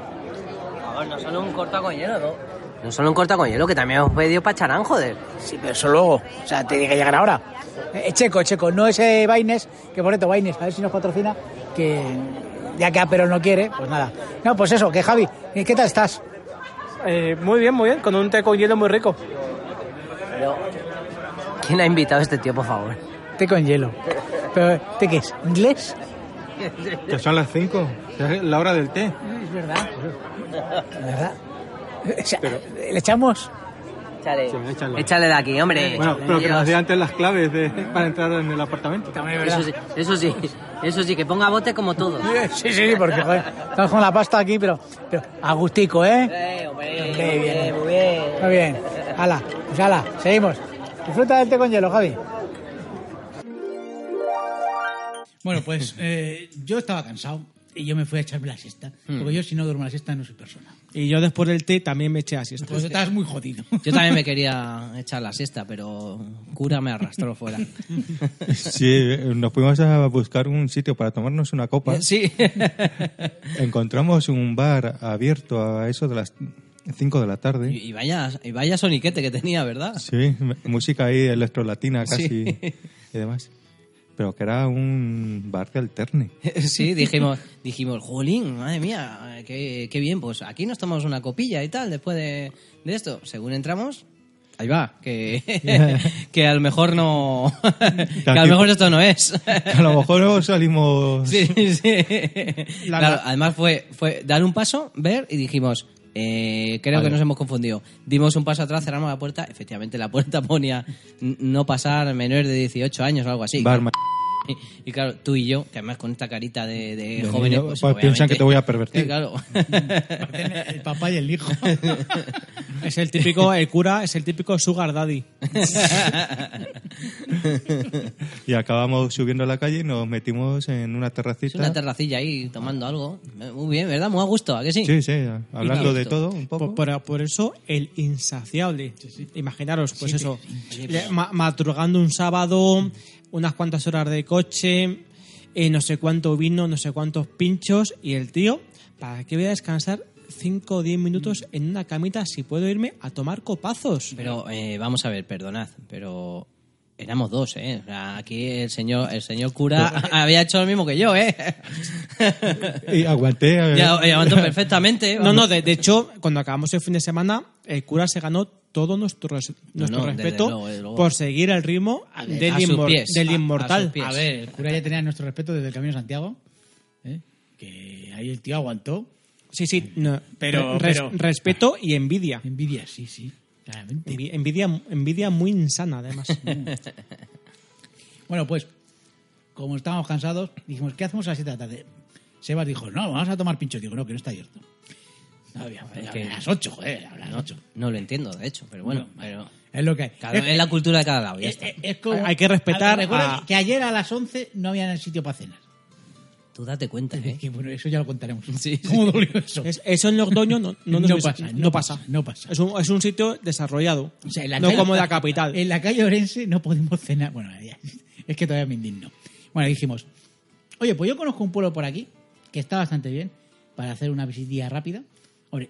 G: no solo un corta con hielo, ¿no? No solo un corta con hielo, que también os pedido pacharán, joder.
H: Sí, pero eso luego. O sea, tiene que llegar ahora. Eh, checo, checo, no ese Baines, que por cierto, Baines, a ver si nos patrocina, que ya que Aperol no quiere, pues nada. No, pues eso, que Javi, eh, ¿qué tal estás?
I: Eh, muy bien, muy bien, con un té con hielo muy rico.
G: Pero... ¿Quién ha invitado a este tío, por favor?
H: Té con hielo. Pero, ¿Té qué es? ¿Inglés?
E: Ya son las 5, es la hora del té.
H: Es verdad. ¿Verdad? O sea, ¿Le echamos?
G: Échale,
E: Sí, échalo.
G: échale de aquí, hombre.
E: Bueno, pero que nos
G: Dios.
E: dé antes las claves de- para entrar en el apartamento.
G: eso sí, eso sí, eso sí, que ponga bote como todo.
H: Sí, sí, sí, porque joder, estamos con la pasta aquí, pero, pero agustico, ¿eh?
G: Eh, hombre,
H: Qué
G: muy
H: bien.
G: bien, muy bien.
H: Muy bien. Hala, pues hala, seguimos. Disfruta del té con hielo, Javi.
B: Bueno, pues eh, yo estaba cansado y yo me fui a echarme la siesta.
H: Hmm.
B: Porque yo si no duermo la siesta no soy persona.
C: Y yo después del té también me eché así.
B: Pues estás muy jodido.
D: Yo también me quería echar la siesta, pero cura me arrastró fuera.
E: Sí, eh, nos fuimos a buscar un sitio para tomarnos una copa.
D: Sí.
E: Encontramos un bar abierto a eso de las 5 de la tarde.
D: Y y vaya, y vaya soniquete que tenía, ¿verdad?
E: Sí, m- música ahí electrolatina casi
D: Sí.
E: y demás. Pero que era un bar de alterne.
D: Sí, dijimos, dijimos, jolín, madre mía, qué, qué bien, pues aquí nos tomamos una copilla y tal después de, de esto. Según entramos, ahí va, que, que a lo mejor no, que a lo mejor esto no es.
E: A lo mejor no salimos...
D: Sí, sí. Claro, además fue, fue dar un paso, ver y dijimos, eh, creo que nos hemos confundido. Dimos un paso atrás, cerramos la puerta, efectivamente la puerta ponía n- no pasar menores de 18 años o algo así.
E: Bar, ma-
D: Y, y claro, tú y yo, que además con esta carita de, de
E: niño,
D: jóvenes...
E: pues,
D: obviamente-
E: piensan que te voy a pervertir.
D: Sí, claro.
B: El papá y el hijo.
C: Es el típico, el cura es el típico Sugar Daddy.
E: Y acabamos subiendo a la calle y nos metimos en una
D: Es
E: terracita.
D: una terracilla ahí tomando algo. Muy bien, ¿verdad? Muy a gusto, ¿a que sí?
E: Sí, sí, hablando de
D: gusto.
E: todo un poco.
C: Por, Pues por- por eso el insaciable. Imaginaros, pues eso, le- ma- madrugando un sábado, unas cuantas horas de coche, eh, no sé cuánto vino, no sé cuántos pinchos, y el tío, ¿para qué voy a descansar 5 o 10 minutos en una camita si puedo irme a tomar copazos?
D: Pero eh, vamos a ver, perdonad, pero éramos dos, ¿eh? O sea, aquí el señor, el señor cura había hecho lo mismo que yo, ¿eh?
E: Y aguanté. eh,
D: y a- y aguantó perfectamente.
C: No, no, de, de hecho, cuando acabamos el fin de semana, el cura se ganó todo nuestro, res- nuestro
D: no, desde
C: respeto
D: luego, desde luego.
C: por seguir el ritmo del,
D: a sus
C: inmor-
D: pies,
C: del
D: a- a
C: inmortal.
D: sus pies.
B: A ver, el cura ya tenía nuestro respeto desde el Camino de Santiago. ¿eh? Que ahí el tío aguantó.
C: Sí, sí, no,
B: Pero-
C: res-
B: pero-
C: respeto y envidia.
B: Envidia, sí, sí. Claramente.
C: Envi- Envidia, envidia muy insana, además.
B: Bueno, pues, como estábamos cansados, dijimos, ¿qué hacemos a las 7 de la tarde? Sebas dijo, no, vamos a tomar pincho. Digo, no, que no está abierto. No, había-
D: que-
B: a las 8, joder, a las 8.
D: No lo entiendo, de hecho, pero bueno. pero
B: Es lo que hay.
D: cada-
B: Es-
D: es la cultura de cada lado, ya
B: es-
D: está.
B: es- es como-
C: Hay que respetar
B: Recuerda
C: a-
B: que ayer a las 11 no había sitio para cenar.
D: Tú date cuenta, ¿eh?
B: Que, bueno, eso ya lo contaremos.
D: Sí,
B: ¿Cómo dolió eso?
C: Es- eso en Logroño no, no, nos
B: No
C: hubiese-
B: pasa, no
C: pasa.
B: pasa, no pasa.
C: Es un, es un sitio desarrollado,
B: O sea, en la
C: no
B: calle-
C: como la capital.
B: En la calle Orense no podemos cenar. Bueno, ya- es que todavía me indigno. Bueno, dijimos, oye, pues yo conozco un pueblo por aquí que está bastante bien para hacer una visitilla rápida. Hombre,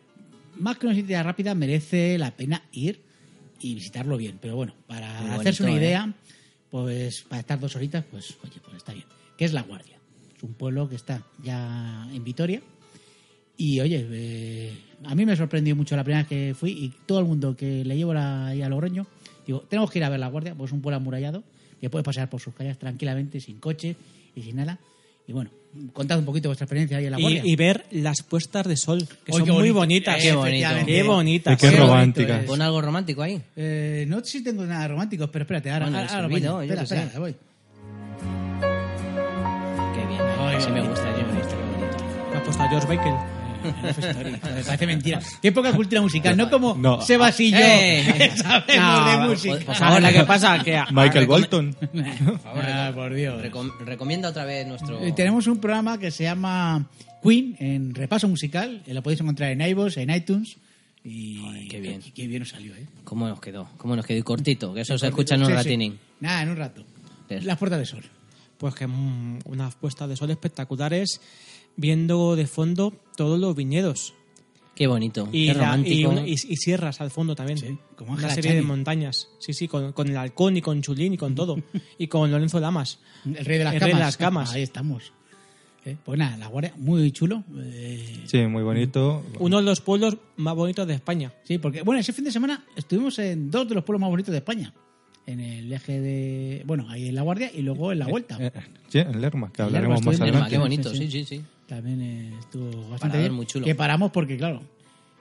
B: más que una visitilla rápida merece la pena ir y visitarlo bien. Pero bueno, para
D: Muy bonito,
B: hacerse una
D: ¿eh?
B: idea, pues para estar dos horitas, pues oye, pues está bien. Que es La Guardia. Es un pueblo que está ya en Vitoria. Y oye, eh, a mí me sorprendió mucho la primera vez que fui y todo el mundo que le llevo la, ahí a Logroño, digo, tenemos que ir a ver la guardia, pues es un pueblo amurallado, que puedes pasear por sus calles tranquilamente, sin coche y sin nada. Y bueno, contad un poquito vuestra experiencia ahí en la
C: y,
B: guardia.
C: y ver las puestas de sol, que
B: Oy,
C: son
B: qué
C: muy
B: bonito. eh,
C: bonitas.
D: Qué bonito.
C: Qué bonitas.
E: eh, Qué
B: Sí, bonito
E: romántica.
B: es.
D: Pon algo romántico ahí.
B: Eh, no sé si tengo nada romántico, pero espérate, ahora,
D: Bueno,
B: ahora, ahora
D: servido,
B: voy.
D: yo qué
B: Espera,
D: sé.
B: espera, voy.
D: Qué bien, ¿eh?
B: Ay,
D: así
B: qué
D: me
B: bonito,
D: gusta, así me gusta, qué bonito.
C: Me ha puesto a George Michael.
B: Eh, Me parece mentira. Qué poca cultura musical, no como
E: No.
B: Sebas y yo,
D: Eh.
B: que sabemos de
C: No,
B: música.
C: pues ahora, ¿qué pasa? Que a-
E: Michael Bolton.
B: Ah, por Dios.
D: Recom- recomienda otra vez nuestro...
B: Eh, Tenemos un programa que se llama Queen en repaso musical. eh, Lo podéis encontrar en iVoox, en iTunes. Y
D: Joder, qué bien.
B: y qué bien nos salió, ¿eh?
D: ¿Cómo nos quedó? ¿Cómo nos quedó? Y cortito, que eso se escucha en un
B: Sí, sí.
D: ratinín.
B: Nada, en un rato.
D: Bien.
B: Las puertas de sol.
C: Pues que mm, unas puestas de sol espectaculares, viendo de fondo todos los viñedos.
D: Qué bonito,
C: Y,
D: qué
C: la- y,
D: romántico.
C: una- y- y sierras al fondo también.
B: Sí, como
C: una
B: Ángela
C: serie de
B: Chani.
C: montañas. Sí, sí, con, con el halcón y con Chulín y con todo. y con Lorenzo Lamas.
B: El rey de las
C: El
B: camas.
C: rey de las camas.
B: Ahí estamos. Eh, Pues nada, la guardia, muy chulo. eh,
E: Sí, muy bonito.
C: Uno de los pueblos más bonitos de España.
B: sí, porque, bueno, ese fin de semana estuvimos en dos de los pueblos más bonitos de España. en el eje de. Bueno, ahí en la guardia y luego en la vuelta.
E: Eh, eh, sí, en Lerma, que
B: En
E: hablaremos
B: Lerma, estoy
E: más
B: en Lerma,
E: adelante.
D: qué bonito,
B: Sí,
D: sí,
B: sí.
D: sí, sí.
B: También eh, estuvo bastante
D: Parador
B: bien.
D: muy chulo.
B: Que paramos porque, claro,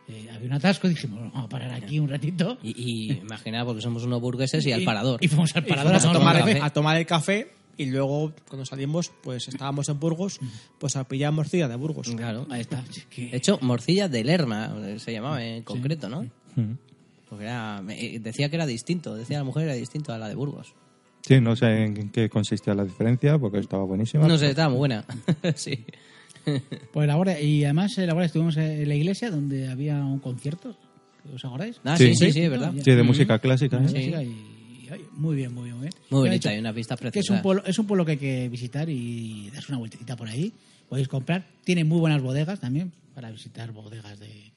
B: eh, había un atasco y dijimos, vamos a parar aquí un ratito.
D: Y, y imaginad, porque somos unos burgueses y al parador.
B: Y fuimos al parador
C: Vamos
B: a
C: a tomar,
B: tomar
C: el-
B: café.
C: a tomar el café y luego cuando salimos, pues estábamos en Burgos, pues a pillar morcilla de Burgos.
D: Claro.
B: Ahí está. es que-
D: De hecho, morcilla de Lerma eh, se llamaba en concreto, ¿no? Porque era, eh, decía que era distinto, decía la mujer era distinto a la de Burgos.
E: Sí, no sé en qué consistía la diferencia, porque estaba buenísima.
D: No sé, estaba muy buena. sí.
B: Pues la guardia. Y además, eh, la guardia estuvimos en la iglesia donde había un concierto. ¿Os acordáis?
D: Ah, sí, sí,
E: Sí.
D: sí, es verdad.
E: Sí, de música clásica. ¿eh?
B: Una música y- y- oye, muy bien, muy bien, muy bien. Ya
D: Muy
B: he
D: bonita,
B: dicho
D: hay unas vistas
B: Que
D: preciosas.
B: es un, pueblo, es un pueblo que hay que visitar y darse una vueltecita por ahí. Podéis comprar. Tiene muy buenas bodegas también para visitar bodegas de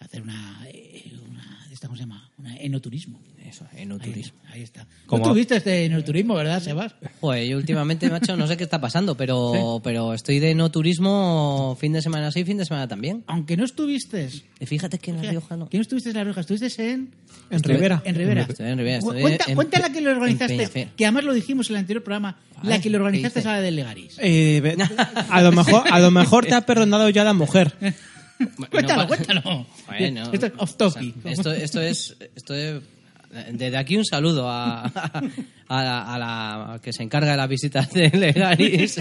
B: hacer una, eh, una esta, ¿cómo se llama? Una enoturismo.
D: Eso, en un
B: Ahí,
D: turismo.
B: ahí está.
E: Como-
B: Tú tuviste este enoturismo, ¿verdad, Sebas?
D: Joder, yo últimamente, macho, no sé qué está pasando, pero, pero estoy de no turismo fin de semana sí, fin de semana también.
B: Aunque no estuviste,
D: Y fíjate que en La Rioja no.
B: que no estuviste en La Rioja, estuviste en...
C: En Rivera.
B: En Rivera.
D: Estoy en Rivera, estoy
B: Cuenta,
D: en-
B: cuenta la que lo
D: en
B: organizaste,
D: Peñafiel.
B: que además lo dijimos en el anterior programa, la
D: Ay,
B: que lo
D: ¿qué
B: organizaste es
D: hice?
B: la de Legaris.
C: Eh, ve- a, lo mejor, a lo mejor te ha perdonado ya la mujer.
B: cuéntalo,
D: pa-
B: cuéntalo.
D: Bueno,
B: esto es off topic.
D: o sea, esto, esto es, esto es- Desde aquí un saludo a, a, la, a la que se encarga de las visitas de Legaris.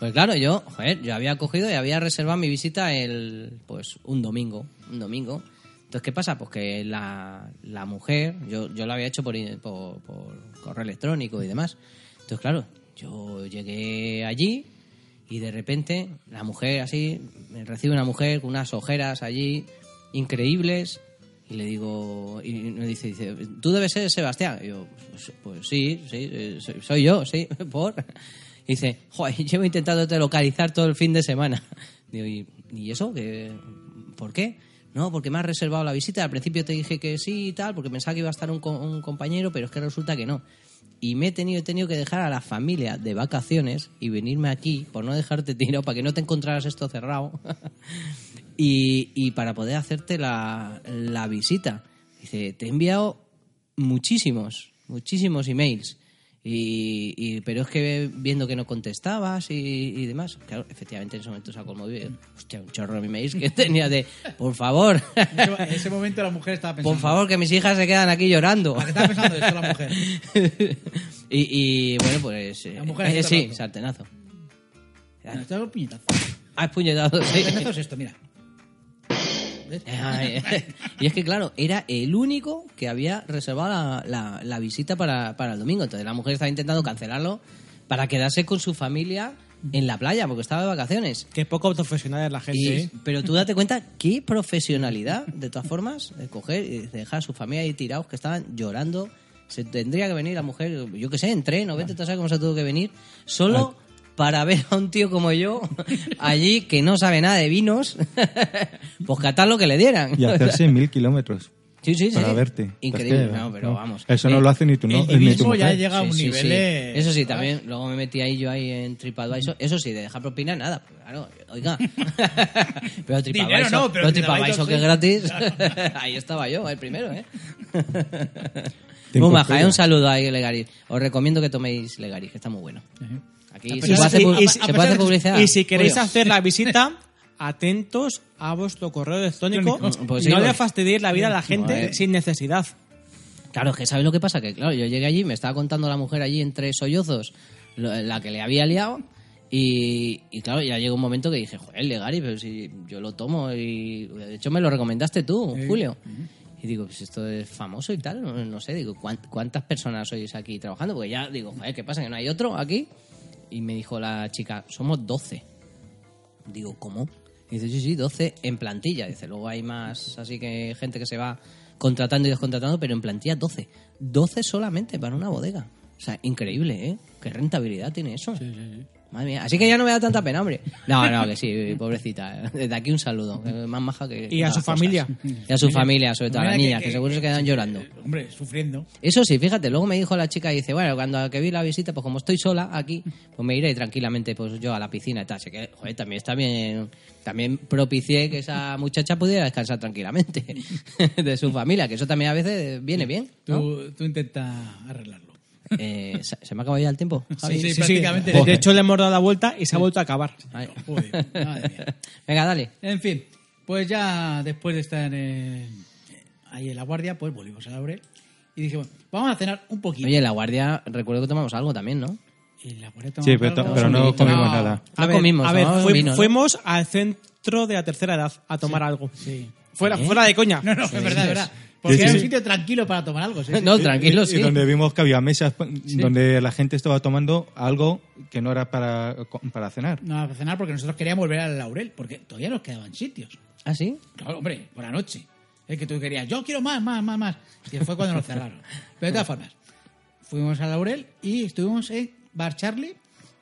D: Pues claro, yo, joder, yo había cogido y había reservado mi visita el, pues, un domingo, un domingo. Entonces, ¿qué pasa? Pues que la, la mujer, yo, yo lo había hecho por, i- por, por correo electrónico y demás. Entonces, claro, yo llegué allí y de repente la mujer así, me recibe una mujer con unas ojeras allí increíbles y le digo, y me dice, dice, tú debes ser Sebastián. Y yo, pues, pues sí, sí, eh, soy- soy yo, sí, por. Y dice, joder, llevo intentando te localizar todo el fin de semana. Digo, ¿y, y eso? ¿Qué, ¿Por qué? No, porque me has reservado la visita. Al principio te dije que sí y tal, porque pensaba que iba a estar un, co- un compañero, pero es que resulta que no. Y me he tenido, he tenido que dejar a la familia de vacaciones y venirme aquí por no dejarte tirado, para que no te encontraras esto cerrado. y, y para poder hacerte la, la visita. Dice, te he enviado muchísimos, muchísimos emails. Y, y- pero es que viendo que no contestabas y, y demás, claro, efectivamente en ese momento sacó el móvil, hostia, un chorro de emails que tenía de, por favor,
B: En ese momento la mujer estaba pensando.
D: por favor, que mis hijas se quedan aquí llorando.
B: ¿A qué estaba pensando esto la mujer?
D: y, y, bueno, pues... eh,
B: La mujer hace
D: eh,
B: todo el
D: sí,
B: rato.
D: sartenazo.
B: Bueno, esto es un puñetazo.
D: Ah, es puñetazo, sí.
B: Puñetazo es esto, mira.
D: Ay, eh. y es que, claro, era el único que había reservado la, la- la visita para, para el domingo. Entonces la mujer estaba intentando cancelarlo para quedarse con su familia en la playa porque estaba de vacaciones.
C: Que poco profesional es la gente.
D: Y-
C: ¿eh?
D: pero tú date cuenta qué profesionalidad, de todas formas, de coger y dejar a su familia ahí tirados que estaban llorando. Se tendría que venir la mujer, yo qué sé, en tren, o vete, tú sabes cómo se tuvo que venir, solo para ver a un tío como yo allí que no sabe nada de vinos, pues catar lo que le dieran.
E: Y hacerse mil kilómetros
D: Sí, sí, sí.
E: para verte.
D: Increíble,
E: Es que,
D: no, pero vamos.
E: Eso no
D: Eh,
E: lo hace ni tu, no,
B: el
E: ni tu
B: mismo ya
E: mujer.
B: llega a un
D: sí, sí,
B: nivel
D: sí.
B: eh,
D: Eso sí, también. Luego me metí ahí yo ahí en TripAdvisor. Eso sí, de dejar propina, nada. pues, Claro, oiga.
B: Dinero
D: pero TripAdvisor,
B: no, pero
D: pero TripAdvisor que es
B: TripAdvisor
D: gratis. ahí estaba yo, el primero, ¿eh?
E: Te
D: muy maja,
E: encontré.
D: ¿eh? un saludo ahí, Legaris. Os recomiendo que toméis Legaris, que está muy bueno. Aquí
B: A
D: se
B: pesar
D: puede
B: de-
D: hacer, pu-
B: y- y-
D: se
B: a
D: puede
B: pesar
D: hacer
B: de-
D: publicidad.
C: Y si queréis
D: Oye,
C: hacer la visita, atentos a vuestro correo electrónico.
D: Electrónico. Pues sí,
C: no le
D: pues.
C: fastidiéis la vida a la gente
D: Joder.
C: sin necesidad.
D: Claro, es que ¿sabes lo que pasa? Que claro, yo llegué allí, me estaba contando la mujer allí entre sollozos lo- la que le había liado y, y claro, ya llegó un momento que dije, joder, Legari, pero si yo lo tomo y de hecho me lo recomendaste tú, Julio. Y digo, pues esto es famoso y tal, no, no sé, digo, "¿cuán- ¿cuántas personas sois aquí trabajando? Porque ya digo, joder, ¿qué pasa? ¿Que no hay otro aquí? Y me dijo la chica, somos 12. Digo, ¿cómo? Y dice, sí, sí, 12 en plantilla. Dice, luego hay más, así que gente que se va contratando y descontratando, pero en plantilla 12. 12 solamente para una bodega. O sea, increíble, ¿eh? ¿Qué rentabilidad tiene eso? Madre mía. Así que ya no me da tanta pena, hombre. No, no, que sí, pobrecita. Desde aquí un saludo. que es Más maja que.
C: Y a
D: las
C: su familia.
D: Y a su familia, sobre todo a la
B: Mira
D: niña, que seguro se quedan llorando.
B: Hombre, sufriendo.
D: Eso sí, fíjate, luego me dijo la chica, dice, bueno, cuando que vi la visita, pues como estoy sola aquí, pues me iré tranquilamente pues yo a la piscina y tal. Así que, joder, también está bien, también propicié que esa muchacha pudiera descansar tranquilamente de su familia, que eso también a veces viene bien.
B: Tú,
D: ¿no?
B: tú intenta arreglarlo.
D: Eh, ¿Se se me ha acabado ya el tiempo? Javi?
B: Sí, prácticamente.
C: De hecho, le hemos dado la vuelta y se ha vuelto a acabar.
D: Vale.
B: Joder, madre mía.
D: Venga, dale.
B: En fin, pues ya después de estar eh, ahí en la guardia, pues volvimos a la Laurel y dijimos, vamos a cenar un poquito.
D: Oye, en la guardia, recuerdo que tomamos algo también, ¿no? Ah,
B: Y en la guardia
E: Sí,
B: tomamos
E: pero, to-
B: algo.
E: pero no comimos nada.
D: No comimos,
C: a ver,
D: tomamos
C: fui-
D: vino, ¿no?
C: fuimos al centro de la tercera edad a tomar algo.
B: Sí.
C: Fuera,
D: ¿Eh?
C: fuera de coña.
B: No, no, es verdad, es verdad. Porque
E: Sí, sí,
B: era un
E: sí.
B: sitio tranquilo para tomar algo. sí, sí.
D: No, tranquilo,
E: Y
D: sí.
E: donde vimos que había mesas donde la gente estaba tomando algo que no era para, para cenar.
B: No, a cenar porque nosotros queríamos volver al Laurel, porque todavía nos quedaban sitios.
D: ¿Ah, sí?
B: Claro, hombre, por la noche. Es que tú querías, yo quiero más, más, más, más. Y fue cuando nos cerraron. Pero de todas formas, fuimos a Laurel y estuvimos en Bar Charlie,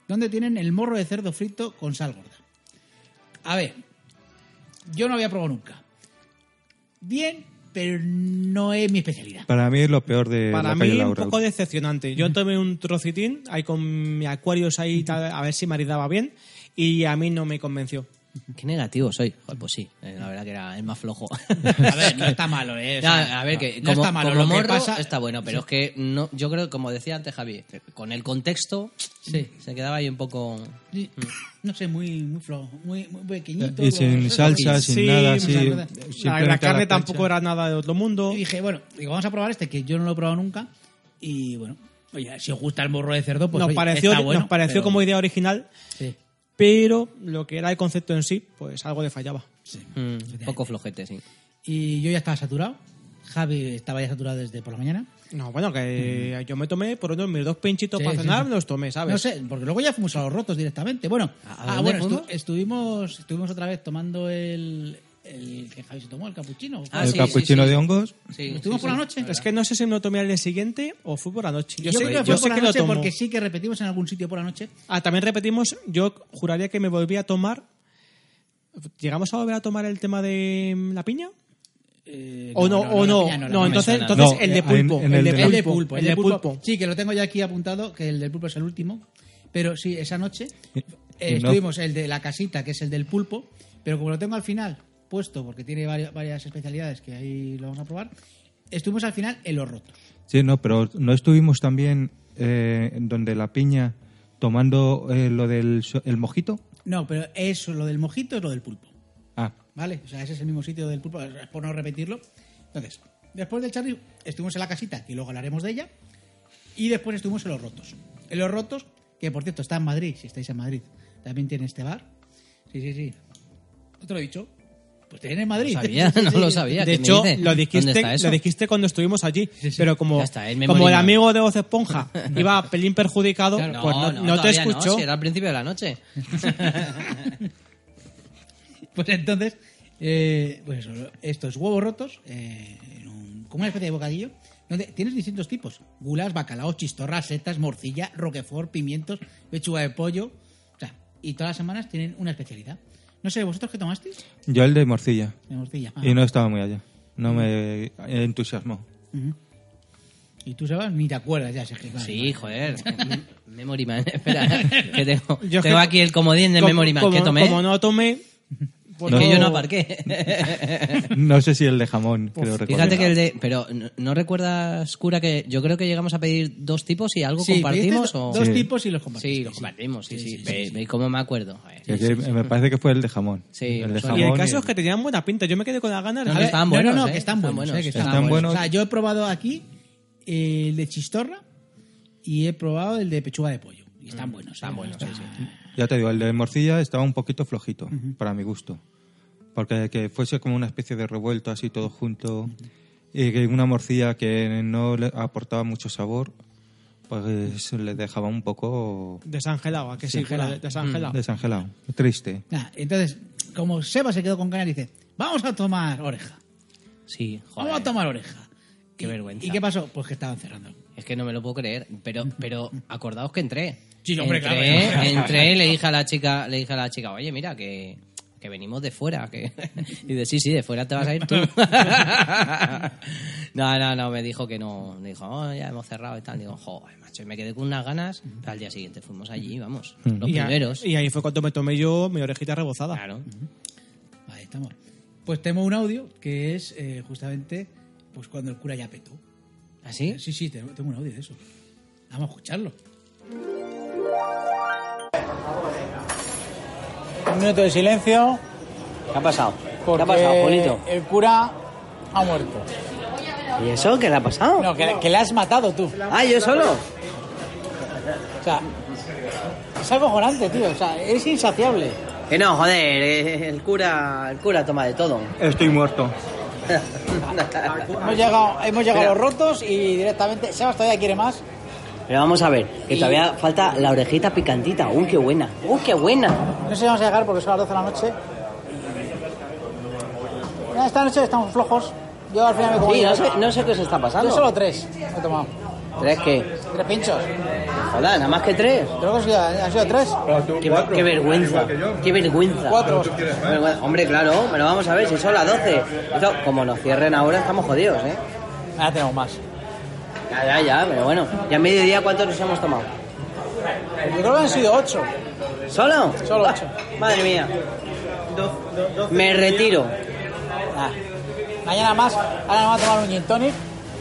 B: donde tienen el morro de cerdo frito con sal gorda. A ver, yo no había probado nunca. Bien, pero no es mi especialidad.
E: Para mí es lo peor de
C: Para
E: la
C: mí
E: calle
C: un
E: Laura.
C: poco decepcionante. Yo tomé un trocitín ahí con mi acuarios ahí tal, a ver si maridaba bien y a mí no me convenció.
D: Qué negativo soy. Joder, pues sí, eh, la verdad que era el más flojo.
B: A ver, no está malo, ¿eh? O
D: Ya,
B: sea,
D: a ver, que
B: no
D: como,
B: está malo.
D: como
B: lo que
D: morro
B: pasa-
D: está bueno, pero es que no, yo creo que, como decía antes Javi, con el contexto se quedaba ahí un poco...
B: Sí,
D: Mm.
B: No sé, muy, muy flojo, muy, muy pequeñito.
E: Y sin
B: lo-
E: salsa, sin
C: Sí,
E: nada,
C: o sea,
E: sí,
B: la verdad.
C: La,
E: simplemente
C: la
E: a
C: carne
E: plancha.
C: tampoco era nada de otro mundo.
B: Y dije, bueno, digo, vamos a probar este que yo no lo he probado nunca. Y bueno, oye, si os gusta el morro de cerdo, pues
C: nos,
B: oye,
C: pareció,
B: está bueno,
C: nos pareció
B: pero-
C: como idea original,
B: Sí,
C: pero lo que era el concepto en sí, pues algo le fallaba.
B: sí.
D: mm, un poco flojete, sí.
B: Y yo ya estaba saturado. Javi estaba ya saturado desde por la mañana.
C: No, bueno, que yo me tomé por uno mis dos pinchitos
B: Sí,
C: para
B: sí,
C: cenar,
B: sí.
C: me los tomé, ¿sabes?
B: No sé, porque luego ya fuimos a los rotos directamente. Bueno,
D: ¿A- a
B: ah,
D: dónde
B: bueno
D: fuimos?
B: estuvimos, estuvimos otra vez tomando el, el que Javi se tomó, el capuchino.
D: Ah,
E: el
D: sí,
E: capuchino
D: sí, sí.
E: de hongos.
D: Sí,
B: estuvimos
D: sí,
B: por la
D: sí.
B: noche.
C: Es que no sé si me lo tomé al día siguiente o fue por la noche.
B: yo,
C: sé-
B: creo que
C: yo
B: fue
C: sé
B: por la
C: que lo
B: noche
C: tomo.
B: porque sí que repetimos en algún sitio por la noche.
C: Ah, también repetimos, yo juraría que me volví a tomar. ¿Llegamos a volver a tomar el tema de mm, la piña?
B: Eh,
C: o no, o
B: la
C: no.
B: piña la
C: No,
B: piña me
C: entonces,
B: suena,
C: entonces
E: No,
C: el de
E: en-
C: pulpo.
E: en
C: el,
E: el
C: de
E: de-
B: El de
C: pulpo,
B: pulpo, el de pulpo. Sí, que lo tengo ya aquí apuntado, que el del pulpo es el último. Pero sí, esa noche eh,
E: Y no-
B: estuvimos el de la casita, que es el del pulpo, pero como lo tengo al final puesto, porque tiene vari- varias, especialidades que ahí lo vamos a probar, estuvimos al final en los rotos.
E: Sí, no, pero no estuvimos también eh, donde la piña tomando eh, lo del so- el mojito.
B: No, pero eso, lo del mojito es lo del pulpo,
E: Ah,
B: ¿vale? O sea, ese es el mismo sitio del pulpo, es por no repetirlo. Entonces, después del Charlie estuvimos en la casita, que luego hablaremos de ella, y después estuvimos en los rotos. En los rotos, que por cierto está en Madrid, si estáis en Madrid, también tiene este bar. Sí, sí, sí. ¿No te lo he dicho? Pues tiene en Madrid.
D: No sabía,
B: Sí, sí,
D: no
B: sí.
D: lo sabía.
C: De
D: ¿qué me
C: hecho,
D: dice?
C: lo
D: ¿Dónde
C: dijiste,
D: está eso?
C: lo dijiste cuando estuvimos allí.
B: sí.
C: Pero como,
D: Ya está, él me
C: como el
D: morirá.
C: amigo de Voz Esponja iba pelín perjudicado,
D: Claro,
C: pues no, no te
D: todavía no,
C: escuchó.
D: si era al principio de la noche.
B: Pues entonces, eh, pues eso, estos huevos rotos, eh, en un- como una especie de bocadillo, donde tienes distintos tipos: gulas, bacalao, chistorras, setas, morcilla, roquefort, pimientos, pechuga de pollo. O sea, y todas las semanas tienen una especialidad. No sé, ¿vosotros qué tomasteis?
E: yo el de morcilla.
B: De morcilla. Ah.
E: Y no estaba muy allá. No me entusiasmó.
B: Ujú. Ah, Y tú, Sebas, ni te acuerdas ya, Sergio. Vale,
D: Sí,
B: vale.
D: joder. Memory Man. Espera, que tengo,
C: Yo es
D: tengo
C: que-
D: aquí el comodín de
C: Como-
D: Memory Man
C: como,
D: que tomé.
C: como no tomé, pues
D: que
C: no-
D: yo no aparqué.
E: No sé si el de jamón, creo recordar.
D: Fíjate que el de. Pero, ¿no, no recuerdas, cura, que yo creo que llegamos a pedir dos tipos y algo
B: Sí,
D: compartimos?
B: pedisteis
D: O...
B: Dos
E: Sí.
B: tipos y los
D: Sí,
B: compartimos.
D: lo compartimos, sí, sí. Ve- ve ¿Cómo me acuerdo? Joder.
E: Que sí, Me parece que fue el de jamón.
D: Sí,
E: el de
D: pues,
E: jamón
C: Y el
E: y
C: caso
E: el-
C: es que tenían buena pinta. Yo me quedé con las ganas
D: No,
C: de
D: no,
C: ver-
D: estaban
B: no,
D: buenos,
B: no, no,
D: ¿eh?
B: que están
D: Están
B: buenos.
D: buenos.
B: eh, que
E: Están buenos.
B: O sea, yo he probado aquí eh, el de chistorra y he probado el de pechuga de pollo. Y
D: Mm,
B: están buenos. eh. Están buenos,
E: Ya te digo, el de morcilla estaba un poquito flojito, para mi gusto. Porque que fuese como una especie de revuelto así todo junto. Y que una morcilla que no le aportaba mucho sabor, pues le dejaba un poco
C: Desangelado, ¿a que sí?
B: Desangelado. Mm.
C: Fuera, Desangelado.
E: desangelado, triste.
B: entonces, como Seba se quedó con ganas, dice, vamos a tomar oreja.
D: Sí, joder.
B: Vamos a tomar oreja.
D: Qué
B: ¿Y-
D: vergüenza.
B: ¿Y qué pasó? Pues que estaban cerrando.
D: Es que no me lo puedo creer, pero, pero acordaos que entré.
B: Sí, hombre, claro.
D: entré, entré, le dije a la chica, le dije a la chica, oye, mira, que, que venimos de fuera. Que... Y dice, sí, sí, de fuera te vas a ir tú. no, no, no, me dijo que no. Me dijo, oh, ya hemos cerrado y tal. Digo, joder, macho, y me quedé con unas ganas. Pero al día siguiente fuimos allí, vamos,
B: Mm.
D: los
C: y, a-
D: primeros.
C: y ahí fue cuando me tomé yo mi orejita rebozada.
D: Claro.
B: Ahí estamos. Pues tenemos un audio que es eh, justamente pues cuando el cura ya petó.
D: ¿Así?
B: Sí, sí, tengo tengo un audio de eso. Vamos a escucharlo.
H: Un minuto de silencio
G: ¿Qué ha pasado? ¿Qué
H: porque
G: ha pasado, Juanito?
H: el cura ha muerto.
G: ¿Y eso? ¿Qué le ha pasado?
H: No, que, que le has matado tú.
G: Ah, yo solo.
H: O sea, es acojonante, tío. O sea, es insaciable.
G: Que no, joder, eh, el cura, el cura toma de todo.
E: Estoy muerto.
H: Hemos llegado, hemos llegado
G: Mira.
H: a los rotos y directamente. Sebas todavía quiere más.
G: Pero vamos a ver, que
H: Y-
G: todavía falta la orejita picantita. Uy, qué buena. Uy, qué buena.
H: No sé si vamos a llegar porque son las 12 de la noche. Ya, Esta noche estamos flojos. Yo al final me como.
G: Sí, no
H: yo-
G: sé, no sé qué os está pasando.
H: Yo solo tres he tomado.
G: ¿Tres qué?
H: Tres pinchos.
G: Joder, nada más que tres.
H: Creo que han sido- han sido tres.
G: Qué, qué vergüenza. Qué vergüenza.
H: Cuatro.
G: Vergüenza. Hombre, claro, pero vamos a ver, si son las 12. Esto, como nos cierren ahora, estamos jodidos, ¿eh?
H: Ahora tenemos más.
G: Ya, ya, ya, pero bueno. ¿Y a mediodía cuántos nos hemos tomado?
H: Yo creo que han sido ocho.
G: ¿Solo?
H: Solo
G: Bah,
H: ocho.
G: Madre mía. Me retiro.
H: Ah. Mañana más, ahora nos vamos a tomar un gin tonic.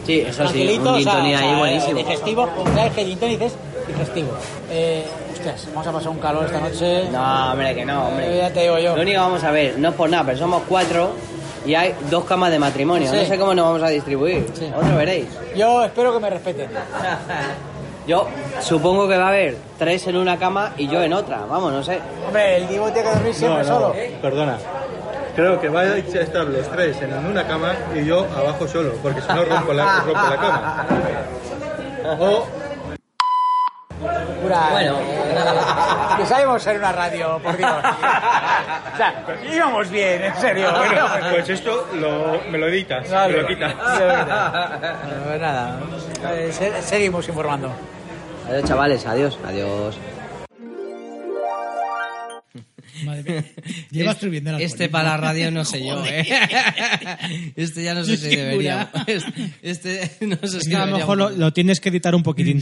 G: Sí, eso sí,
H: tranquilito,
G: un
H: o
G: gin
H: sea,
G: tonic
H: o sea,
G: ahí buenísimo.
H: Digestivo, ¿sabes que el gin tonic es digestivo? Eh, hostias, vamos a pasar un calor esta noche.
G: No, hombre, que no,
H: Eh,
G: hombre.
H: ya te digo yo.
G: Lo único que vamos a ver, no es por nada, pero somos cuatro y hay dos camas de matrimonio.
H: Sí.
G: No sé cómo nos vamos a distribuir.
H: Sí.
G: Otro veréis.
H: Yo espero que me respeten.
G: Yo supongo que va a haber tres en una cama y yo en otra. Vamos, no sé.
H: Hombre, el Divo tiene que dormir siempre solo.
E: Perdona.
F: Creo que vais a estar los tres en una cama y yo abajo solo, porque si no rompo la, rompo la cama. O
H: Cura,
G: Bueno.
H: eh, que sabemos ser una radio, por Dios. o sea, íbamos bien, en serio.
F: bueno, pues esto lo, me lo editas, me lo quitas.
H: Pues nada, eh, se- seguimos informando.
G: Adiós, chavales, adiós, adiós.
B: Madre mía. Llevas subiendo el
D: Este
B: alcoholismo.
D: para la radio no sé yo, ¿eh? Este ya no sé
B: Yo
D: si
B: estoy
D: debería.
B: cura.
D: Este no sé
C: Es
D: si
C: que a lo
D: debería.
C: mejor lo, lo tienes que editar un poquitín.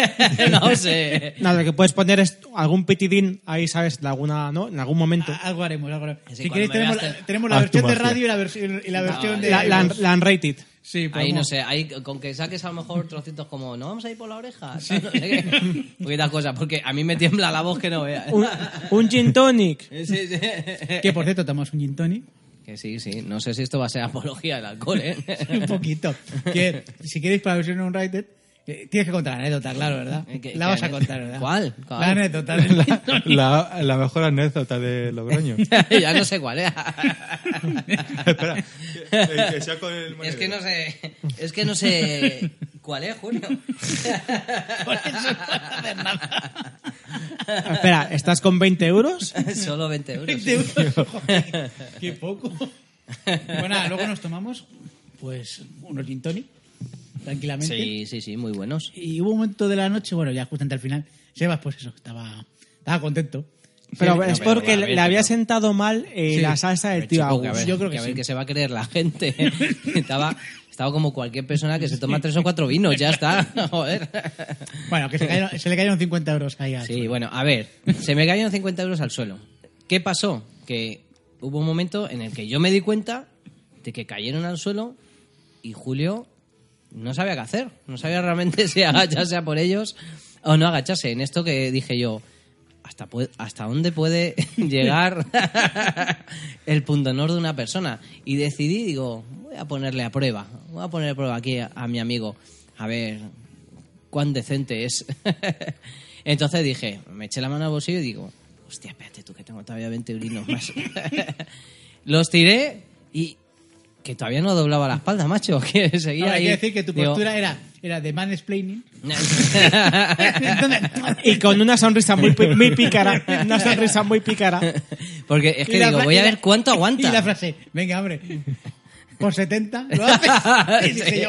D: no sé.
C: Nada, que puedes poner es algún pitidín ahí, ¿sabes? En, alguna, ¿no? en algún momento.
B: Ah, Algo haremos, algo haremos.
D: Sí,
B: si
D: cuando
B: queréis,
D: me
B: tenemos,
D: veas
B: la,
D: te-
B: tenemos la
E: Haz Ah, tu
B: versión de
E: magia.
B: radio y la, versión y la versión de.
D: eh,
C: la, la, la unrated.
B: sí, podemos-
D: Ahí no sé, ahí con que saques a lo mejor trocitos como, no vamos a ir por la oreja, no sé qué. Poquitas cosas, porque a mí me tiembla la voz que no veas.
C: Un, un gin tonic.
D: Sí, sí.
B: Que por cierto, tomamos un gin tonic.
D: Que sí, sí, no sé si esto va a ser apología del alcohol, ¿eh?
B: un poquito. Que si queréis para la versión unrated, eh, tienes que contar la anécdota, claro, ¿verdad?
D: Eh, ¿qué-
B: la
D: qué
B: vas a
D: anécdota?
B: contar, ¿verdad?
D: ¿Cuál? ¿Cuál?
B: La anécdota del gin tonic.
E: La, la mejor anécdota de Logroño.
D: ya no sé cuál ¿eh? es.
E: Espera, que- eh, que sea con el
D: es que no
E: monedero.
D: sé, es que no sé cuál es, Julio.
B: Por eso no puedo hacer nada.
C: Espera, ¿estás con 20 euros?
D: Solo 20 euros.
B: 20 euros. Joder, Qué poco. Bueno, nada, luego nos tomamos pues unos gin tonic, tranquilamente.
D: Sí, sí, sí, muy buenos.
B: Y hubo un momento de la noche, bueno, ya justamente al final, Sebas, pues eso, estaba, estaba contento.
C: Pero
B: Sí,
C: es
B: no,
C: porque
D: pero-
C: le había sentado mal eh,
B: Sí.
C: la salsa del tío
D: Chico, que a
C: Agus.
D: ver,
B: yo creo que
D: a
B: sí.
D: ver qué se va a creer la gente. estaba, estaba como cualquier persona que se toma tres o cuatro vinos, ya está. Joder.
B: Bueno, que se, cayeron- se le cayeron 50 euros ahí a
D: Sí, bueno, a ver, se me cayeron 50 euros al suelo. ¿Qué pasó? Que hubo un momento en el que yo me di cuenta de que cayeron al suelo y Julio no sabía qué hacer. No sabía realmente si agacharse a por ellos o no agacharse. En esto que dije yo, ¿hasta, pue- hasta dónde puede llegar el punto honor de una persona? Y decidí, digo, voy a ponerle a prueba. Voy a poner a prueba aquí a- a mi amigo. A ver, cuán decente es. Entonces dije, me eché la mano al bolsillo y digo, hostia, espérate tú que tengo todavía 20 eurinos más. Los tiré y que todavía no doblaba la espalda, macho, que seguía
B: Ahora, hay
D: ahí.
B: que decir que tu
D: Digo,
B: postura era, era de mansplaining.
C: Y con una sonrisa muy, pi- muy pícara. Una sonrisa muy pícara.
D: Porque es
B: Y
D: que
B: la
D: digo,
B: fra-
D: voy
B: y
D: a
B: la-
D: ver cuánto
B: Y la
D: aguanta.
B: frase, venga, hombre. por 70, lo haces. Y dije yo,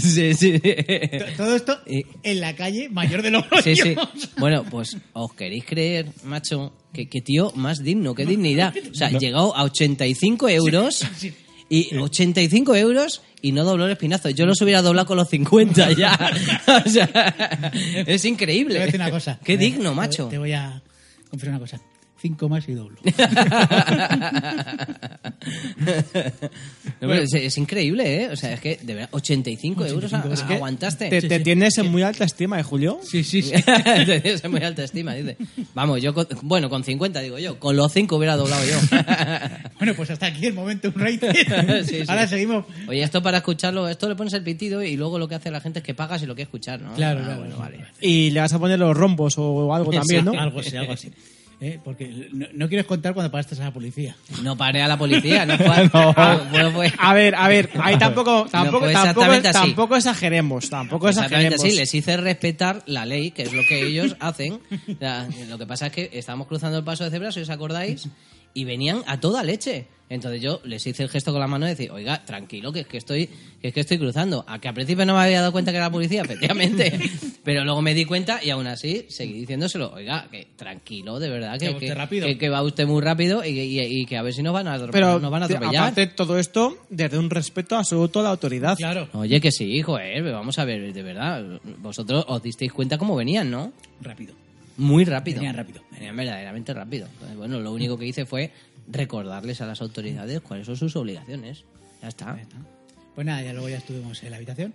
D: sí, sí.
B: to- todo esto
D: Y-
B: en la calle, mayor de los hoyos.
D: Sí, sí. Bueno, pues os queréis creer, macho, que, que tío más digno, qué dignidad. O sea, llegó a 85 euros. Y 85 euros y no dobló el espinazo. Yo los hubiera doblado con los 50 ya. O sea, es increíble.
B: Te voy a decir una cosa.
D: Qué
B: Te-
D: digno,
B: te-
D: macho.
B: Te voy a confesar una cosa. Cinco más y doblo.
D: No, pero es, es increíble, ¿eh? O sea, es que de verdad, 85, euros a-
C: Es que
D: aguantaste.
C: Te, te tienes en muy alta estima, ¿eh, Julio?
B: Sí, sí, sí.
D: Tenías muy alta estima, dice. Vamos, yo, con- bueno, con 50 digo yo, con los 5 hubiera doblado yo.
B: Bueno, pues hasta aquí el momento, un rating.
D: Sí, sí.
B: Ahora seguimos.
D: Oye, esto para escucharlo, esto le pones el pitido y luego lo que hace la gente es que pagas y lo que escuchar, ¿no?
B: Claro,
D: Ah,
B: claro.
D: bueno, vale.
C: Y le vas a poner los rombos o algo también, ¿no?
B: Algo así, algo así. Eh, Porque no, no quieres contar cuando paraste a la policía.
D: No paré a la policía, no fue-
C: No.
D: Ah, bueno, fue-
C: A ver, a ver, ahí tampoco,
D: No,
C: tampoco,
D: pues
C: tampoco,
D: exactamente así.
C: tampoco exageremos, tampoco
D: Exactamente
C: exageremos.
D: así, les hice respetar la ley, que es lo que ellos hacen. O sea, Lo que pasa es que estábamos cruzando el paso de cebra, si os acordáis, y venían a toda leche. Entonces yo les hice el gesto con la mano de decir, oiga, tranquilo, que es que estoy, que es que estoy cruzando. A que al principio no me había dado cuenta que era policía, efectivamente. Pero luego me di cuenta y aún así seguí diciéndoselo, oiga, que tranquilo, de
B: Que
D: verdad, que,
B: va usted rápido.
D: que- que va usted muy rápido y, y- y que a ver si nos van a, atrope-
C: Pero
D: nos van a
C: te-
D: atropellar.
C: aparte de todo esto, desde un respeto absoluto a la autoridad.
B: Claro.
D: Oye, que sí, joder, pero vamos a ver, de verdad, vosotros os disteis cuenta cómo venían, ¿no?
B: Rápido.
D: Muy rápido.
B: Venían rápido.
D: Venían verdaderamente rápido. Entonces, bueno, lo único que hice fue recordarles a las autoridades cuáles son sus obligaciones. Ya está.
B: Pues nada, ya luego ya estuvimos en la habitación.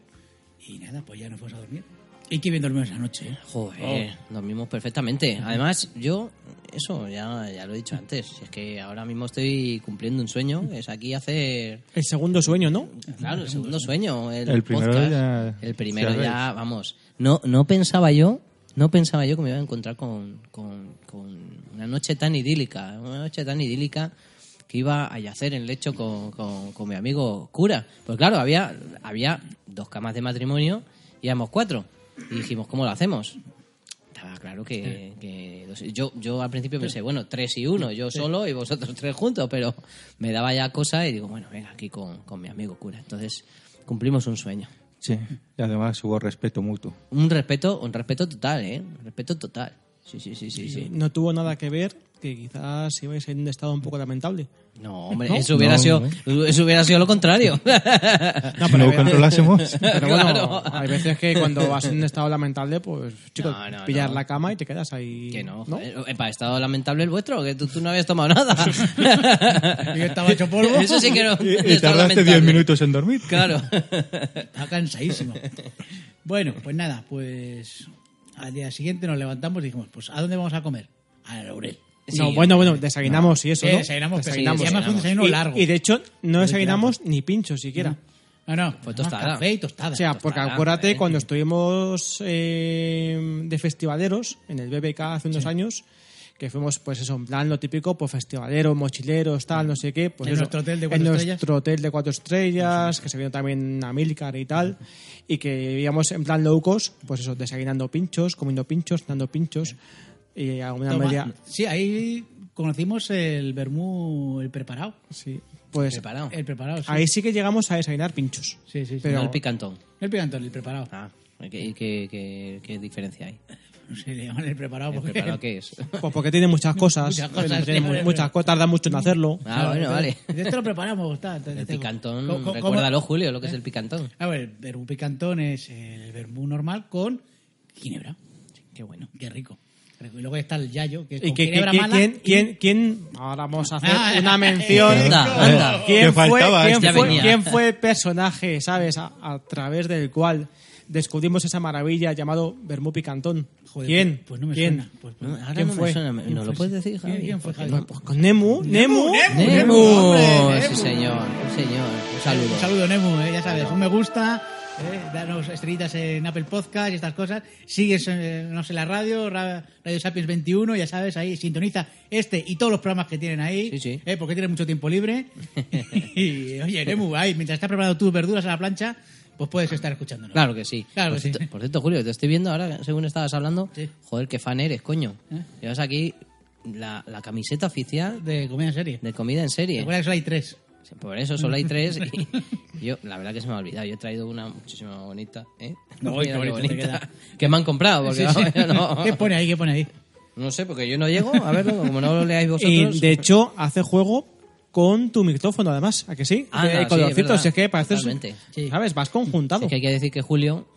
B: Y nada, pues ya nos fuimos a dormir. Y qué bien dormimos esa noche, ¿eh?
D: Joder, dormimos perfectamente. Además, yo, eso ya, ya lo he dicho antes, si es que ahora mismo estoy cumpliendo un sueño, es aquí hacer
C: El segundo sueño, ¿no?
D: Claro, el segundo sueño. El,
E: El primero
D: podcast.
E: ya-
D: El primero
E: ya
D: ya, vamos. No, no pensaba yo, no pensaba yo que me iba a encontrar con, con- con una noche tan idílica, una noche tan idílica que iba a yacer en lecho con, con- con mi amigo cura. Pues claro, había, había dos camas de matrimonio y éramos cuatro. Y dijimos, ¿cómo lo hacemos? Estaba claro que, que dos- yo, yo al principio pensé, bueno, tres y uno, yo solo y vosotros tres juntos, pero me daba ya cosa y digo, bueno, venga, aquí con, con mi amigo cura. Entonces cumplimos un sueño.
E: Sí, y además hubo respeto mutuo.
D: Un respeto, un respeto total, ¿eh? Un respeto total. Sí, sí, sí, sí, sí.
C: No tuvo nada que ver, que quizás ibais en un estado un poco lamentable.
D: No, hombre, eso hubiera sido, eso hubiera sido lo contrario.
C: No,
E: Si no controlásemos,
C: Pero bueno,
D: Claro.
C: hay veces que cuando vas en un estado lamentable, pues, chicos,
D: No, no,
C: pillar
D: no.
C: la cama y te quedas ahí.
D: que no, joder. Epa, ha estado lamentable el vuestro, que tú, tú no habías tomado nada.
B: Yo estaba hecho polvo.
D: Eso sí que era un
E: y, y
D: estado
E: tardaste
D: lamentable.
E: 10 minutos en dormir.
D: Claro.
B: Estaba cansadísimo. Bueno, pues nada, pues al día siguiente nos levantamos y dijimos, pues ¿a dónde vamos a comer? A Laurel.
C: No,
D: Sí.
C: bueno, bueno, desayunamos y eso,
B: Eh,
C: ¿no?
B: desayunamos, pero
D: Desayunamos,
B: y además fue un desayuno
D: desayunamos.
C: Y-
B: largo.
C: Y, de hecho, no desayunamos ni pincho siquiera.
B: no, no,
D: Fue
B: además
D: Pues tostada.
B: Café y tostada.
C: O sea, porque
D: Tostada,
C: acuérdate,
D: eh.
C: cuando estuvimos eh, de festivaleros en el BBK hace unos años, que fuimos, pues eso, en plan lo típico, pues festivaleros, mochileros, tal, no sé qué. Pues
B: En
C: eso,
B: nuestro hotel de cuatro
C: en
B: estrellas.
C: nuestro hotel de cuatro estrellas, que se vino también a Milcar y tal, y que íbamos en plan locos, pues eso, desayunando pinchos, comiendo pinchos, dando pinchos, y a una
B: Toma-
C: media...
B: Sí, ahí conocimos el vermú, el preparado.
C: Sí, pues...
D: Preparado.
B: El preparado, sí.
C: Ahí sí que llegamos a desayunar pinchos.
B: Sí, sí, sí.
C: Pero-
D: No el picantón.
B: El picantón, el preparado.
D: Ah, ¿qué, qué, qué, qué diferencia hay?
B: No sé, le llaman el preparado
D: ¿El
B: porque...
D: preparado qué es?
C: Pues porque tiene muchas cosas.
B: Muchas cosas,
C: eh, tiene
B: sí,
C: mu-
B: hombre,
C: muchas
B: pero-
C: cosas, tarda mucho en hacerlo.
D: Ah, bueno, vale.
B: De esto lo preparamos, está. está-
D: El
B: está-
D: picantón,
B: ¿Cómo- cómo- Eh.
D: recuérdalo, Julio, lo que es el picantón.
B: A ver, el vermú picantón es el vermú normal con ginebra. Qué bueno, qué rico. Qué rico. Y luego está el yayo, que es
C: ¿Y
B: con
C: que, que-
B: ginebra
C: que-
B: mala.
C: quién,
B: y-
C: quién, quién- Ahora vamos a
B: Ah,
C: hacer una mención.
D: Anda, anda.
E: Que
C: ¿Quién, fue,
E: faltaba,
C: quién,
D: este
C: fue,
D: venía.
C: quién fue el personaje, sabes, a, a través del cual descubrimos esa maravilla llamado Bermú Picantón?
B: Joder,
C: ¿Quién?
B: Pues, pues no me
C: ¿Quién?
B: suena. Pues, pues-
D: No, ah, ahora
C: ¿Quién
D: no me
C: fue?
D: suena, ¿me- ¿No lo puedes decir, Javi?
B: ¿Quién, quién fue
D: ¿Por qué
B: Javi?
D: no?
C: Pues con Nemu. Nemu.
D: ¡Nemu!
B: hombre,
D: Sí,
B: Nemu.
D: señor, sí, señor. Un
B: Un
D: saludo.
B: saludo, Nemu, eh, ya sabes, un me gusta, eh, danos estrellitas en Apple Podcast y estas cosas. Sigues, eh, no sé, la radio, ra- Radio Sapiens 21, ya sabes, ahí sintoniza este y todos los programas que tienen ahí,
D: Sí, sí.
B: eh, porque tienes mucho tiempo libre. y oye, Nemu, ahí, mientras estás preparando tus verduras a la plancha, pues puedes estar escuchándonos.
D: Claro que sí.
B: Claro
D: por,
B: que sí.
D: cierto, por cierto, Julio, te estoy viendo ahora, según estabas hablando.
B: Sí.
D: Joder, qué fan eres, coño.
B: ¿Eh?
D: Llevas aquí la, la camiseta oficial
B: De comida en serie.
D: de comida en serie.
B: Recuerda que solo hay tres.
D: Por eso solo hay tres y yo, la verdad que se me ha olvidado. Yo he traído una muchísimo más bonita, ¿eh?
B: No,
D: Mira
B: qué
D: qué
B: bonita te queda.
D: Que me han comprado, porque
B: Sí, sí.
D: No,
B: ¿Qué pone ahí? ¿Qué pone ahí?
D: no sé, porque yo no llego. A verlo, como no lo leáis vosotros.
C: Y de hecho, hace juego con tu micrófono, además, ¿a que sí? Eh,
D: Ah, no, sí,
C: de
D: es
C: colorcitos,
D: verdad.
C: si es que pareces.
D: Totalmente.
B: Sí.
C: ¿Sabes? Vas conjuntado.
D: Es que hay que decir que Julio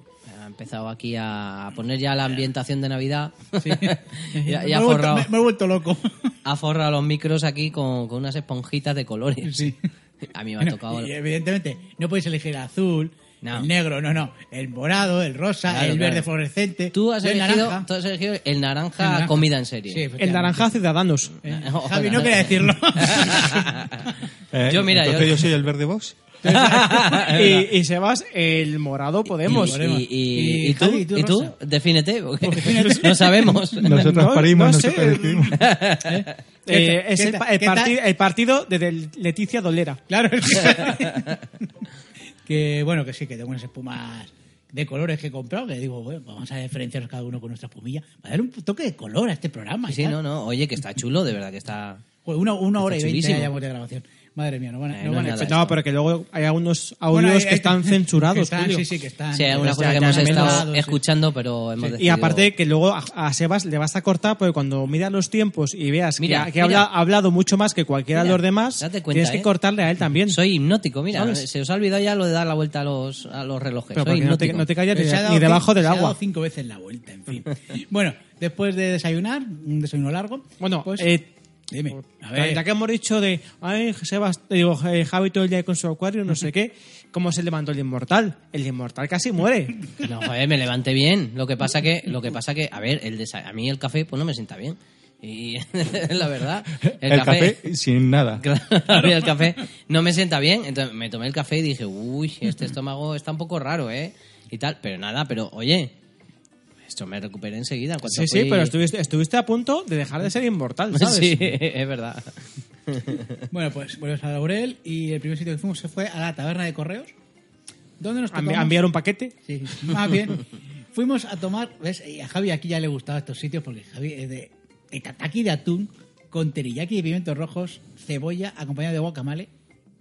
D: ha empezado aquí a poner ya la ambientación de Navidad. y, ha- y
B: me,
D: ha
B: he vuelto,
D: forrado,
B: me- me he vuelto loco.
D: ha forrado los micros aquí con, con unas esponjitas de colores.
B: Sí.
D: A mí me ha
B: Bueno,
D: tocado.
B: y evidentemente, no podéis elegir el azul,
D: No.
B: el negro, no, no. El morado, el rosa,
D: Claro,
B: el verde
D: claro.
B: fluorescente.
D: Tú has,
B: el
D: elegido,
B: naranja.
D: tú has elegido el naranja,
B: El naranja.
D: comida en serie.
B: Sí, efectivamente.
C: El naranja ciudadanos.
B: Eh,
D: Ojo,
B: Javi no
D: naranja.
B: quería decirlo.
E: Eh,
D: yo, mira, yo,
E: entonces yo soy el verde box.
C: y, y Sebas, el morado Podemos.
D: Y, y-
B: Y
D: y- y tú,
B: Javi, tú,
D: ¿y tú?
B: Rosa.
D: defínete, porque no sabemos.
E: Nosotros
C: No,
E: parimos,
C: no sé.
E: nosotros decidimos.
C: Eh,
B: ¿Qué
C: es
B: tal?
C: el, pa- el
B: ¿Qué tal?
C: parti- el partido de del- Leticia Dolera.
B: claro. que bueno, que sí, que tengo unas espumas de colores que he comprado, que digo, bueno, vamos a diferenciarnos cada uno con nuestra espumilla. Va a dar un toque de color a este programa. y
D: sí,
B: tal.
D: no, no. Oye, que está chulo, de verdad que está.
B: Joder, Una, una hora y
D: Está
B: veinte
D: chulísimo.
B: ya llevamos de grabación. Madre mía, no van a,
D: Eh,
B: no van
D: no
B: a
D: es nada.
B: escuchar.
C: No, pero que luego hay algunos audios
B: Bueno, hay-
C: que
B: hay-
C: están
B: que
C: censurados.
B: están,
C: Julio.
B: sí, sí, que están.
D: Sí, es
B: Pues
D: una cosa
B: ya-
D: que
B: ya
D: hemos
B: han
D: estado
B: mezclado, sí.
D: escuchando, pero hemos
C: Y
D: decidido-
C: aparte que luego a, a Sebas le vas a cortar porque cuando miras los tiempos y veas que
D: Mira,
C: ha- que, ha habla-
D: mira.
C: ha hablado mucho más que cualquiera de
D: Mira,
C: los demás,
D: date cuenta,
C: tienes que
D: ¿eh?
C: cortarle a él también.
D: Soy hipnótico, mira.
C: ¿Sabes?
D: Se os ha olvidado ya lo de dar la vuelta a los, a los relojes.
C: Pero
D: Soy
C: porque no te,
D: hipnótico.
C: no te callas
B: Pero
C: ni,
B: se ha dado
C: ni debajo
B: cinco-
C: del
B: se ha dado
C: agua.
B: cinco veces la vuelta, en fin. bueno, después de desayunar, un desayuno largo.
C: Bueno,
B: pues,
C: eh,
B: dime. A
C: ya
B: ver,
C: que hemos dicho de ay, Sebas, digo, eh, Javi todo el día con su acuario, no sé qué, cómo se levantó el inmortal. El inmortal casi muere.
D: No, joder, me levanté bien. Lo que pasa que, lo que pasa que, a ver, el desa- a mí el café pues no me sienta bien. Y la verdad, el, café,
E: sin nada.
D: claro, a mí el café no me sienta bien. Entonces me tomé el café y dije, uy, este estómago está un poco raro, ¿eh? Y tal, pero nada, pero oye, esto me recuperé enseguida. en cuanto
C: Sí, sí,
D: fui-
C: pero estuviste, estuviste a punto de dejar de ser inmortal, ¿sabes?
D: Sí, es verdad.
B: bueno, pues volvemos a Laurel y el primer sitio que fuimos se fue a la taberna de correos. ¿Dónde nos
C: A envi-
B: tocamos?
C: a enviar un paquete.
B: Sí, más bien. Fuimos a tomar, ¿ves? Y A Javi aquí ya le gustaban estos sitios porque Javi es de, de tataki de atún con teriyaki de pimientos rojos, cebolla acompañado de guacamale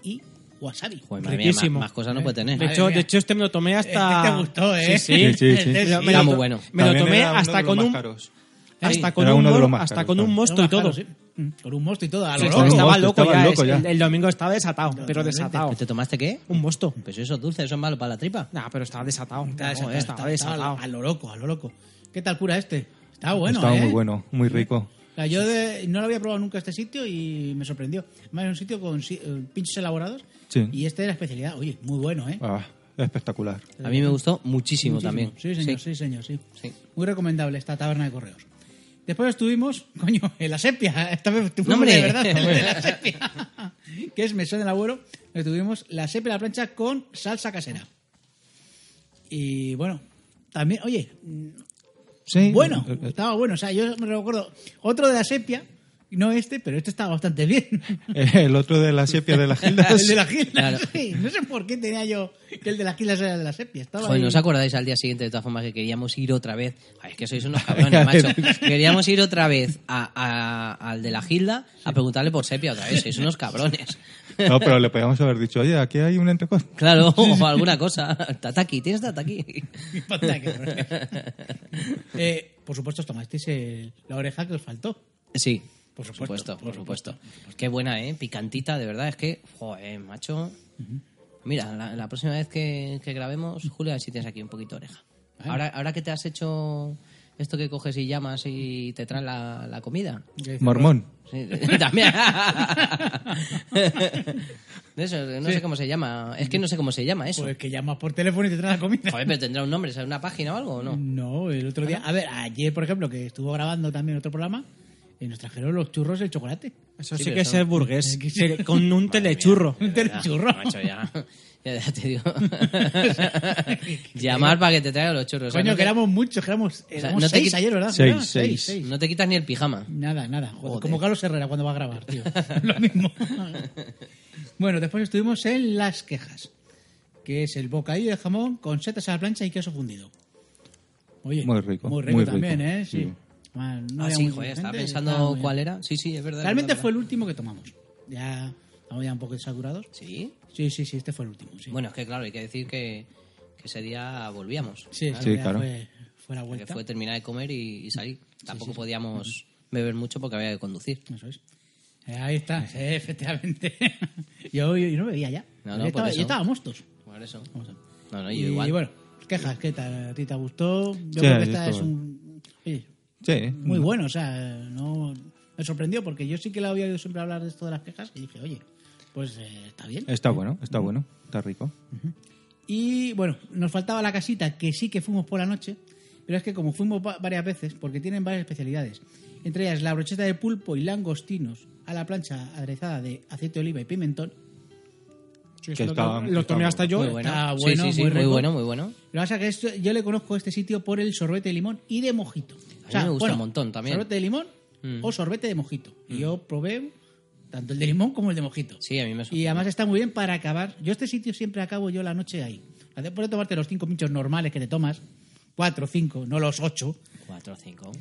B: y wasabi.
D: Joder, madre mía, más,
C: Riquísimo.
D: más cosas no puede tener.
C: De
B: Madre
C: hecho,
B: mía.
C: de hecho, este me lo tomé hasta.
B: Este te gustó, ¿eh?
C: Sí, sí.
E: Sí, sí, sí.
B: Este
C: lo-
B: sí.
C: lo
D: Está muy
C: to-
D: bueno.
C: Me lo
E: También
C: tomé
E: era uno de
C: hasta
E: los
C: con
E: más
C: un.
E: caros.
C: Hasta con
E: Era
C: un,
E: uno de los
C: mor-
E: más
C: hasta
E: caros,
C: con un
E: claro.
C: mosto y todo.
B: Sí. Mm, Con un mosto y todo, a lo
C: Sí,
E: Estaba
B: loco.
C: estaba
E: mosto,
C: loco
E: estaba
C: ya.
E: loco
C: es-
E: ya.
C: El, el domingo estaba desatado, pero
B: Totalmente.
C: desatado.
D: ¿Pero ¿Te tomaste qué?
C: Un mosto.
D: Pues eso es dulce, eso es malo para la tripa.
C: Nah, pero estaba desatado.
B: Está desatado,
C: Joder, estaba
B: está- está
C: desatado.
B: A lo loco, a lo loco. ¿Qué tal cura este? Está bueno,
E: Estaba
B: ¿eh?
E: muy bueno, muy rico.
B: O sea, yo de- no lo había probado nunca este sitio y me sorprendió. Además, es un sitio con si- eh, pinchos elaborados
E: Sí.
B: y este es la especialidad. Oye, muy bueno, ¿eh?
E: Ah, espectacular.
D: A mí me gustó muchísimo, también.
B: Sí, señor, sí, señor, sí.
D: Sí.
B: Muy recomendable esta taberna de correos. Después estuvimos, coño, en la sepia. Esta vez estuvimos
D: No, hombre.
B: de verdad en la sepia. que es Mesón del Abuelo. Estuvimos la sepia a la plancha con salsa casera. Y bueno, también, oye,
E: Sí.
B: bueno,
E: Eh, eh,
B: estaba bueno. O sea, yo me recuerdo otro de la sepia, no este, pero este estaba bastante bien.
E: eh, El otro de la sepia de las gildas.
B: el de las gilas,
D: Claro.
B: sí. No sé por qué tenía yo que el de las gilas era el de la sepia. Estaba
D: Joder,
B: ahí.
D: ¿no os acordáis al día siguiente de todas formas que queríamos ir otra vez? Ay, es que sois unos cabrones, macho. Queríamos ir otra vez a- a- al de la Gilda a preguntarle por sepia otra vez. Sois unos cabrones.
E: No, pero le podíamos haber dicho, oye, aquí hay un entrecot.
D: Claro, o alguna cosa. Tataki, ¿tienes tataki?
B: Panda, qué horror. Eh, por supuesto, os tomasteis el- la oreja que os faltó.
D: Sí.
B: Por
D: Por
B: supuesto,
D: supuesto,
B: por
D: por supuesto. Qué buena, ¿eh? Picantita, de verdad. Es que, joder, macho. Mira, la, la próxima vez que, que grabemos, Julia, a ver si tienes aquí un poquito de oreja. Ahora, ahora que te has hecho esto que coges y llamas y te traen la, la comida.
E: Mormón.
D: Sí, también. De eso, no sé cómo se llama. Es que no sé cómo se llama eso.
B: Pues que llamas por teléfono y te traen la comida.
D: Joder, pero tendrá un nombre, ¿sabes? ¿Una página o algo o no?
B: No, el otro día. A ver, ayer, por ejemplo, que estuvo grabando también otro programa, eh, nos trajeron los churros y el chocolate.
C: Eso
D: Sí,
C: sí, que
D: pero
C: es
D: son-
C: ser burgués. Sí, Con un telechurro.
B: Un telechurro.
D: Ya, macho, ya. Ya, ya te digo. Llamar para que te traigan los churros. O sea,
B: Coño,
D: no
B: que
D: te-
B: éramos muchos, que éramos,
D: sea,
B: éramos
D: no te
B: seis
D: quit-
B: ayer, ¿verdad?
E: Seis,
B: Ah,
E: seis.
D: No te quitas ni el pijama.
B: Nada, nada. Joder,
D: Joder.
B: Como Carlos Herrera cuando va a grabar, tío. Lo mismo. bueno, después estuvimos en Las Quejas, que es el bocadillo de jamón con setas a la plancha y queso fundido. Oye,
E: Muy rico,
B: Muy rico
E: muy
B: también,
E: rico,
B: ¿eh? Sí.
E: sí.
B: Mal, no
D: Ah,
B: era
D: sí,
B: muy consistente,
D: joder, estaba
B: estaba
D: pensando
B: muy
D: cuál
B: bien.
D: era. Sí, sí, es verdad.
B: Realmente
D: es
B: fue
D: verdad,
B: el último que tomamos. Ya estamos ya un poco saturados.
D: verdad. Sí.
B: Sí, sí, sí, este fue el último. Sí,
D: Bueno, es que claro, hay que decir que, que ese día volvíamos.
B: sí, este
D: Claro,
E: Sí,
B: ya
E: claro.
B: Fue, fue la
D: porque
B: vuelta.
D: fue terminar de comer y, y salir. Tampoco podíamos beber mucho porque había que conducir.
B: Eso es. Eh, ahí está, sí, efectivamente. yo, yo- yo no bebía ya.
D: No, no,
B: yo,
D: por
B: estaba,
D: eso.
B: yo estaba a mostos.
D: Por eso.
B: Vamos a ver.
D: No, no, yo
B: y
D: igual.
B: bueno, quejas, ¿qué tal? ¿A ti te gustó? Yo creo
E: yo
B: que esta es
E: estuve. Mm.
B: un... oye,
E: Sí.
B: muy bueno, o sea, no... Me sorprendió porque yo sí que la había oído siempre hablar de esto de las quejas y dije, oye, pues eh, está bien.
E: Está bueno, está bueno, está rico.
B: Y bueno, nos faltaba la casita, que sí que fuimos por la noche, pero es que como fuimos va- varias veces, porque tienen varias especialidades, entre ellas la brocheta de pulpo y langostinos a la plancha aderezada de aceite de oliva y pimentón,
C: Sí,
E: Que
C: lo,
E: está-
C: lo
E: está
C: tomé hasta yo.
D: Muy bueno.
B: Está
D: Sí,
B: bueno,
D: sí, sí,
B: muy
D: muy,
B: rico.
D: bueno, muy bueno.
B: Lo que pasa que esto- yo le conozco este sitio por el sorbete de limón y de mojito.
D: mí me gusta un montón también.
B: Sorbete de limón
D: Mm.
B: o sorbete de mojito. Y yo probé tanto el de limón como el de mojito.
D: Sí, a mí me
B: Y
D: sorprendió.
B: además está muy bien para acabar. Yo este sitio siempre acabo yo la noche ahí. Después de tomarte los cinco pinchos normales que te tomas, cuatro, cinco, no los ocho.
D: Cuatro o cinco.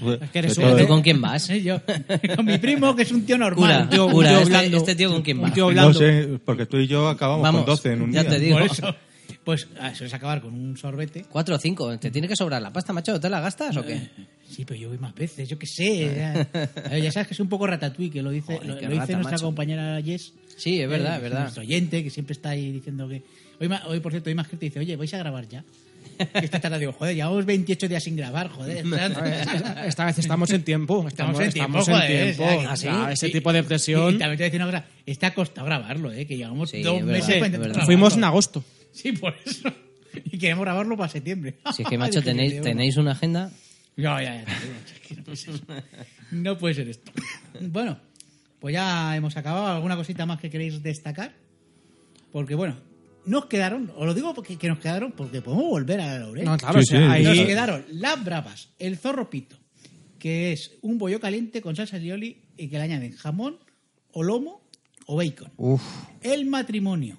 D: Pues,
C: Es que eres
E: Sobre
C: un-
E: todo-
D: ¿Tú con quién vas?
B: Sí, yo, con mi primo, que es un tío normal.
D: Cura,
C: tío- un
D: cura,
C: tío
D: este,
C: blando.
D: este tío con quién va.
C: Un tío
E: No
C: hablando.
E: sé, porque tú y yo acabamos
D: Vamos,
E: con 12 en un
D: ya
E: día.
D: te digo.
B: Por eso, pues ah, eso es acabar con un sorbete.
D: Cuatro o cinco. ¿Te tiene que sobrar la pasta, macho? ¿Te la gastas o qué?
B: Sí, pero yo voy más veces, yo qué sé. Ya, A ver, ya sabes que es un poco ratatouille, que lo dice,
D: Joder,
B: lo,
D: qué
B: lo dice
D: rata,
B: nuestra
D: macho.
B: compañera Jess.
D: Sí, es verdad,
B: eh,
D: es verdad.
B: Nuestro oyente, que siempre está ahí diciendo que... Hoy, ma- hoy por cierto, hay más gente que dice, oye, ¿vais a grabar ya? Que esta tarde digo, joder, llevamos 28 días sin grabar, joder. ¿eh?
C: Esta vez estamos en tiempo.
B: Estamos
C: Estamos,
B: en
C: estamos
B: tiempo,
C: en
B: joder,
C: tiempo.
B: o
C: Ah,
B: sea, que
C: O
D: Ah,
B: sí.
C: sea, ese
B: Y-
C: tipo de
B: Y, también
C: presión.
B: te voy a decir una cosa, está costado grabarlo, ¿eh? que llevamos
D: Sí,
B: dos
D: es verdad,
B: meses
D: es
B: para intentar
D: verdad.
C: Fuimos en
B: grabarlo.
C: agosto.
B: Sí, por eso. Y queremos grabarlo para septiembre.
D: Si es que, macho,
B: Dije,
D: tenéis,
B: tío,
D: tenéis una agenda.
B: No, ya, ya, te digo, es que no puede ser. No puede ser esto. Bueno, pues ya hemos acabado. ¿Alguna cosita más que queréis destacar? Porque, bueno, nos quedaron, os lo digo porque que nos quedaron, porque podemos volver a la Laurel.
C: No, claro,
E: Sí,
C: o sea,
E: sí,
C: ahí-
B: Nos quedaron las bravas, el zorro pito, que es un bollo caliente con salsa lioli y que le añaden jamón o lomo o bacon.
E: Uf,
B: El matrimonio,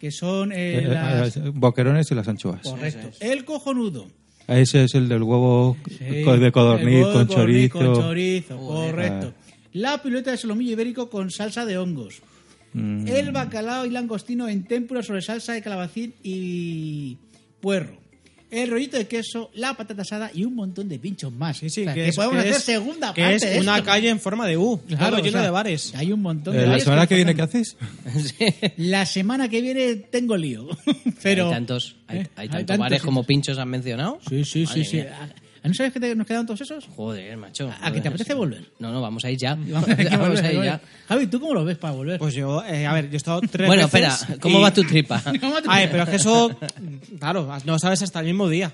B: que son eh,
E: eh, eh,
B: las...
E: boquerones y las anchoas.
B: Correcto. El cojonudo.
E: Ese es el del huevo
B: Sí.
E: co- de
B: El
E: codorniz
B: huevo
E: con
B: de codorniz
E: chorizo.
B: con chorizo, correcto. La pilota de solomillo ibérico con salsa de hongos.
E: Mm.
B: El bacalao y langostino en témpura sobre salsa de calabacín y puerro. El rollito de queso, la patata asada y un montón de pinchos más.
C: Sí, sí,
B: O sea,
C: que,
B: que
C: es-
B: podemos
C: que
B: hacer
C: es-
B: segunda
C: que
B: parte
C: es
B: de
C: una
B: esto.
C: calle en forma de U,
B: Claro,
C: todo
B: o
C: lleno
B: sea,
C: de bares.
B: Hay un montón de
E: Eh, la
B: bares
E: semana que viene, ¿qué
B: faltan.
E: haces?
D: Sí.
B: La semana que viene tengo lío. Pero
D: hay tantos, hay,
B: ¿Eh?
D: hay
B: Hay
D: tantos
B: tantos
D: bares
B: sitios.
D: como pinchos han mencionado.
B: Sí, sí,
D: Madre
B: sí, sí.
D: mía.
B: ¿Ah, ¿No sabes que te- nos quedan todos esos?
D: Joder, macho.
B: ¿A que te
D: joder.
B: apetece volver?
D: No, no, vamos a ir ya.
B: Vamos a ver qué
D: Vamos
B: volver,
D: a ir
B: volver.
D: ya.
B: Javi, ¿tú cómo lo ves para volver?
C: Pues yo, eh, a ver, yo he estado tres
D: Bueno,
C: veces
D: espera, ¿cómo
C: y-
D: va tu tripa?
B: ¿Cómo te-
C: Ay, pero es que eso, claro, no sabes hasta el mismo día,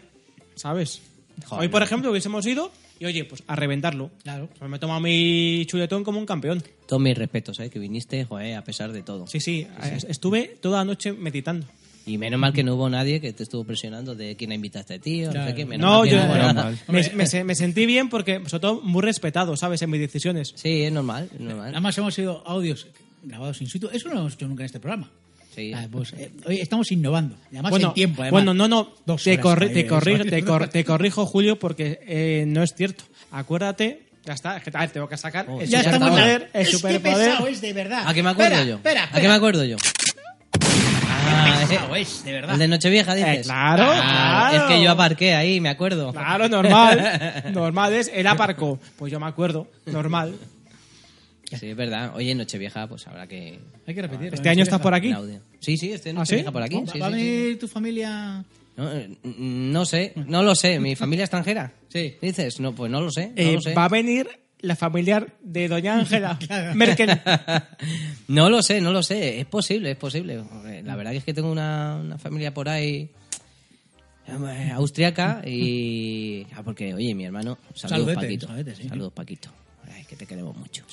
C: ¿sabes?
D: Joder.
C: Hoy, por ejemplo, hubiésemos ido y, oye, pues a reventarlo.
B: Claro.
C: Pues me he tomado mi chuletón como un campeón.
D: Todos mis respetos, ¿eh? que viniste, joder, a pesar de todo.
C: Sí, sí, eh, estuve toda la noche meditando.
D: Y menos mal que no hubo nadie que te estuvo presionando de quién invita a este tío. No, sé qué, menos
C: No,
D: mal que
C: yo
D: no hubo nada.
E: mal.
C: me, me se- me sentí bien porque, sobre todo, muy respetado, ¿sabes? En mis decisiones.
D: Sí, es normal, es normal.
B: Además hemos sido audios grabados in situ. Eso no lo hemos hecho nunca en este programa.
D: Sí.
B: Ah, pues, eh, hoy estamos innovando. Y Además en tiempo, además.
C: bueno, no, no,
B: Dos
C: te,
B: horas
C: corri-
B: para
C: te,
B: ir,
C: corri-
B: eso.
C: te, cor- te corrijo, Julio, porque eh, no es cierto. Acuérdate, ya está, es que, a ver, tengo que sacar el
B: Oh, Ya estamos
C: superpoder,
B: ya.
C: el
B: Es que
C: superpoder.
B: pesado es de verdad.
D: ¿A qué me acuerdo
B: Espera,
D: yo?
B: Espera,
D: ¿A qué me
B: espera.
D: acuerdo yo? Ah,
B: Qué
D: ese-
B: pesado es, de verdad.
D: el de Nochevieja, dices.
C: Eh, claro,
D: Ah,
C: claro.
D: Es que yo aparqué ahí, me acuerdo.
C: Claro, normal, normal es, él aparcó, pues yo me acuerdo, normal.
D: Sí, es verdad. Oye, Nochevieja, pues habrá que.
B: Hay que repetir.
C: Este año estás por aquí.
D: un audio. Sí, sí, este
C: ¿Ah, sí?
D: Nochevieja por aquí.
B: ¿Va
D: sí,
B: va a
D: sí, sí.
B: venir tu familia?
D: No, eh, no sé, no lo sé. ¿Mi familia extranjera?
B: Sí.
D: ¿Dices? No, pues no lo sé, no
C: Eh,
D: lo sé.
C: va a venir la familiar de doña Ángela Merkel.
D: no lo sé, no lo sé. Es posible, es posible. Joder, La verdad que es que tengo una, una familia por ahí eh, austriaca y... Ah, porque, oye, mi hermano... Saludos,
B: Saludete,
D: Paquito.
B: saludete, sí.
D: Saludos, Paquito. Ay, que te queremos mucho.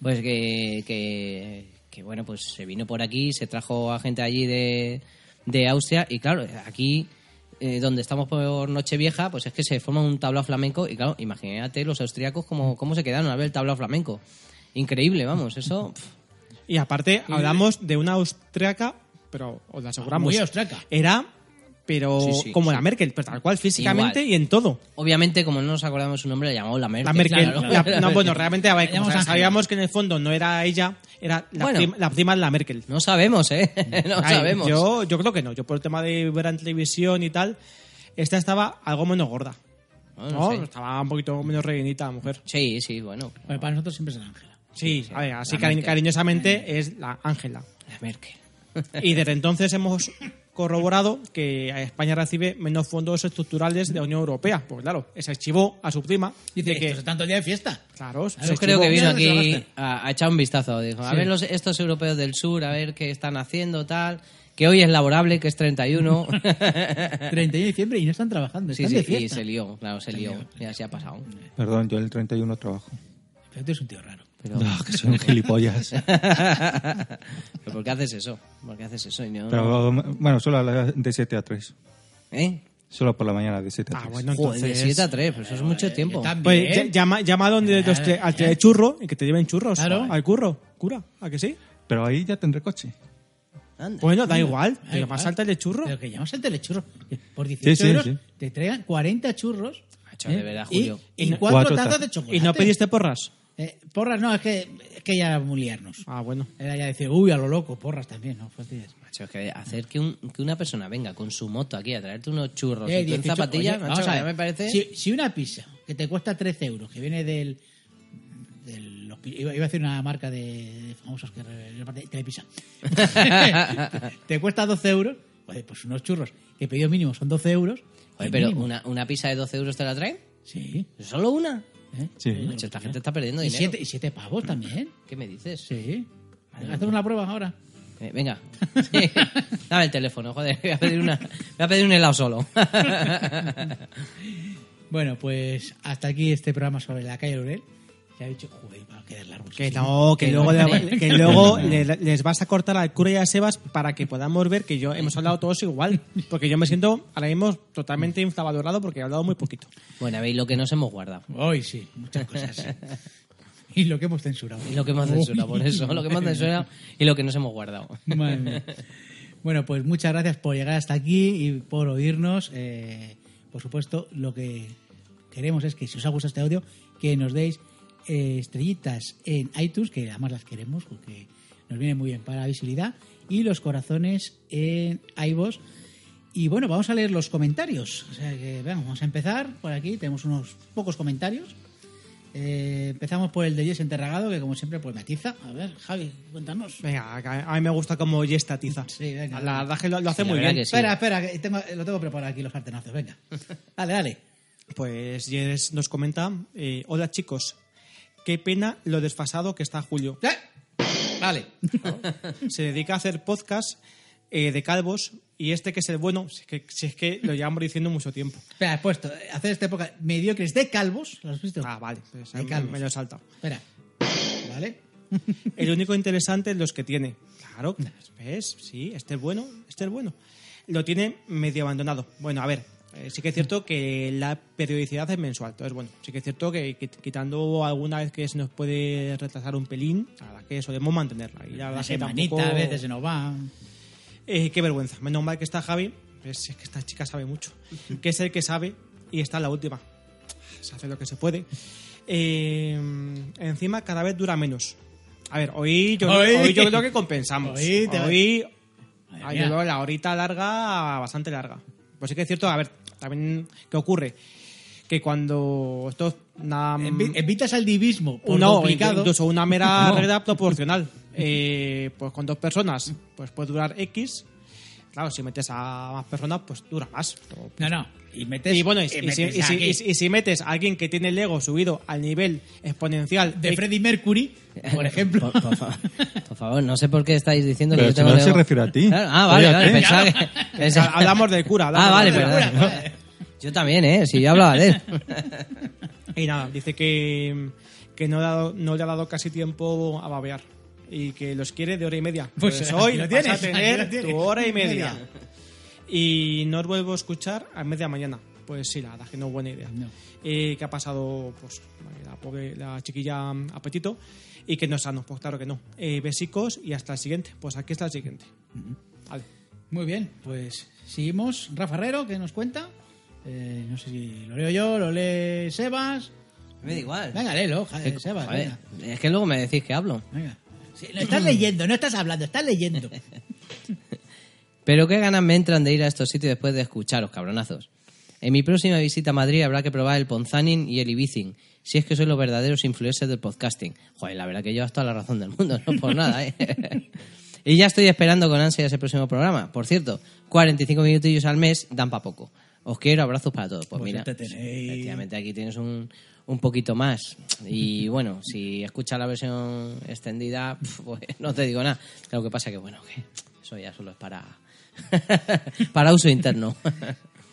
D: Pues que, que, que, bueno, pues se vino por aquí, se trajo a gente allí de, de Austria y claro, aquí eh, donde estamos por Nochevieja, pues es que se forma un tablao flamenco y claro, imagínate los austriacos cómo, cómo se quedaron a ver el tablao flamenco. Increíble, vamos, eso... pf,
C: Y aparte, hablamos de una austriaca, pero os lo aseguramos.
B: Muy austriaca.
C: Era pero
D: Ah, Sí, sí,
C: como
D: sí.
C: la Merkel, pero tal cual físicamente
D: Igual.
C: y en todo.
D: Obviamente, como no nos acordamos su nombre, la llamamos la Merkel.
C: La Merkel,
D: claro.
C: la- no, bueno, realmente a
B: La
C: ver, como
B: llamamos
C: sa-
B: Ángela.
C: sabíamos que en el fondo no era ella, era la,
D: Bueno.
C: prim- la prima de la Merkel.
D: No sabemos, ¿eh? No
C: Ay,
D: sabemos.
C: Yo, yo creo que no. Yo por el tema de ver en televisión y tal, esta estaba algo menos gorda.
D: No, no
C: ¿no?
D: sé.
C: Estaba un poquito menos rellenita la mujer.
D: Sí, sí, bueno.
B: Bueno, para nosotros siempre es Ángela.
C: Sí, a ver, así
D: la
C: cari-
D: Merkel.
B: Mm.
C: cariñosamente es la Ángela.
D: La Merkel.
C: Y desde entonces hemos corroborado que España recibe menos fondos estructurales de la Unión Europea. Pues claro, se archivó a su prima y
B: Dice
C: de
B: que
C: que...
B: está tanto día de fiesta.
C: Claro, se
D: Yo
C: archivó.
D: creo que vino
B: Ya no se
D: aquí
B: llamaste.
D: a, a echar un vistazo. Dijo, a
C: Sí.
D: ver los, estos europeos del sur, a ver qué están haciendo, tal. Que hoy es laborable, que es 31.
B: 31 de diciembre y no están trabajando,
D: sí,
B: están
D: sí,
B: de
D: y
B: fiesta.
D: se lió, claro, se lió. Ya se ha pasado.
E: Perdón, yo el 31 trabajo.
B: Pero tú eres un tío raro.
D: Pero,
E: No, Ah, que soy un gilipollas.
D: ¿Pero ¿por qué haces eso? ¿Por qué haces eso? Y no-
E: Trabajo, bueno, solo a la- de 7 a 3.
D: ¿Eh?
E: Solo por la mañana de 7 a 3.
C: Ah, bueno,
D: Joder, de
C: entonces...
D: 7 a 3, pero eso es mucho tiempo.
B: También.
C: Pues ll- llama, llama a donde los te- al churro y que te lleven churros.
B: Claro.
C: Al curro. Cura, ¿a que sí?
E: Pero ahí ya tendré coche.
D: Anda.
C: Bueno, da igual.
B: Da
C: Pero
B: igual.
C: más alta el de churro.
B: Pero que llamas al telechurro. Por 18
E: Sí, sí,
B: euros
E: sí.
B: te traigan 40 churros. ¿eh?
D: Macho, de verdad,
B: y-
D: Julio.
B: Y,
C: Y no-
B: cuatro,
E: cuatro
B: tazas
E: tazas.
B: de chocolate.
C: ¿Y no pediste porras?
B: Eh, porras no, es que, es que ya era muy liarnos.
C: Ah, bueno.
B: Era ya decir, uy, a lo loco, porras también, ¿no? Pues Fuerte ya es.
D: Macho, es que hacer que, un- que una persona venga con su moto aquí a traerte unos churros
B: Eh,
D: y tú en
B: 18,
D: zapatillas,
B: oye,
D: macho,
B: vamos a
D: ya
B: ver,
D: me parece...
B: Si, si una pizza que te cuesta 13 euros, que viene del. del- los pi- iba, iba a decir una marca de, de famosos que re- reparte Telepizza. te cuesta 12 euros, joder, pues unos churros que pedido mínimo son 12 euros.
D: Oye,
B: el
D: pero
B: mínimo.
D: una, una pizza de 12 euros te la traen.
B: Sí.
D: ¿Solo una?
B: ¿eh?
E: Sí.
D: Macho, esta gente está perdiendo
B: Y
D: dinero.
B: 7 pavos también.
D: ¿Qué me dices?
B: Sí. Hacemos una prueba ahora.
D: Eh, venga. Sí. Dame el teléfono, joder. Voy a pedir, una, voy a pedir un helado solo.
B: Bueno, pues hasta aquí este programa sobre la calle Laurel. Se ha dicho, joder, va a quedar largo.
C: Que
B: Sí.
C: no, que
D: Que
C: luego,
D: no,
C: le-
D: ¿eh?
C: que luego le- les vas a cortar al cura y a Sebas para que podamos ver que yo hemos hablado todos igual. Porque yo me siento ahora mismo totalmente infravalorado porque he hablado muy poquito.
D: Bueno, veis lo que nos hemos guardado.
B: Hoy sí, muchas cosas. y lo que hemos censurado.
D: Y lo que hemos censurado, por eso. Lo que hemos censurado y lo que nos hemos guardado.
B: Madre mía. Bueno, pues muchas gracias por llegar hasta aquí y por oírnos. Eh, por supuesto, lo que queremos es que si os ha gustado este audio, que nos deis eh, estrellitas en iTunes, que además las queremos porque nos viene muy bien para la visibilidad, y los corazones en iVoox. Y bueno, vamos a leer los comentarios. O sea que venga, vamos a empezar por aquí. Tenemos unos pocos comentarios. Eh, empezamos por el de Jess Enterragado, que como siempre pues matiza. A ver, Javi, cuéntanos.
C: Venga, que a a mí me gusta como y esta tiza.
B: Sí, venga.
C: La verdad es que lo, lo hace
D: Sí, la
C: muy
D: verdad
C: bien.
D: que sí.
B: Espera, espera, que tengo- lo tengo preparado aquí los artenazos, venga. Dale, dale.
C: Pues Jess nos comenta, eh, hola chicos, qué pena lo desfasado que está Julio.
B: Eh, Vale.
C: Se dedica a hacer podcast eh, de calvos y este que es el bueno, si es que, si es que lo llevamos diciendo mucho tiempo.
B: Espera, he puesto, eh, hacer esta época mediocres de calvos, ¿lo has visto?
C: Ah, vale, pues,
B: De
C: me-
B: calvos.
C: me lo he saltado.
B: Espera. Vale.
C: El único interesante es los que tiene. Claro,
B: Mm.
C: ¿ves? Sí, este es bueno, este es bueno. Lo tiene medio abandonado. Bueno, a ver, eh, sí que es cierto que la periodicidad es mensual. Entonces, bueno, sí que es cierto que qui- quitando alguna vez que se nos puede retrasar un pelín, a la verdad que solemos mantenerla. Y la verdad
B: La
C: que
B: semanita
C: tampoco-
B: a veces se nos va.
C: Eh, qué vergüenza. Menos mal que está Javi. Pues es que esta chica sabe mucho. Que es el que sabe y está la última. Se hace lo que se puede. Eh, encima cada vez dura menos. A ver, hoy yo,
B: Hoy.
C: hoy yo creo que compensamos.
B: Hoy te-
C: Hoy-
B: Madre
C: ah,
B: mía.
C: yo veo la horita larga, bastante larga. Pues sí que es cierto, a ver, también, ¿qué ocurre? Que cuando esto... na-
B: Envi- Invitas al divismo por
C: mm. no,
B: complicado.
C: incluso una mera regla proporcional. Eh, pues con dos personas, pues puede durar X. Claro, si metes a más personas, pues dura más.
B: No, no. Y metes.
C: Y bueno, y, y si,
B: metes
C: y si-
B: aquí
C: y si- y si metes a alguien que tiene el ego subido al nivel exponencial eh,
B: de
C: X-
B: Freddie Mercury, por ejemplo.
D: Por, por fa- por favor, no sé por qué estáis diciendo
E: Pero
D: que yo
E: si
D: tengo
E: no
D: leo-
E: se refiere a ti.
D: Claro, Ah, vale,
E: Oye,
D: vale.
E: ¿qué?
D: Pensaba que, pensaba-
C: Hablamos del cura. hablamos
D: Ah, vale,
C: del cura.
D: perdón. Yo también, ¿eh? Si yo hablaba de él.
C: Y nada, dice que, que no, le ha dado, no le ha dado casi tiempo a babear. Y que los quiere de hora y media.
B: Pues,
C: Pues,
B: aquí
C: hoy
B: lo
C: vas a
B: tienes, aquí lo
C: tener
B: tienes.
C: tu hora y
B: Media.
C: media. Y no os vuelvo a escuchar a media mañana. Pues sí, la verdad es que no es buena idea.
B: No.
C: Eh, que ha pasado pues, vale, la, pobre- la chiquilla mm, apetito y que no es sano, pues claro que no. Eh, besicos y hasta el siguiente. Pues aquí está el siguiente. Vale.
B: Muy bien, pues seguimos. Rafa Herrero, ¿qué nos cuenta? Eh, no sé si lo leo yo, lo lee Sebas.
D: Me da igual.
B: Venga, léelo,
D: Que-
B: Eh, joder, Sebas.
D: joder,
B: Venga.
D: es que luego me decís que hablo.
B: venga. Sí, lo estás leyendo, no estás hablando, estás leyendo.
D: Pero qué ganas me entran de ir a estos sitios después de escucharos, cabronazos. En mi próxima visita a Madrid habrá que probar el Ponzanin y el Ibicin, si es que soy los verdaderos influencers del podcasting. Joder, la verdad que llevas toda la razón del mundo, no por nada, ¿eh? y ya estoy esperando con ansia ese próximo programa. Por cierto, 45 minutillos al mes dan para poco. Os quiero, abrazos para todos. Pues,
B: Pues
D: mira,
B: ya te tenéis.
D: efectivamente aquí tienes un, un poquito más. Y bueno, si escuchas la versión extendida, pf, pues no te digo nada. Lo que pasa que, bueno, que eso ya solo es para, para uso interno.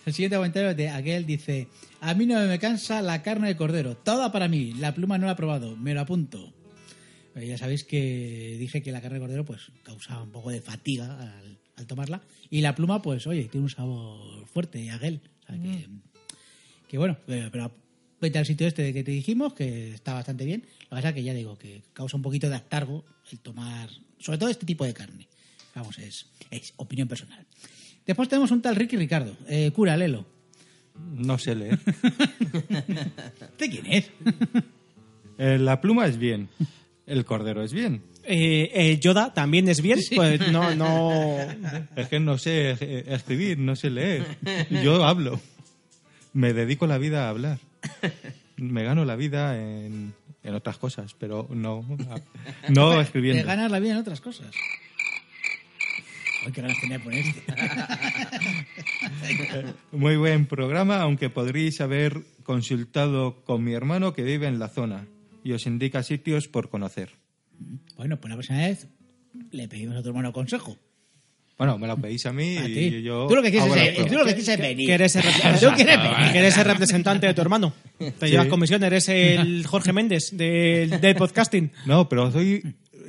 B: El siguiente comentario de aquel dice: A mí no me cansa la carne de cordero, toda para mí. La pluma no la he probado, me lo apunto. Eh, ya sabéis que dije que la carne de cordero pues causaba un poco de fatiga al, al tomarla. Y la pluma, pues, oye, tiene un sabor fuerte, aquel. O sea, que, que bueno, eh, pero vete al sitio este que te dijimos, que está bastante bien. Lo que pasa es que ya digo que causa un poquito de astargo el tomar, sobre todo este tipo de carne. Vamos, es, es opinión personal. Después tenemos un tal Ricky Ricardo, eh, cura, lelo.
E: No sé leer.
B: ¿De quién es?
E: Eh, la pluma es bien. El cordero es bien.
C: Eh, eh, Yoda también es bien, pues no, no.
E: Es que no sé eh, escribir, no sé leer. Yo hablo. Me dedico la vida a hablar. Me gano la vida en, en otras cosas, pero no, no
B: De
E: escribiendo.
B: ganar la vida en otras cosas. Ay, qué ganas tenía de poner este.
E: Muy buen programa, aunque podríais haber consultado con mi hermano que vive en la zona y os indica sitios por conocer.
B: Bueno, pues la próxima vez le pedimos a tu hermano consejo.
E: Bueno, me lo pedís a mí
B: A ti.
E: y yo...
B: Tú lo que quieres
E: hago la
B: es,
E: prueba.
B: tú lo que quieres es venir.
C: Que eres el, repre-
B: Tú quieres venir.
C: que eres el representante de tu hermano. Te
E: Sí.
C: llevas comisión, eres el Jorge Méndez del, del podcasting.
E: No, pero os doy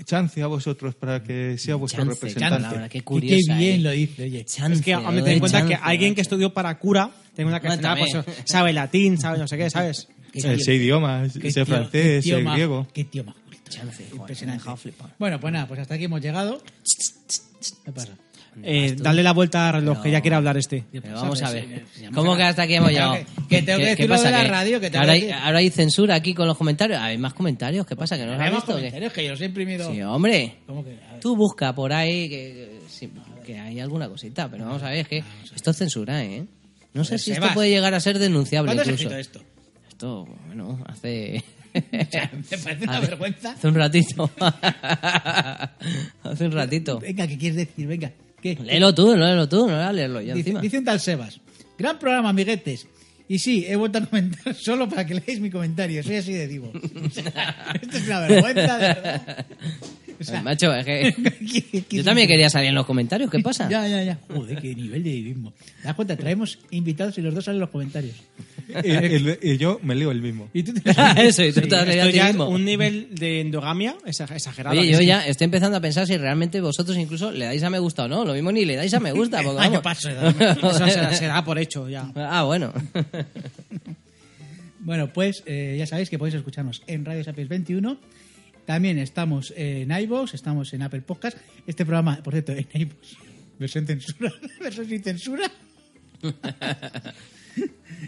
E: chance a vosotros para que sea vuestro
D: Chance,
E: representante.
D: chance, la verdad, qué
B: Qué- qué
D: curiosa.
B: bien
D: eh.
B: lo dice, oye.
D: Chance,
C: es que hombre, ten
D: oye,
C: en cuenta
D: chance,
C: que alguien que
D: macho.
C: estudió para cura, ten en cuenta que al
D: Bueno,
C: final, pues,
D: también.
C: sabe latín, sabe no sé qué, ¿sabes?
B: Qué
E: Eh,
B: tío-
E: sé idiomas,
B: qué
E: sé
B: tío- qué
E: francés,
B: tío
E: sé
B: más-
E: griego.
B: Qué tío más culto.
D: Chance, joder, me
B: Impresionante.
D: ha dejado flipado.
B: Bueno, pues nada, pues hasta aquí hemos llegado. ¿Qué pasa?
C: Eh, dale la vuelta al reloj, que ya
D: No.
C: quiere hablar este.
D: Pero vamos a ver.
B: Sí,
D: ¿Cómo que hasta aquí hemos llegado?
B: Que- que tengo que
D: ¿Qué-
B: decir
D: qué
B: lo de
D: pasa?
B: la
D: ¿Que
B: radio, que tengo
D: ahora,
B: que
D: hay,
B: decir.
D: ahora hay censura aquí con los comentarios. Hay más comentarios. ¿Qué pasa? ¿Que no los has
B: Tenemos
D: visto? o qué?
B: comentarios que yo los he imprimido.
D: Sí, hombre.
B: ¿Cómo que? A ver.
D: Tú busca por ahí que, que- sí, que hay alguna cosita, pero vamos a ver, es que esto es censura, ¿eh? No sé
B: Joder,
D: si
B: Sebas.
D: esto puede llegar a ser denunciable
B: ¿Cuándo has
D: incluso.
B: escrito esto?
D: Esto, bueno, hace...
B: me parece una
D: Hace-
B: vergüenza.
D: Hace un ratito. hace un ratito.
B: Venga, ¿qué quieres decir? Venga. ¿Qué?
D: Léelo tú, léelo tú, no voy a leerlo yo
B: Dice,
D: encima.
B: dice un tal Sebas. Gran programa, amiguetes. Y sí, he vuelto a comentar solo para que leáis mi comentario. Soy así de divo. O sea, Esto es una vergüenza, de verdad. O sea,
D: Ay, macho, es que...
B: ¿qué- qué-
D: Yo también quería salir en los comentarios, ¿qué pasa?
B: Ya, ya, ya. Joder, qué nivel de divismo. ¿Te das cuenta? Traemos invitados y los dos salen en los comentarios.
E: Y, y- y yo me leo Eh, el mismo.
B: Y tú te las-
D: Eso, y tú
C: Sí,
D: te has leído a
C: esto
D: ti
C: ya es
D: mismo.
C: un nivel de endogamia exa- exagerado.
D: Oye,
C: ¿a que
D: yo
C: sí?
D: ya estoy empezando a pensar si realmente vosotros incluso le dais a me gusta o no. Lo mismo ni le dais a me gusta. Porque,
B: Ah, yo
D: vamos.
B: paso, ¿no?
C: Eso será, será por hecho ya.
D: Ah, bueno.
B: Bueno, pues eh, ya sabéis que podéis escucharnos en Radio Sapiens 21. También estamos en iVoox, estamos en Apple Podcast. Este programa, por cierto, en iVoox. Versión censura, versión sin censura.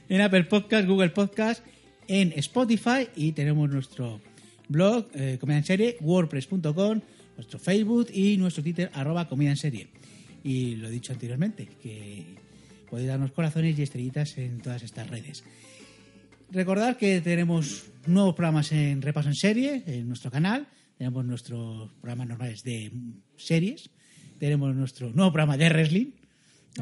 B: en Apple Podcast, Google Podcast, en Spotify y tenemos nuestro blog, eh, Comida en Serie, wordpress.com, nuestro Facebook y nuestro Twitter, arroba Comida en Serie. Y lo he dicho anteriormente, que podéis darnos corazones y estrellitas en todas estas redes. Recordad que tenemos nuevos programas en Repaso en Serie, en nuestro canal. Tenemos nuestros programas normales de series. Tenemos nuestro nuevo programa de wrestling.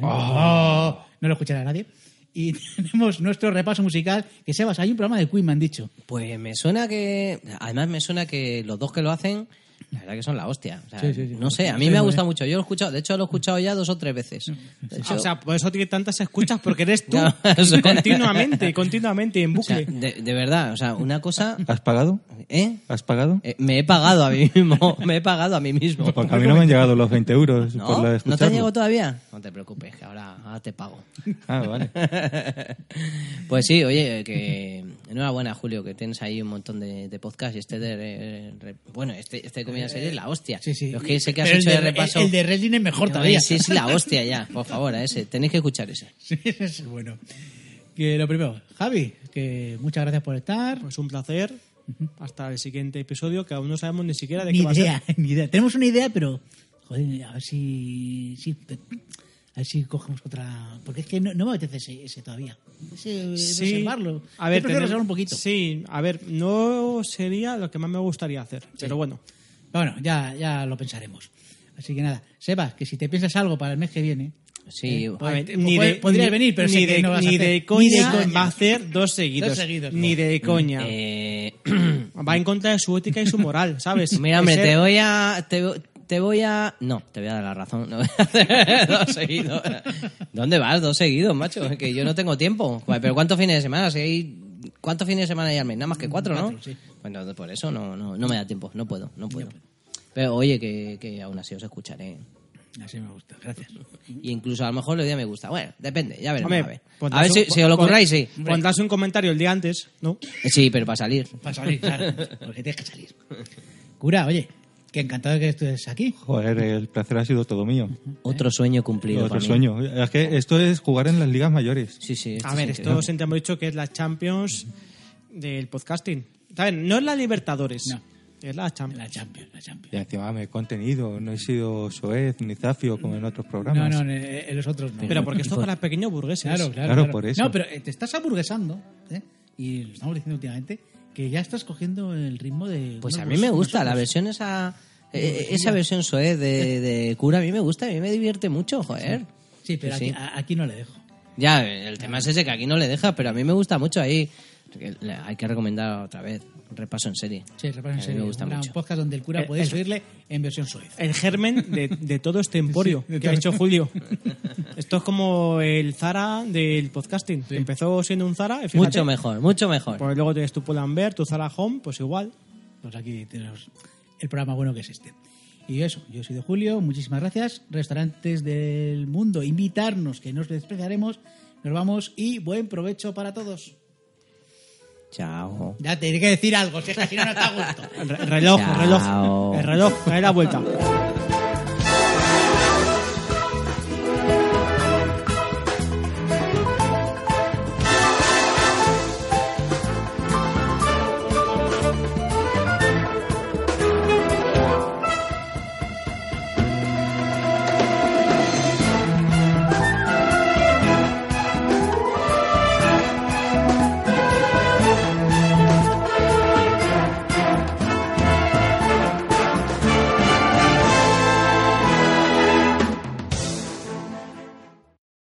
D: Ah.
B: Oh, no lo escuchará nadie. Y tenemos nuestro repaso musical, que Sebas, hay un programa de Queen, me han dicho.
D: Pues me suena que. Además, me suena que los dos que lo hacen, la verdad que son la hostia. O sea,
B: Sí, sí, sí.
D: no sé, a mí
B: Sí,
D: me ha
B: muy
D: gustado mucho. Yo lo he escuchado, de hecho, lo he escuchado ya dos o tres veces. De hecho,
C: Ah, O sea, por eso tiene tantas escuchas, porque eres tú
D: No, eso-
C: continuamente, continuamente en
D: o sea,
C: bucle.
D: de, de verdad, o sea, una cosa.
E: ¿Has pagado?
D: ¿Eh?
E: ¿Has pagado?
D: Eh, Me he pagado a mí mismo. Me he pagado a mí
B: Eh,
D: mismo.
E: Porque a mí no me han llegado los 20 euros por
D: ¿No?
E: Pues la
D: ¿No
E: de
D: te han
E: escucharlo.
D: llegado todavía? No te preocupes, que ahora, ahora te pago.
E: Ah, vale.
D: Pues sí, oye, que enhorabuena, Julio, que tienes ahí un montón de, de podcasts y este de, re- re- bueno, este, este comida en serie es la hostia.
B: Sí, sí.
D: Los que sé que has
B: Pero
D: hecho
B: el
D: de repaso.
B: El de Redding es mejor
D: No,
B: todavía.
D: Sí, es la hostia ya. Por favor, a ese. Tenéis que escuchar ese.
B: Sí, eso es bueno. Que lo primero, Javi, que muchas gracias por estar.
C: Pues un placer. Hasta el siguiente episodio, que aún no sabemos ni siquiera de
B: ni
C: qué va a ser.
B: idea, ni idea. Tenemos una idea, pero joder, a ver si, si- a ver si cogemos otra, porque es que no, no me apetece ese, ese todavía. Ese, eh, reservarlo.
C: A
B: Yo prefiero
C: ver, tener-
B: reservar un poquito.
C: Sí, a ver, no sería lo que más me gustaría hacer, pero bueno.
B: Bueno, ya, ya lo pensaremos. Así que nada, Sebas, que si te piensas algo para el mes que viene,
D: Sí.
B: Pues,
C: a ver,
B: po- podrías venir, pero
C: ni
B: sé que
C: de,
B: no vas a
C: ni
B: hacer.
C: de
B: Ni
C: coña
B: de coña.
C: va a hacer dos seguidos.
B: Dos seguidos,
C: ni
B: no.
C: de coña.
D: Eh,
C: Va en contra de su ética y su moral, ¿sabes?
D: Pues mira, hombre,
C: Ese-
D: te voy a. Te, te voy a. No, te voy a dar la razón. No voy a hacer dos seguidos. ¿Dónde vas? Dos seguidos, macho. Es que yo no tengo tiempo. Joder, Pero ¿cuántos fines de semana? Si hay. ¿Cuántos fines de semana hay al mes? Nada más que cuatro, ¿no?
B: Cuatro, sí.
D: Bueno, por eso no, no, no me da tiempo. No puedo, no
C: pues.
D: puedo. Pero oye, que, que aún así os escucharé.
B: así me gusta. Gracias.
D: Y incluso a lo mejor el día me gusta. Bueno, depende, ya veremos.
C: Hombre,
D: a ver,
C: pondrás
D: a ver
C: un-
D: si, si os lo
C: pon-
D: curráis, sí.
C: Pondrás un comentario el día antes, ¿no?
D: Sí, pero para salir.
B: Para salir, claro, porque tienes que salir. Cura, oye, que encantado de que estés aquí.
E: Joder, el placer ha sido todo mío.
D: Otro sueño cumplido.
E: Otro
D: para mí.
E: sueño. Es que esto es jugar en las ligas mayores.
D: Sí, sí.
C: A ver,
D: sí
C: esto siempre hemos dicho que es la Champions del podcasting. ¿Saben? No es la Libertadores.
B: No.
C: Es la Champions.
B: La Champions, la Champions.
E: Y encima me he contenido, no he sido soez ni zafio como en otros
B: No,
E: programas.
B: no, en los otros no.
C: Pero porque esto es para pequeños burgueses.
B: Claro, claro,
E: Claro, por eso.
B: No, pero eh, te estás aburguesando, ¿eh? y lo estamos diciendo últimamente, que ya estás cogiendo el ritmo de...
D: Pues
B: bueno,
D: a mí me
B: unos-
D: gusta
B: unos-
D: la versión esa... eh, esa versión soez de, de cura a mí me gusta, a mí me divierte mucho, joder.
B: Sí, pero
D: Sí,
B: aquí,
D: sí.
B: a- aquí no le dejo.
D: Ya, el tema es ese que aquí no le deja, pero a mí me gusta mucho ahí. que le- Hay que recomendar otra vez, repaso en serie.
B: Sí, repara en
D: A mí
B: serio.
D: Me gusta
B: Era
D: mucho.
B: un podcast donde el cura
C: Eh,
B: puede
C: el-
B: subirle en versión suiza.
C: El germen de, de todo este emporio que ha hecho Julio. Esto es como el Zara del podcasting. Empezó siendo un Zara. y fíjate,
D: Mucho mejor, mucho mejor.
C: Pues luego tienes tu Pull&Bear, tu Zara Home, pues igual.
B: Pues aquí tenemos el programa bueno que es este. Y eso, yo he sido Julio, muchísimas gracias. Restaurantes del mundo, invitarnos, que nos despreciaremos. Nos vamos y buen provecho para todos.
D: Chao.
B: Ya te diré que decir algo, si es que si no, no está a gusto.
C: El re- reloj, el reloj.
D: Chao.
C: El reloj, trae la vuelta.